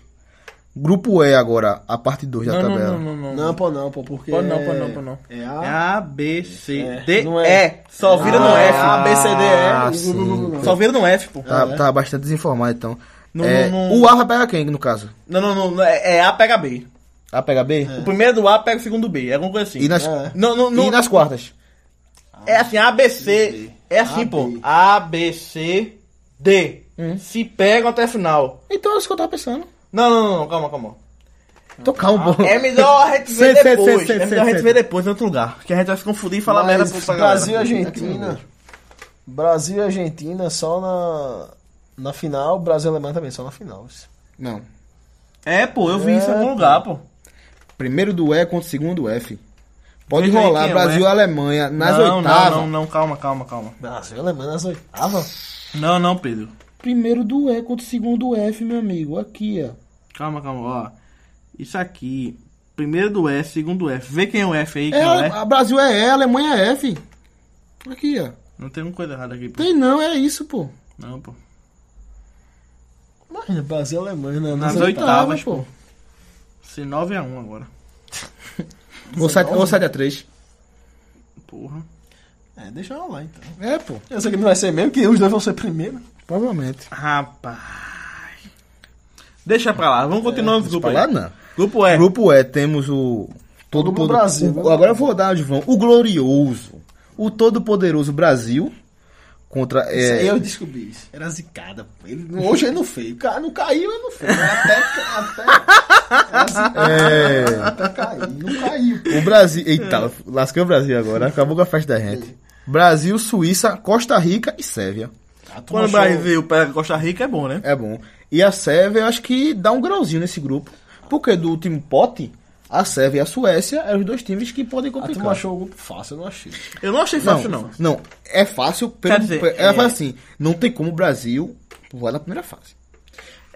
Speaker 4: Grupo E agora, a parte 2 da
Speaker 2: Não, não,
Speaker 4: tabela.
Speaker 2: não, não, não.
Speaker 3: Não, pô, não, pô, porque.
Speaker 2: Pode não,
Speaker 3: é-
Speaker 2: pode não, pode não.
Speaker 3: É a.
Speaker 2: A, B, C,
Speaker 3: É,
Speaker 2: D,
Speaker 3: não é.
Speaker 2: E. Só vira no F.
Speaker 3: A, B, C, D,
Speaker 2: É
Speaker 3: E.
Speaker 4: Ah, sim.
Speaker 2: Só vira no F, pô.
Speaker 4: Tá, tá bastante desinformado, então.
Speaker 2: Não,
Speaker 4: É,
Speaker 2: não, não.
Speaker 4: O A vai pegar quem, no caso?
Speaker 2: Não, não, não. não, É, é A pega B.
Speaker 4: A pega B?
Speaker 2: O primeiro do A pega o segundo B. É alguma coisa assim.
Speaker 4: E, nas,
Speaker 3: É.
Speaker 2: Não, não, não.
Speaker 4: e nas quartas?
Speaker 2: É assim, A, B, C. É assim,
Speaker 3: A,
Speaker 2: pô.
Speaker 3: B.
Speaker 2: A, B, C, D. Se pegam até a final.
Speaker 4: Então é isso que eu tava pensando.
Speaker 2: Não, não, não, não, calma, calma.
Speaker 4: Então calma, pô.
Speaker 2: É melhor a gente ver
Speaker 4: Sei, sei,
Speaker 2: depois.
Speaker 4: sei, sei,
Speaker 2: é melhor a
Speaker 4: sei,
Speaker 2: gente
Speaker 4: sei.
Speaker 2: ver depois em outro lugar. Que a gente vai se confundir e falar
Speaker 3: Mas
Speaker 2: merda pro pra galera.
Speaker 3: Brasil é- e Argentina. Brasil e Argentina só na. Na final, Brasil e Alemanha também, só na final.
Speaker 4: Não.
Speaker 2: É, pô, eu vi isso em
Speaker 3: É,
Speaker 2: algum
Speaker 3: pô.
Speaker 2: lugar, pô.
Speaker 4: Primeiro do E contra o segundo do F. Pode
Speaker 2: Veja aí
Speaker 4: rolar
Speaker 2: quem é o
Speaker 4: Brasil e
Speaker 2: E.
Speaker 4: Alemanha nas
Speaker 2: não,
Speaker 4: oitavas.
Speaker 2: não, não, não, calma, calma, calma.
Speaker 3: Brasil e Alemanha nas oitavas?
Speaker 2: Não, não, Pedro.
Speaker 4: Primeiro do E contra o segundo do F, meu amigo. Aqui, ó.
Speaker 2: Calma, calma, ó. Isso aqui. Primeiro do F, segundo do F. Vê quem é o F aí, quem
Speaker 4: É,
Speaker 2: não é.
Speaker 4: a Brasil é E, a Alemanha é F. Aqui, ó.
Speaker 2: Não tem alguma coisa errada aqui, pô.
Speaker 4: Tem não, é isso, pô.
Speaker 2: Não, pô.
Speaker 3: Imagina, Brasil e Alemanha né, nas
Speaker 2: Nas
Speaker 3: oitavas.
Speaker 2: oitavas,
Speaker 4: pô.
Speaker 2: Se 9 a 1 agora.
Speaker 4: Ou 7 a 3.
Speaker 2: Porra.
Speaker 3: É, deixa eu lá então.
Speaker 4: É, pô.
Speaker 3: Eu sei que não vai ser mesmo, que os dois vão ser primeiro.
Speaker 4: Provavelmente.
Speaker 2: Rapaz. Deixa pra lá. Vamos continuar os grupos.
Speaker 4: Pra lá,
Speaker 2: aí.
Speaker 4: É, não.
Speaker 2: Grupo é,
Speaker 3: É.
Speaker 2: E.
Speaker 4: Grupo E, temos o. Todo
Speaker 3: Grupo
Speaker 4: poder...
Speaker 3: Brasil,
Speaker 4: o-
Speaker 3: né?
Speaker 4: Agora eu vou dar, Divão. O glorioso. O todo-poderoso Brasil. Contra.
Speaker 3: Isso aí
Speaker 4: É,
Speaker 3: eu descobri isso. Era zicada. pô. Ele, hoje ele não fez. O cara não caiu, ele não fez. Até, até, era zicada,
Speaker 4: é,
Speaker 3: até caiu. Não caiu. pô.
Speaker 4: o Brasil. Eita, lasquei o Brasil agora. Acabou com a festa da gente. Brasil, Suíça, Costa Rica e Sérvia.
Speaker 2: Quando o Brasil pega Costa Rica é bom, né?
Speaker 4: É bom. E a Sérvia, eu acho que dá um grauzinho nesse grupo. Porque do último pote, a Sérvia e a Suécia eram os dois times que podem
Speaker 3: A
Speaker 4: complicar.
Speaker 3: turma achou o grupo fácil, eu não achei.
Speaker 2: Eu não achei
Speaker 4: Não,
Speaker 2: fácil, não.
Speaker 4: não. é fácil. Pelo,
Speaker 2: Quer dizer,
Speaker 4: pe-
Speaker 2: é-
Speaker 4: é, assim, não tem como o Brasil voar na primeira fase.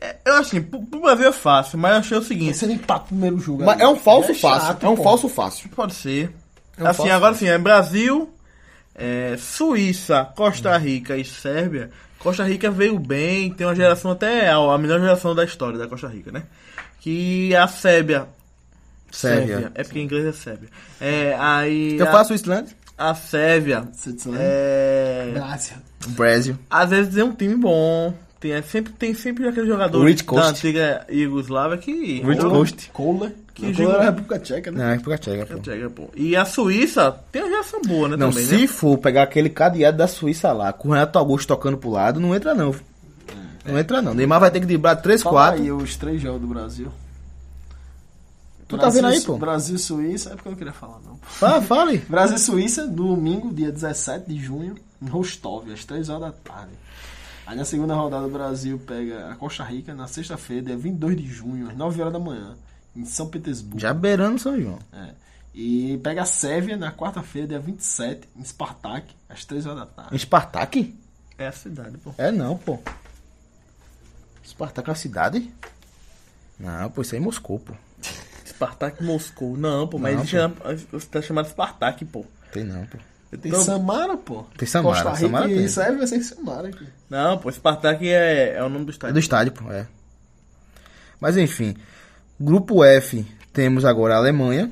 Speaker 2: É, Eu assim, pro pro Brasil é fácil, mas eu achei o seguinte,
Speaker 3: Você nem empata é o primeiro jogo.
Speaker 4: Mas
Speaker 3: ali.
Speaker 4: é um falso
Speaker 3: É chato,
Speaker 4: fácil. é um
Speaker 3: pô.
Speaker 4: falso fácil.
Speaker 2: pode ser.
Speaker 4: Eu
Speaker 2: assim,
Speaker 4: posso-
Speaker 2: agora sim, é Brasil, é, Suíça, Costa Rica e Sérvia. Costa Rica veio bem, tem uma geração até a, a melhor geração da história da Costa Rica, né? Que a Sérvia.
Speaker 4: Sérvia.
Speaker 2: É porque em inglês é Sérvia. É, aí.
Speaker 4: Eu
Speaker 2: a,
Speaker 4: faço Islândia?
Speaker 2: a Sérvia.
Speaker 3: Você te lembra?
Speaker 2: É,
Speaker 3: Brasil.
Speaker 4: Brasil.
Speaker 2: às vezes é um time bom. Tem, é sempre, tem sempre aquele jogador
Speaker 4: O Rich
Speaker 2: da
Speaker 4: Coast.
Speaker 2: antiga Iugoslávia que.
Speaker 4: Rich Coast.
Speaker 3: Kohler.
Speaker 2: Que
Speaker 3: Que
Speaker 2: jogo-
Speaker 3: Kohler era a República Tcheca, né?
Speaker 4: Não, é República Tcheca, pô.
Speaker 2: Tcheca, pô. E a Suíça tem uma reação boa, né?
Speaker 4: Não,
Speaker 2: também,
Speaker 4: se
Speaker 2: né?
Speaker 4: for pegar aquele cadeado da Suíça lá, com o Renato Augusto tocando pro lado, não entra não. Não entra não. Neymar vai ter que driblar 3,
Speaker 3: Fala
Speaker 4: 4.
Speaker 3: aí os três jogos do Brasil.
Speaker 4: Tu tá vendo aí, pô?
Speaker 3: Brasil e Suíça. É porque eu não queria falar, não.
Speaker 4: Fala, fale.
Speaker 3: Brasil e Suíça, domingo, dia 17 de junho, em Rostov, às 3 horas da tarde. Aí na segunda rodada o Brasil pega a Costa Rica na sexta-feira, dia 22 de junho, às 9 horas da manhã, em São Petersburgo.
Speaker 4: Já beirando São João.
Speaker 3: É. E pega a Sérvia na quarta-feira, dia 27, em Spartak, às 3 horas da tarde.
Speaker 4: Em Spartak?
Speaker 2: É a cidade, pô.
Speaker 4: É não, pô. Spartak é uma cidade? Não, pô, isso aí é Moscou, pô.
Speaker 2: Spartak Moscou. Não, pô, mas
Speaker 4: Não,
Speaker 2: existe a- a- tá chamado Spartak, pô.
Speaker 4: Tem não, pô.
Speaker 3: Tem
Speaker 2: Então-
Speaker 3: Samara, pô.
Speaker 4: Tem Samara,
Speaker 3: Costa Rica
Speaker 4: Samara
Speaker 3: e
Speaker 4: tem.
Speaker 3: Sérvia vai ser em Samara aqui.
Speaker 2: Não, pô, Spartak é, é o nome do
Speaker 4: É
Speaker 2: estádio.
Speaker 4: do estádio, pô, é. Mas enfim. Grupo F, temos agora a Alemanha,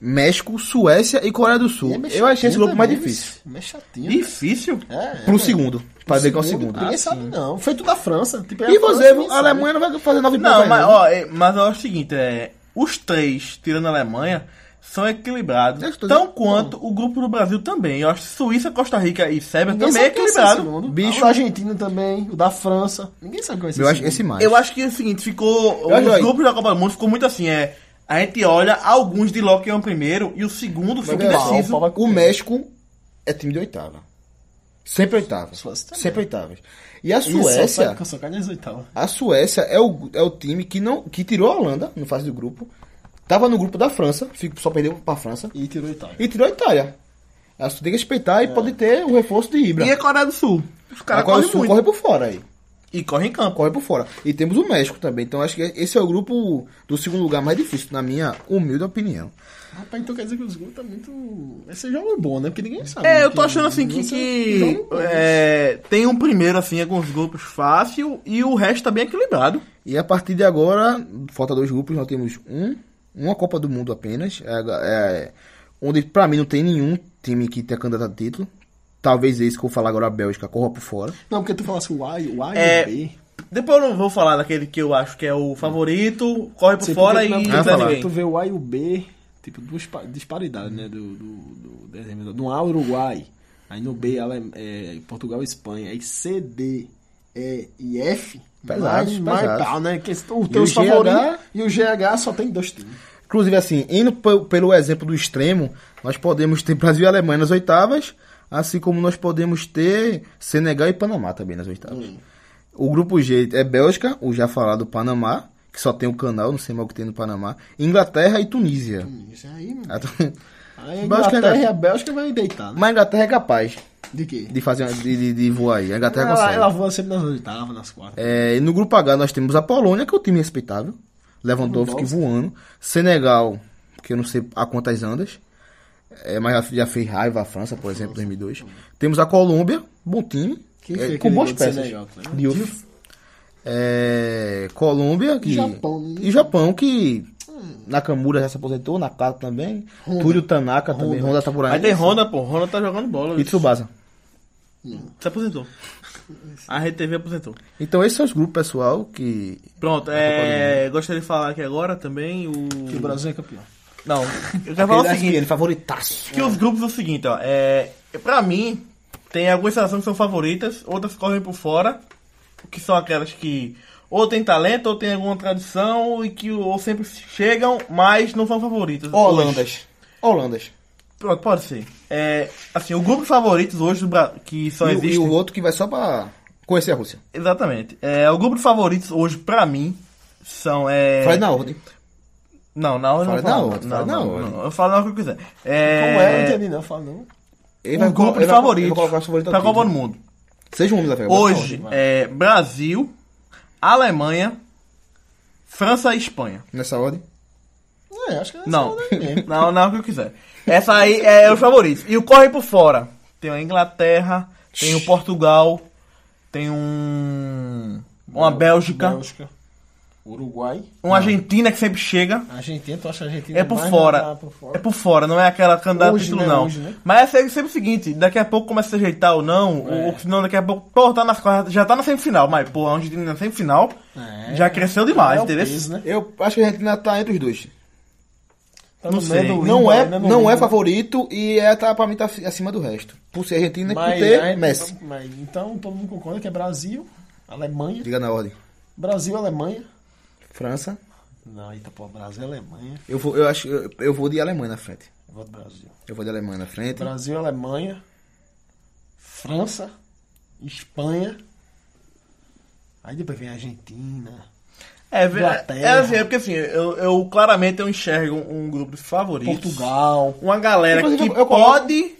Speaker 4: México, Suécia e é né? Coreia do
Speaker 3: é
Speaker 4: Sul. Eu achei esse grupo mais difícil.
Speaker 3: Mais chatinho.
Speaker 2: Difícil?
Speaker 3: É, é,
Speaker 4: Pro
Speaker 3: pô.
Speaker 4: segundo. Pra ver que é o segundo.
Speaker 3: Ninguém sabe, não. Feito da França. Tipo, é
Speaker 4: E
Speaker 3: a França,
Speaker 4: você,
Speaker 3: ninguém
Speaker 4: a
Speaker 3: sabe.
Speaker 4: Alemanha né? não vai fazer nove
Speaker 2: Não,
Speaker 4: pontos
Speaker 2: mas,
Speaker 4: ainda.
Speaker 2: ó, é, mas ó, é o seguinte, é, os três, tirando a Alemanha, são equilibrados.
Speaker 4: Eu estou
Speaker 2: Tão
Speaker 4: dizendo-
Speaker 2: quanto o grupo do Brasil também. Eu acho que Suíça, Costa Rica e Sérvia
Speaker 3: Ninguém
Speaker 2: também é
Speaker 3: sabe quem vai ser Ah, o
Speaker 2: equilibrado.
Speaker 3: segundo.
Speaker 4: Bicho.
Speaker 3: O da Argentina também, o da França. Ninguém sabe qual vai ser
Speaker 4: Eu
Speaker 3: o
Speaker 4: acho
Speaker 3: segundo.
Speaker 4: esse mais.
Speaker 2: Eu acho que é o seguinte, ficou.
Speaker 4: Eu acho
Speaker 2: os
Speaker 4: aí.
Speaker 2: grupos da Copa do Mundo ficou muito assim, é. A gente olha, alguns de que é o primeiro e o segundo
Speaker 4: é,
Speaker 2: fica
Speaker 3: ganhar.
Speaker 2: indeciso.
Speaker 3: Pau, pau,
Speaker 4: O México é time de oitava. Sempre oitava.
Speaker 3: Suécia também.
Speaker 4: Sempre oitava. E a
Speaker 3: Isso,
Speaker 4: Suécia,
Speaker 3: sabe que eu sou cara das oitavas.
Speaker 4: a Suécia é o, é o time que não que tirou a Holanda no fase do grupo. Tava no grupo da França, fico- só perdeu pra França.
Speaker 3: E tirou oitava.
Speaker 4: E tirou a Itália. A Suécia tem que respeitar e pode ter o reforço de Ibra.
Speaker 2: É. E a é Coreia do Sul. Os
Speaker 4: a
Speaker 2: caras
Speaker 4: é Ah, Coreia
Speaker 2: correm
Speaker 4: do Sul
Speaker 2: muito.
Speaker 4: corre por fora aí.
Speaker 2: E correm em campo.
Speaker 4: Corre por fora. E temos o México também. Então acho que esse é o grupo do segundo lugar mais difícil, na minha humilde opinião.
Speaker 3: Rapaz, então quer dizer que os gols tá muito. Esse jogo é bom, né? Porque ninguém sabe.
Speaker 2: É, eu tô
Speaker 3: Que-
Speaker 4: né?
Speaker 2: achando assim que,
Speaker 3: Esse
Speaker 2: que,
Speaker 3: jogo bom.
Speaker 2: é, tem um primeiro assim, alguns grupos fácil e o resto tá bem equilibrado.
Speaker 4: E a partir de agora, falta dois grupos, nós temos um, uma Copa do Mundo apenas, é, é, onde pra mim não tem nenhum time que tenha candidato a título. Talvez esse que eu vou falar agora, a Bélgica, corra por fora.
Speaker 3: Não, porque tu falasse o A e o A e
Speaker 2: É,
Speaker 3: o B.
Speaker 2: Depois eu não vou falar daquele que eu acho que é o favorito, corre por
Speaker 3: Sei
Speaker 2: fora
Speaker 3: porque
Speaker 2: e
Speaker 3: tu-
Speaker 2: não
Speaker 3: não,
Speaker 4: vai
Speaker 2: tem
Speaker 4: falar.
Speaker 2: ninguém.
Speaker 3: Tu vê o A e o B, tipo, duas pa- disparidades, né? Do, do, do, no A, Uruguai. Aí no B, Ale- é, Portugal e Espanha. Aí C, D, E e F.
Speaker 4: Pesados,
Speaker 3: mais, mais
Speaker 4: pesados.
Speaker 3: pau, né? Que, o
Speaker 4: o
Speaker 3: teu
Speaker 4: GH?
Speaker 3: favorito e o GH só tem dois times.
Speaker 4: Inclusive, assim, indo pe- pelo exemplo do extremo, nós podemos ter Brasil e Alemanha nas oitavas, assim como nós podemos ter Senegal e Panamá também nas oitavas. O grupo G é Bélgica, o já falado Panamá, que só tem o canal, não sei mais o que tem no Panamá, Inglaterra e Tunísia.
Speaker 3: Isso aí, mano.
Speaker 4: A Tu-
Speaker 3: Aí a
Speaker 4: Bélgica
Speaker 3: Inglaterra
Speaker 4: ainda-
Speaker 3: e a Bélgica vai deitar, né?
Speaker 4: Mas a Inglaterra é capaz
Speaker 3: De quê?
Speaker 4: de fazer uma- de, de, de voar aí. A Inglaterra
Speaker 3: Ela,
Speaker 4: consegue.
Speaker 3: ela voa sempre nas oitavas, nas quartas.
Speaker 4: É, e no grupo H nós temos a Polônia, que é o time respeitável. Lewandowski
Speaker 3: Lewandowski.
Speaker 4: voando. Senegal, que eu não sei a quantas andas. É, mas já- já fez raiva a França, por exemplo, em 2002. Temos a Colômbia, bom time.
Speaker 3: Quem foi
Speaker 4: é, com
Speaker 3: aquele
Speaker 4: boas
Speaker 3: gol do
Speaker 4: peças.
Speaker 3: Senegal, tá ligado?
Speaker 4: Diouf. É, Colômbia, que.
Speaker 3: E Japão, né?
Speaker 4: E Japão, que. Nakamura já se aposentou, Nakata também. Túlio Tanaka também, Honda Saburai.
Speaker 2: Aí tem Honda, pô. Honda tá jogando bola.
Speaker 4: E Tsubasa.
Speaker 2: Se aposentou. A RTV aposentou.
Speaker 4: Então esses são os grupos, pessoal, que.
Speaker 2: Pronto, é, gostaria de falar aqui agora também o...
Speaker 3: Que o Brasil é campeão.
Speaker 2: Não, eu quero falar É o
Speaker 4: Ele-
Speaker 2: seguinte.
Speaker 4: ele é favoritaço.
Speaker 2: Que os grupos é o seguinte, ó. É, pra mim, tem algumas seleções que são favoritas, outras correm por fora, que são aquelas que ou tem talento, ou tem alguma tradição, e que ou sempre chegam, mas não são favoritas.
Speaker 4: Holandas. Holandas.
Speaker 2: Hoje, Pronto, pode ser. É, assim, o grupo de favoritos hoje do Bra- que só
Speaker 4: E, o-
Speaker 2: Então existe.
Speaker 4: e o outro que vai só pra conhecer a Rússia.
Speaker 2: Exatamente. É, o grupo de favoritos hoje, pra mim, são. É...
Speaker 4: Faz na ordem.
Speaker 2: Não, na hora eu
Speaker 4: Fala
Speaker 2: não falo.
Speaker 4: na
Speaker 2: não,
Speaker 4: hora, fala na
Speaker 2: não,
Speaker 4: hora.
Speaker 2: não, Eu falo na hora que eu quiser.
Speaker 3: Como é? Eu não
Speaker 2: É...
Speaker 3: entendi, não. Fala, não.
Speaker 4: Ele
Speaker 2: o grupo de favoritos pra Copa do
Speaker 4: Mundo.
Speaker 2: Mundo.
Speaker 4: Seja um homem, Rafael. bota na
Speaker 2: Hoje
Speaker 4: ordem.
Speaker 2: é Brasil, Alemanha, França e Espanha.
Speaker 4: Nessa ordem.
Speaker 3: É, acho que
Speaker 4: Tá
Speaker 3: é
Speaker 2: Não,
Speaker 3: essa ordem mesmo.
Speaker 2: não, não é o que eu quiser. Essa aí é os favoritos. E o corre por fora. Tem a Inglaterra, tem o Portugal, tem um. Uma Bélgica,
Speaker 3: Bélgica. Uruguai.
Speaker 2: uma Argentina que sempre chega.
Speaker 3: Argentina, tu acha a Argentina
Speaker 2: É por
Speaker 3: mais
Speaker 2: fora.
Speaker 3: na- por
Speaker 2: É
Speaker 3: fora?
Speaker 2: por fora, não é aquela candidata a
Speaker 3: Hoje,
Speaker 2: título,
Speaker 3: né?
Speaker 2: não.
Speaker 3: Hoje, né?
Speaker 2: Mas é sempre o seguinte, daqui a pouco começa a se ajeitar ou não,
Speaker 3: É.
Speaker 2: ou senão daqui a pouco, pô, tá nas quartas, já tá na semifinal, mas, pô, a Argentina na semifinal
Speaker 3: É.
Speaker 2: já cresceu
Speaker 3: É
Speaker 2: demais,
Speaker 3: o
Speaker 2: entendeu?
Speaker 3: peso, né?
Speaker 4: Eu acho que a Argentina tá entre os dois.
Speaker 3: Tá
Speaker 2: Não
Speaker 3: no
Speaker 2: sei.
Speaker 3: Nando
Speaker 4: Não
Speaker 3: Lima,
Speaker 4: é,
Speaker 3: né? No
Speaker 4: não é
Speaker 3: Lima.
Speaker 4: favorito e é, tá, pra mim tá acima do resto. Por ser Argentina, por
Speaker 3: Mas,
Speaker 4: ter
Speaker 3: aí,
Speaker 4: Messi.
Speaker 3: então- mas, então todo mundo concorda que é Brasil, Alemanha.
Speaker 4: Diga na ordem.
Speaker 3: Brasil, Alemanha.
Speaker 4: França.
Speaker 3: Não, eita, pô, Brasil, Alemanha.
Speaker 4: Eu vou, eu acho, eu, eu vou de Alemanha na frente.
Speaker 3: Eu vou do Brasil.
Speaker 4: Eu vou de Alemanha na frente.
Speaker 3: Brasil, Alemanha. França. Espanha. Aí depois vem a Argentina.
Speaker 2: É, ve-
Speaker 3: Inglaterra.
Speaker 2: é assim, é porque assim, eu, eu claramente eu enxergo um, um grupo de favoritos.
Speaker 3: Portugal.
Speaker 2: Uma galera que
Speaker 4: Inclusive, eu- eu coloco-
Speaker 2: pode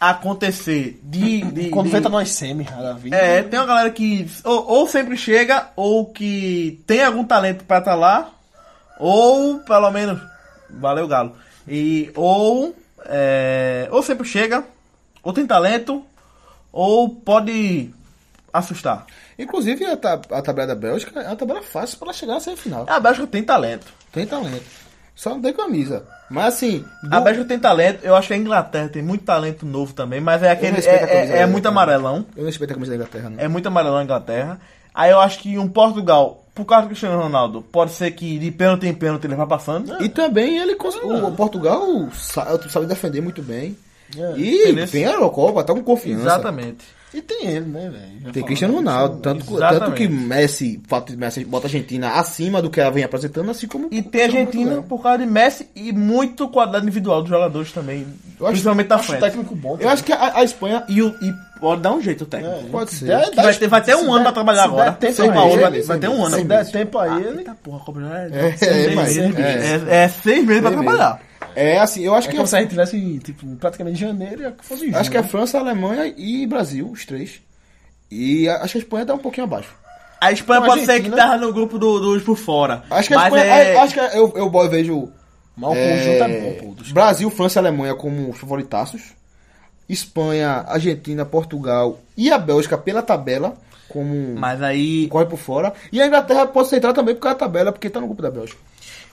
Speaker 2: acontecer de. de,
Speaker 3: Quando
Speaker 2: de
Speaker 4: tá
Speaker 3: venta nós semi, cara, vida.
Speaker 2: é, tem uma galera que ou, ou sempre chega, ou que tem algum talento pra estar lá, ou pelo menos. Valeu, Galo. E, ou. é, ou sempre chega, ou tem talento, ou pode assustar.
Speaker 4: Inclusive, a, ta- a tabela da Bélgica é uma tabela fácil pra chegar na semifinal.
Speaker 2: A Bélgica tem talento.
Speaker 4: Tem talento. Só não tem camisa. Mas assim,
Speaker 2: A Bélgica tem talento, eu acho que a Inglaterra tem muito talento novo também, mas é aquele.
Speaker 4: respeito
Speaker 2: É,
Speaker 4: a camisa
Speaker 2: é- é
Speaker 4: da
Speaker 2: muito
Speaker 4: Inglaterra.
Speaker 2: amarelão.
Speaker 4: eu não respeito a camisa da Inglaterra, não.
Speaker 2: É muito amarelão a Inglaterra. Aí eu acho que um Portugal, por causa do Cristiano Ronaldo, pode ser que de pênalti em pênalti ele vá passando.
Speaker 3: Ah.
Speaker 4: E também ele cons- o Portugal sabe, sabe defender muito bem.
Speaker 3: É,
Speaker 4: e
Speaker 2: entendeu?
Speaker 4: tem a Eurocopa, tá com confiança.
Speaker 2: Exatamente.
Speaker 3: E tem ele, né, velho? Já
Speaker 4: Tem
Speaker 3: falando,
Speaker 4: Cristiano
Speaker 3: né?
Speaker 4: Ronaldo, tanto,
Speaker 2: Exatamente.
Speaker 4: tanto que Messi, o fato de Messi bota a Argentina acima do que ela vem apresentando, assim como
Speaker 2: E tem a Argentina por causa de Messi e muito qualidade individual dos jogadores também.
Speaker 4: Eu acho-
Speaker 2: principalmente da
Speaker 3: Acho o
Speaker 2: frente.
Speaker 3: técnico bom. né?
Speaker 4: Eu acho que a, a Espanha
Speaker 2: E, o- e pode dar um jeito o técnico.
Speaker 4: pode ser.
Speaker 3: dá-
Speaker 2: Que vai, ter, vai ter
Speaker 3: É. Se
Speaker 2: um ano
Speaker 3: der-
Speaker 2: pra trabalhar
Speaker 3: se
Speaker 2: agora.
Speaker 3: der tempo
Speaker 2: Sem
Speaker 3: a
Speaker 2: Paulo,
Speaker 3: ele,
Speaker 2: vai, vai ter um ano.
Speaker 3: Se der tempo a ele.
Speaker 2: Eita porra, como já
Speaker 4: É,
Speaker 2: é.
Speaker 4: é, mas-
Speaker 3: meses,
Speaker 4: é,
Speaker 2: É, é seis meses pra
Speaker 4: Seis
Speaker 2: trabalhar.
Speaker 4: é assim, eu acho
Speaker 3: É
Speaker 4: que
Speaker 3: como se a
Speaker 4: a,
Speaker 3: gente tivesse, tipo, praticamente em janeiro e fosse em junho. né?
Speaker 4: acho que é a França, a Alemanha e Brasil, os três. E a- acho que a Espanha tá um pouquinho abaixo.
Speaker 2: A Espanha
Speaker 3: Com a
Speaker 2: pode ser que
Speaker 3: Argentina-
Speaker 2: tava no grupo do- dos por fora.
Speaker 4: Acho que a
Speaker 2: mas
Speaker 4: Espanha,
Speaker 2: é...
Speaker 4: a- acho que eu, eu, eu vejo
Speaker 3: Mas o conjunto é bom, pô. dos-
Speaker 4: Brasil, França e Alemanha como favoritaços. Espanha, Argentina, Portugal e a Bélgica pela tabela, como
Speaker 2: Mas aí,
Speaker 4: corre por fora. E a Inglaterra pode se entrar também por causa da tabela, porque tá no grupo da Bélgica.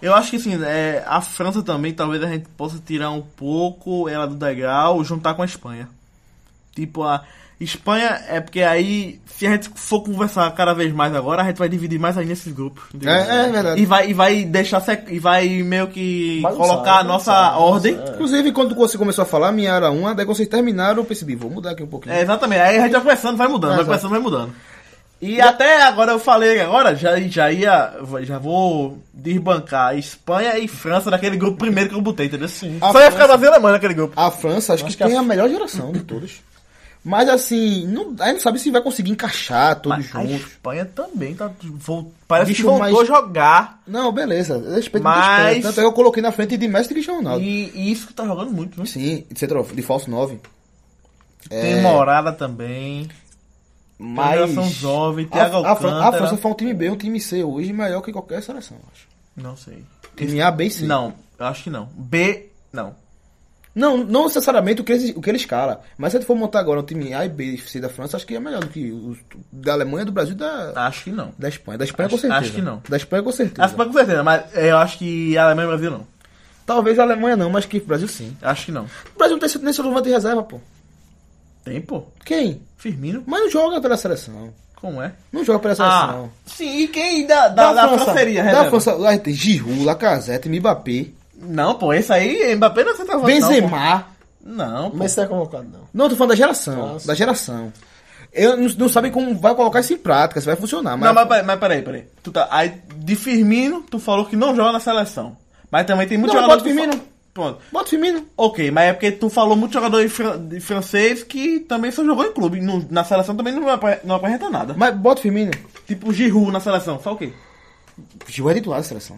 Speaker 2: eu acho que assim, é, a França também, talvez a gente possa tirar um pouco ela do degrau e juntar com a Espanha. Tipo, a Espanha é porque aí, se a gente for conversar cada vez mais agora, a gente vai dividir mais ainda esses grupos. digamos. assim.
Speaker 4: é verdade.
Speaker 2: E vai, e vai deixar, sec- e vai meio que
Speaker 3: Bagunçar,
Speaker 2: colocar a nossa
Speaker 3: bagunçar,
Speaker 2: ordem.
Speaker 3: bagunçar, é.
Speaker 4: Inclusive, quando você começou a falar, minha era uma, daí quando vocês terminaram, eu percebi, vou mudar aqui um pouquinho.
Speaker 2: É, exatamente. Aí a gente vai conversando, vai mudando, vai
Speaker 4: Exato.
Speaker 2: conversando, vai mudando. E até agora eu falei, agora já, já ia, já vou desbancar Espanha e França naquele grupo primeiro que eu botei, entendeu? Sim. Só
Speaker 4: A
Speaker 2: ia ficar Brasil e Alemanha naquele grupo.
Speaker 4: A França, acho,
Speaker 3: Acho
Speaker 4: que,
Speaker 3: que
Speaker 4: tem
Speaker 3: a-
Speaker 4: a melhor geração de todos. Mas assim, não, a gente não sabe se vai conseguir encaixar todos
Speaker 2: Mas a
Speaker 4: juntos.
Speaker 2: Espanha também tá, vol- parece que
Speaker 4: Bicho,
Speaker 2: voltou
Speaker 4: mas-
Speaker 2: a jogar
Speaker 4: Não, beleza. eu Respeito
Speaker 2: Mas-
Speaker 4: muito a Espanha. Tanto é que eu coloquei na frente de Messi e Cristiano Ronaldo.
Speaker 2: e, e isso que tá jogando muito, né?
Speaker 4: Sim, de centro- de falso 9.
Speaker 2: Tem Morada também,
Speaker 4: Mas
Speaker 2: geração jovem,
Speaker 4: a,
Speaker 2: Thiago
Speaker 4: a, Fran- a
Speaker 2: Alcântara.
Speaker 4: França foi um time B, um time C hoje, melhor que qualquer seleção, eu acho.
Speaker 2: não sei.
Speaker 4: Time A, B e C.
Speaker 2: Não, eu acho que não. B, não.
Speaker 4: Não, não necessariamente o que, eles, o que ele escala. Mas se tu for montar agora um time A e B e C da França, acho que é melhor do que o da Alemanha, do Brasil e da,
Speaker 2: Acho que não.
Speaker 4: da Espanha. Da Espanha
Speaker 2: Acho-
Speaker 4: com certeza.
Speaker 2: acho que não.
Speaker 4: Da Espanha com certeza.
Speaker 2: A Espanha com certeza, mas é, eu acho que Alemanha e Brasil não.
Speaker 4: Talvez a Alemanha não, mas que o Brasil sim.
Speaker 2: Acho que não.
Speaker 4: O Brasil não tem sido nem seu levante de reserva, pô.
Speaker 2: Tem, pô.
Speaker 4: Quem?
Speaker 2: Firmino,
Speaker 4: Mas não joga pela seleção.
Speaker 2: como é?
Speaker 4: Não joga pela seleção.
Speaker 2: sim, e quem da, da, da, França seria,
Speaker 4: Ah, da
Speaker 2: reserva?
Speaker 4: França, lá tem Giroud, Lacazette, Mbappé,
Speaker 2: Não, pô, esse aí, Mbappé não é centroavante,
Speaker 4: Benzema.
Speaker 2: Não, pô. Não, pô.
Speaker 3: Mas você é convocado, não.
Speaker 4: Não, eu tô falando da geração.
Speaker 3: Nossa.
Speaker 4: Da geração. Eu não, não sabem como vai colocar isso em prática, se vai funcionar. Mas,
Speaker 2: Não, mas, peraí, mas peraí, peraí. Tu tá, aí, de Firmino, tu falou que não joga na seleção. Mas também tem muito
Speaker 4: Não,
Speaker 2: jogador...
Speaker 4: bota o
Speaker 2: que fa-
Speaker 4: Firmino.
Speaker 2: Pronto.
Speaker 4: Bota o Firmino.
Speaker 2: Ok, mas é porque tu falou muito jogador de, fran- de francês que também só jogou em clube. No- na seleção também não, apre- não apresenta nada.
Speaker 4: Mas bota o Firmino.
Speaker 2: Tipo Giroud na seleção, só o quê?
Speaker 4: Gil é titular da seleção.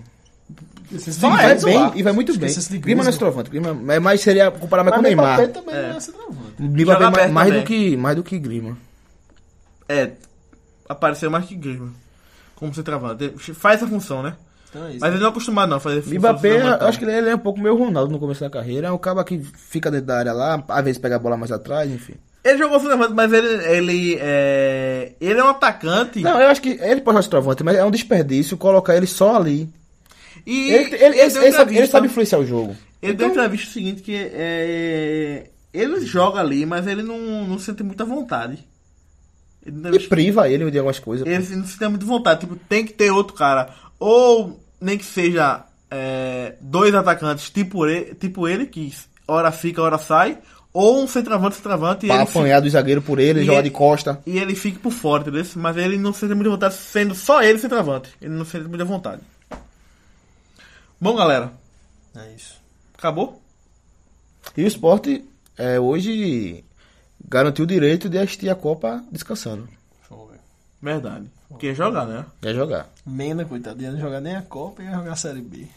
Speaker 3: Esses
Speaker 4: E
Speaker 2: Ah,
Speaker 4: vai
Speaker 2: é,
Speaker 4: bem, e vai muito bem.
Speaker 3: Esqueça-se de
Speaker 4: Grima não é
Speaker 3: Griezmann.
Speaker 4: centroavante. Grima, mas- mas seria comparar mais com o Neymar.
Speaker 3: Mbappé também não é
Speaker 4: Grima
Speaker 2: Joga
Speaker 4: vai mais,
Speaker 2: aberto
Speaker 4: mais do
Speaker 2: também.
Speaker 4: que, mais do que Grima.
Speaker 2: É, apareceu mais que Griezmann. Como você travado. Faz a função, né?
Speaker 3: Então é isso.
Speaker 2: Mas ele não é acostumado não a fazer função.
Speaker 4: Mbappé,
Speaker 2: centroavantão.
Speaker 4: eu acho que ele é um pouco meio Ronaldo no começo da carreira. É um cara que fica dentro da área lá, às vezes pega a bola mais atrás, enfim.
Speaker 2: Ele jogou centroavante, mas ele, ele é... Ele é um atacante.
Speaker 4: Não, eu acho que ele pode jogar centroavante, mas é um desperdício colocar ele só ali.
Speaker 2: e
Speaker 4: Ele, ele, ele-
Speaker 2: deu
Speaker 4: ele sabe, ele
Speaker 2: entrevista-
Speaker 4: sabe Então- influenciar o jogo.
Speaker 2: Ele deu entrevista o seguinte que é, ele joga ali, mas ele não, não sente muita vontade. Ele, deu
Speaker 4: E
Speaker 2: entrevista-
Speaker 4: priva ele de algumas coisas.
Speaker 2: ele não sente muita vontade. Tipo, tem que ter outro cara. Ou nem que seja é, dois atacantes, tipo ele, tipo ele, que hora fica, hora sai. Ou um centroavante, centroavante, e
Speaker 4: Pra
Speaker 2: ele, fica,
Speaker 4: apanhar do zagueiro por ele,
Speaker 2: E
Speaker 4: jogar
Speaker 2: ele-
Speaker 4: de costa.
Speaker 2: e ele fica por fora, entendeu? Mas ele não sente muita vontade sendo só ele centroavante. Ele não sente muita vontade. Bom, galera,
Speaker 3: É isso.
Speaker 2: acabou?
Speaker 4: E o esporte é, hoje garantiu o direito de assistir a Copa descansando.
Speaker 3: Show, velho.
Speaker 2: Verdade. Porque joga, né?
Speaker 4: Quer jogar.
Speaker 3: Mena, coitado, ia não jogar nem a Copa e ia jogar a Série B.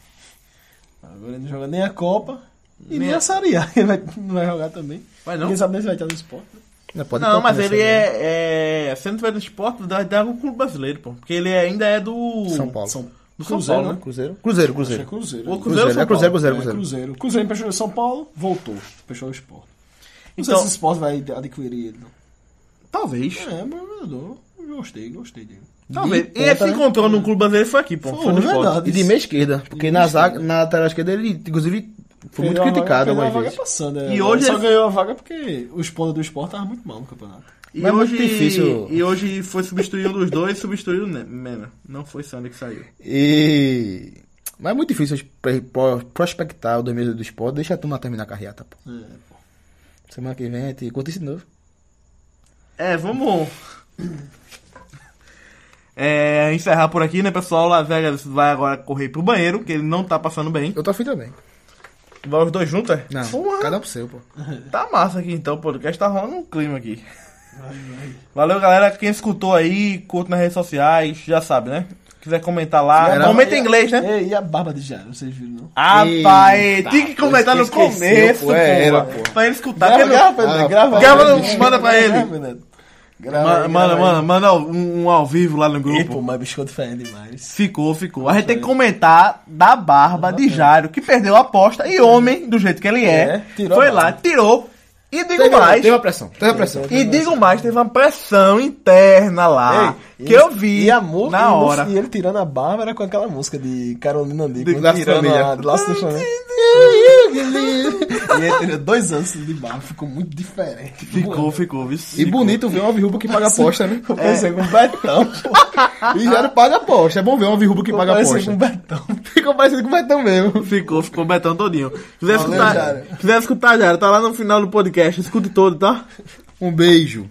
Speaker 3: Agora ele não joga nem a Copa e nem,
Speaker 2: Nem
Speaker 3: a Série A. Ele vai, não vai jogar também.
Speaker 2: Vai não?
Speaker 3: Ninguém sabe nem se vai estar no esporte. né?
Speaker 4: Não, pode
Speaker 2: Não,
Speaker 4: colocar
Speaker 2: mas
Speaker 4: nessa
Speaker 2: ele
Speaker 4: linha.
Speaker 2: é, é. Se ele não tiver no esporte, dá, dá um clube brasileiro, pô. Porque ele ainda é do.
Speaker 4: São Paulo.
Speaker 3: São
Speaker 2: Do São
Speaker 3: Cruzeiro,
Speaker 2: Paulo,
Speaker 3: né?
Speaker 2: né?
Speaker 4: Cruzeiro? Cruzeiro,
Speaker 3: Acho que é
Speaker 2: O
Speaker 4: Cruzeiro.
Speaker 3: Cruzeiro.
Speaker 2: Cruzeiro,
Speaker 4: Cruzeiro,
Speaker 2: São
Speaker 4: é Cruzeiro,
Speaker 2: Paulo.
Speaker 4: Cruzeiro,
Speaker 3: É,
Speaker 4: Cruzeiro.
Speaker 3: Cruzeiro. Cruzeiro emprestou São Paulo, voltou. Fechou o esporte. Não sei
Speaker 2: Então-
Speaker 3: se o esporte vai adquirir ele. Não.
Speaker 2: Talvez.
Speaker 3: É, mas jogador. Gostei, gostei dele.
Speaker 2: Talvez.
Speaker 4: De
Speaker 2: E ele
Speaker 4: ponta,
Speaker 2: se
Speaker 4: né?
Speaker 2: encontrou num clube brasileiro e foi aqui, pô.
Speaker 3: Foi,
Speaker 2: Foi no esporte.
Speaker 3: verdade.
Speaker 4: E de meia esquerda, porque na zaga, na lateral esquerda ele, inclusive, foi muito
Speaker 3: Perdeu a
Speaker 4: criticado
Speaker 3: vaga, perdeu a
Speaker 4: algumas
Speaker 3: vaga
Speaker 4: vezes.
Speaker 3: Passando, é.
Speaker 2: E hoje
Speaker 3: só
Speaker 2: ele-
Speaker 3: ganhou a vaga porque os pontos do esporte estavam muito mal no campeonato.
Speaker 2: E
Speaker 4: Mas é muito
Speaker 2: hoje,
Speaker 4: difícil.
Speaker 2: e hoje foi substituir um dos dois e substituir o Ne- Mena. Não foi Sander que saiu.
Speaker 4: E... Mas é muito difícil pre- pro- prospectar o 2018 do esporte. Deixa a turma terminar a carreata, pô.
Speaker 3: É, pô.
Speaker 4: Semana que vem te conta isso de novo.
Speaker 2: É, vamos. É, encerrar por aqui, né, pessoal? Las Vegas vai agora correr pro banheiro, que ele não tá passando bem.
Speaker 4: Eu tô afim também.
Speaker 2: Vai os dois juntos, é?
Speaker 4: Não,
Speaker 2: Porra.
Speaker 4: cada um pro seu, pô.
Speaker 2: Tá massa aqui então, o podcast tá rolando um clima aqui. Valeu, galera. Quem escutou aí, curta nas redes sociais, já sabe, né? Quiser comentar lá.
Speaker 4: Era-
Speaker 2: Comenta em inglês, né?
Speaker 3: É, e a barba de Jairo, vocês viram, não?
Speaker 2: Ah, Rapaz,
Speaker 4: Eita,
Speaker 2: tem que comentar no
Speaker 4: esqueci,
Speaker 2: começo,
Speaker 4: pô, é,
Speaker 2: pô,
Speaker 4: era, pô.
Speaker 2: Pra ele escutar. porque não-
Speaker 4: Pedro,
Speaker 3: grava,
Speaker 4: grava
Speaker 2: grava, manda pra ele.
Speaker 3: Grava, Pedro. Grava
Speaker 2: Ma-
Speaker 3: aí,
Speaker 2: Manda,
Speaker 3: grava
Speaker 2: manda, manda um, um ao vivo lá no
Speaker 3: aí. Ei,
Speaker 2: grupo.
Speaker 3: pô, mas bicho diferente demais.
Speaker 2: Ficou, ficou. A gente tem que comentar da barba de Jairo, que perdeu a aposta. E homem, do jeito que ele
Speaker 3: É,
Speaker 2: é,
Speaker 3: tirou
Speaker 2: foi
Speaker 3: a barba.
Speaker 2: lá, tirou. E digo
Speaker 4: Teve,
Speaker 2: mais.
Speaker 4: teve uma pressão, teve uma pressão.
Speaker 2: E digo mais, teve uma pressão interna lá
Speaker 3: Ei,
Speaker 2: que
Speaker 3: e-
Speaker 2: eu vi
Speaker 3: E a mu- e
Speaker 2: na
Speaker 3: o-
Speaker 2: hora.
Speaker 3: E ele tirando a barba era com aquela música de Carolina Lico.
Speaker 4: De Laço da
Speaker 3: tirando a
Speaker 4: Família.
Speaker 3: de né? Laço da Família. E ele tirou dois anos de barba. Ficou muito diferente.
Speaker 2: Ficou, ficou, viu?
Speaker 4: E bonito ver uma virruba que paga aposta, né?
Speaker 3: Eu pensei com o Betão. pô.
Speaker 4: E já não paga aposta. É bom ver uma virruba que
Speaker 3: Eu
Speaker 4: paga
Speaker 3: pensei
Speaker 4: aposta.
Speaker 3: com o Betão.
Speaker 4: Ficou parecido com o Betão mesmo.
Speaker 2: Ficou, ficou betão todinho. Quiser
Speaker 3: Valeu,
Speaker 2: escutar,
Speaker 3: Jário.
Speaker 2: quiser escutar, Jário, tá lá no final do podcast. Escute todo, tá?
Speaker 4: Um beijo.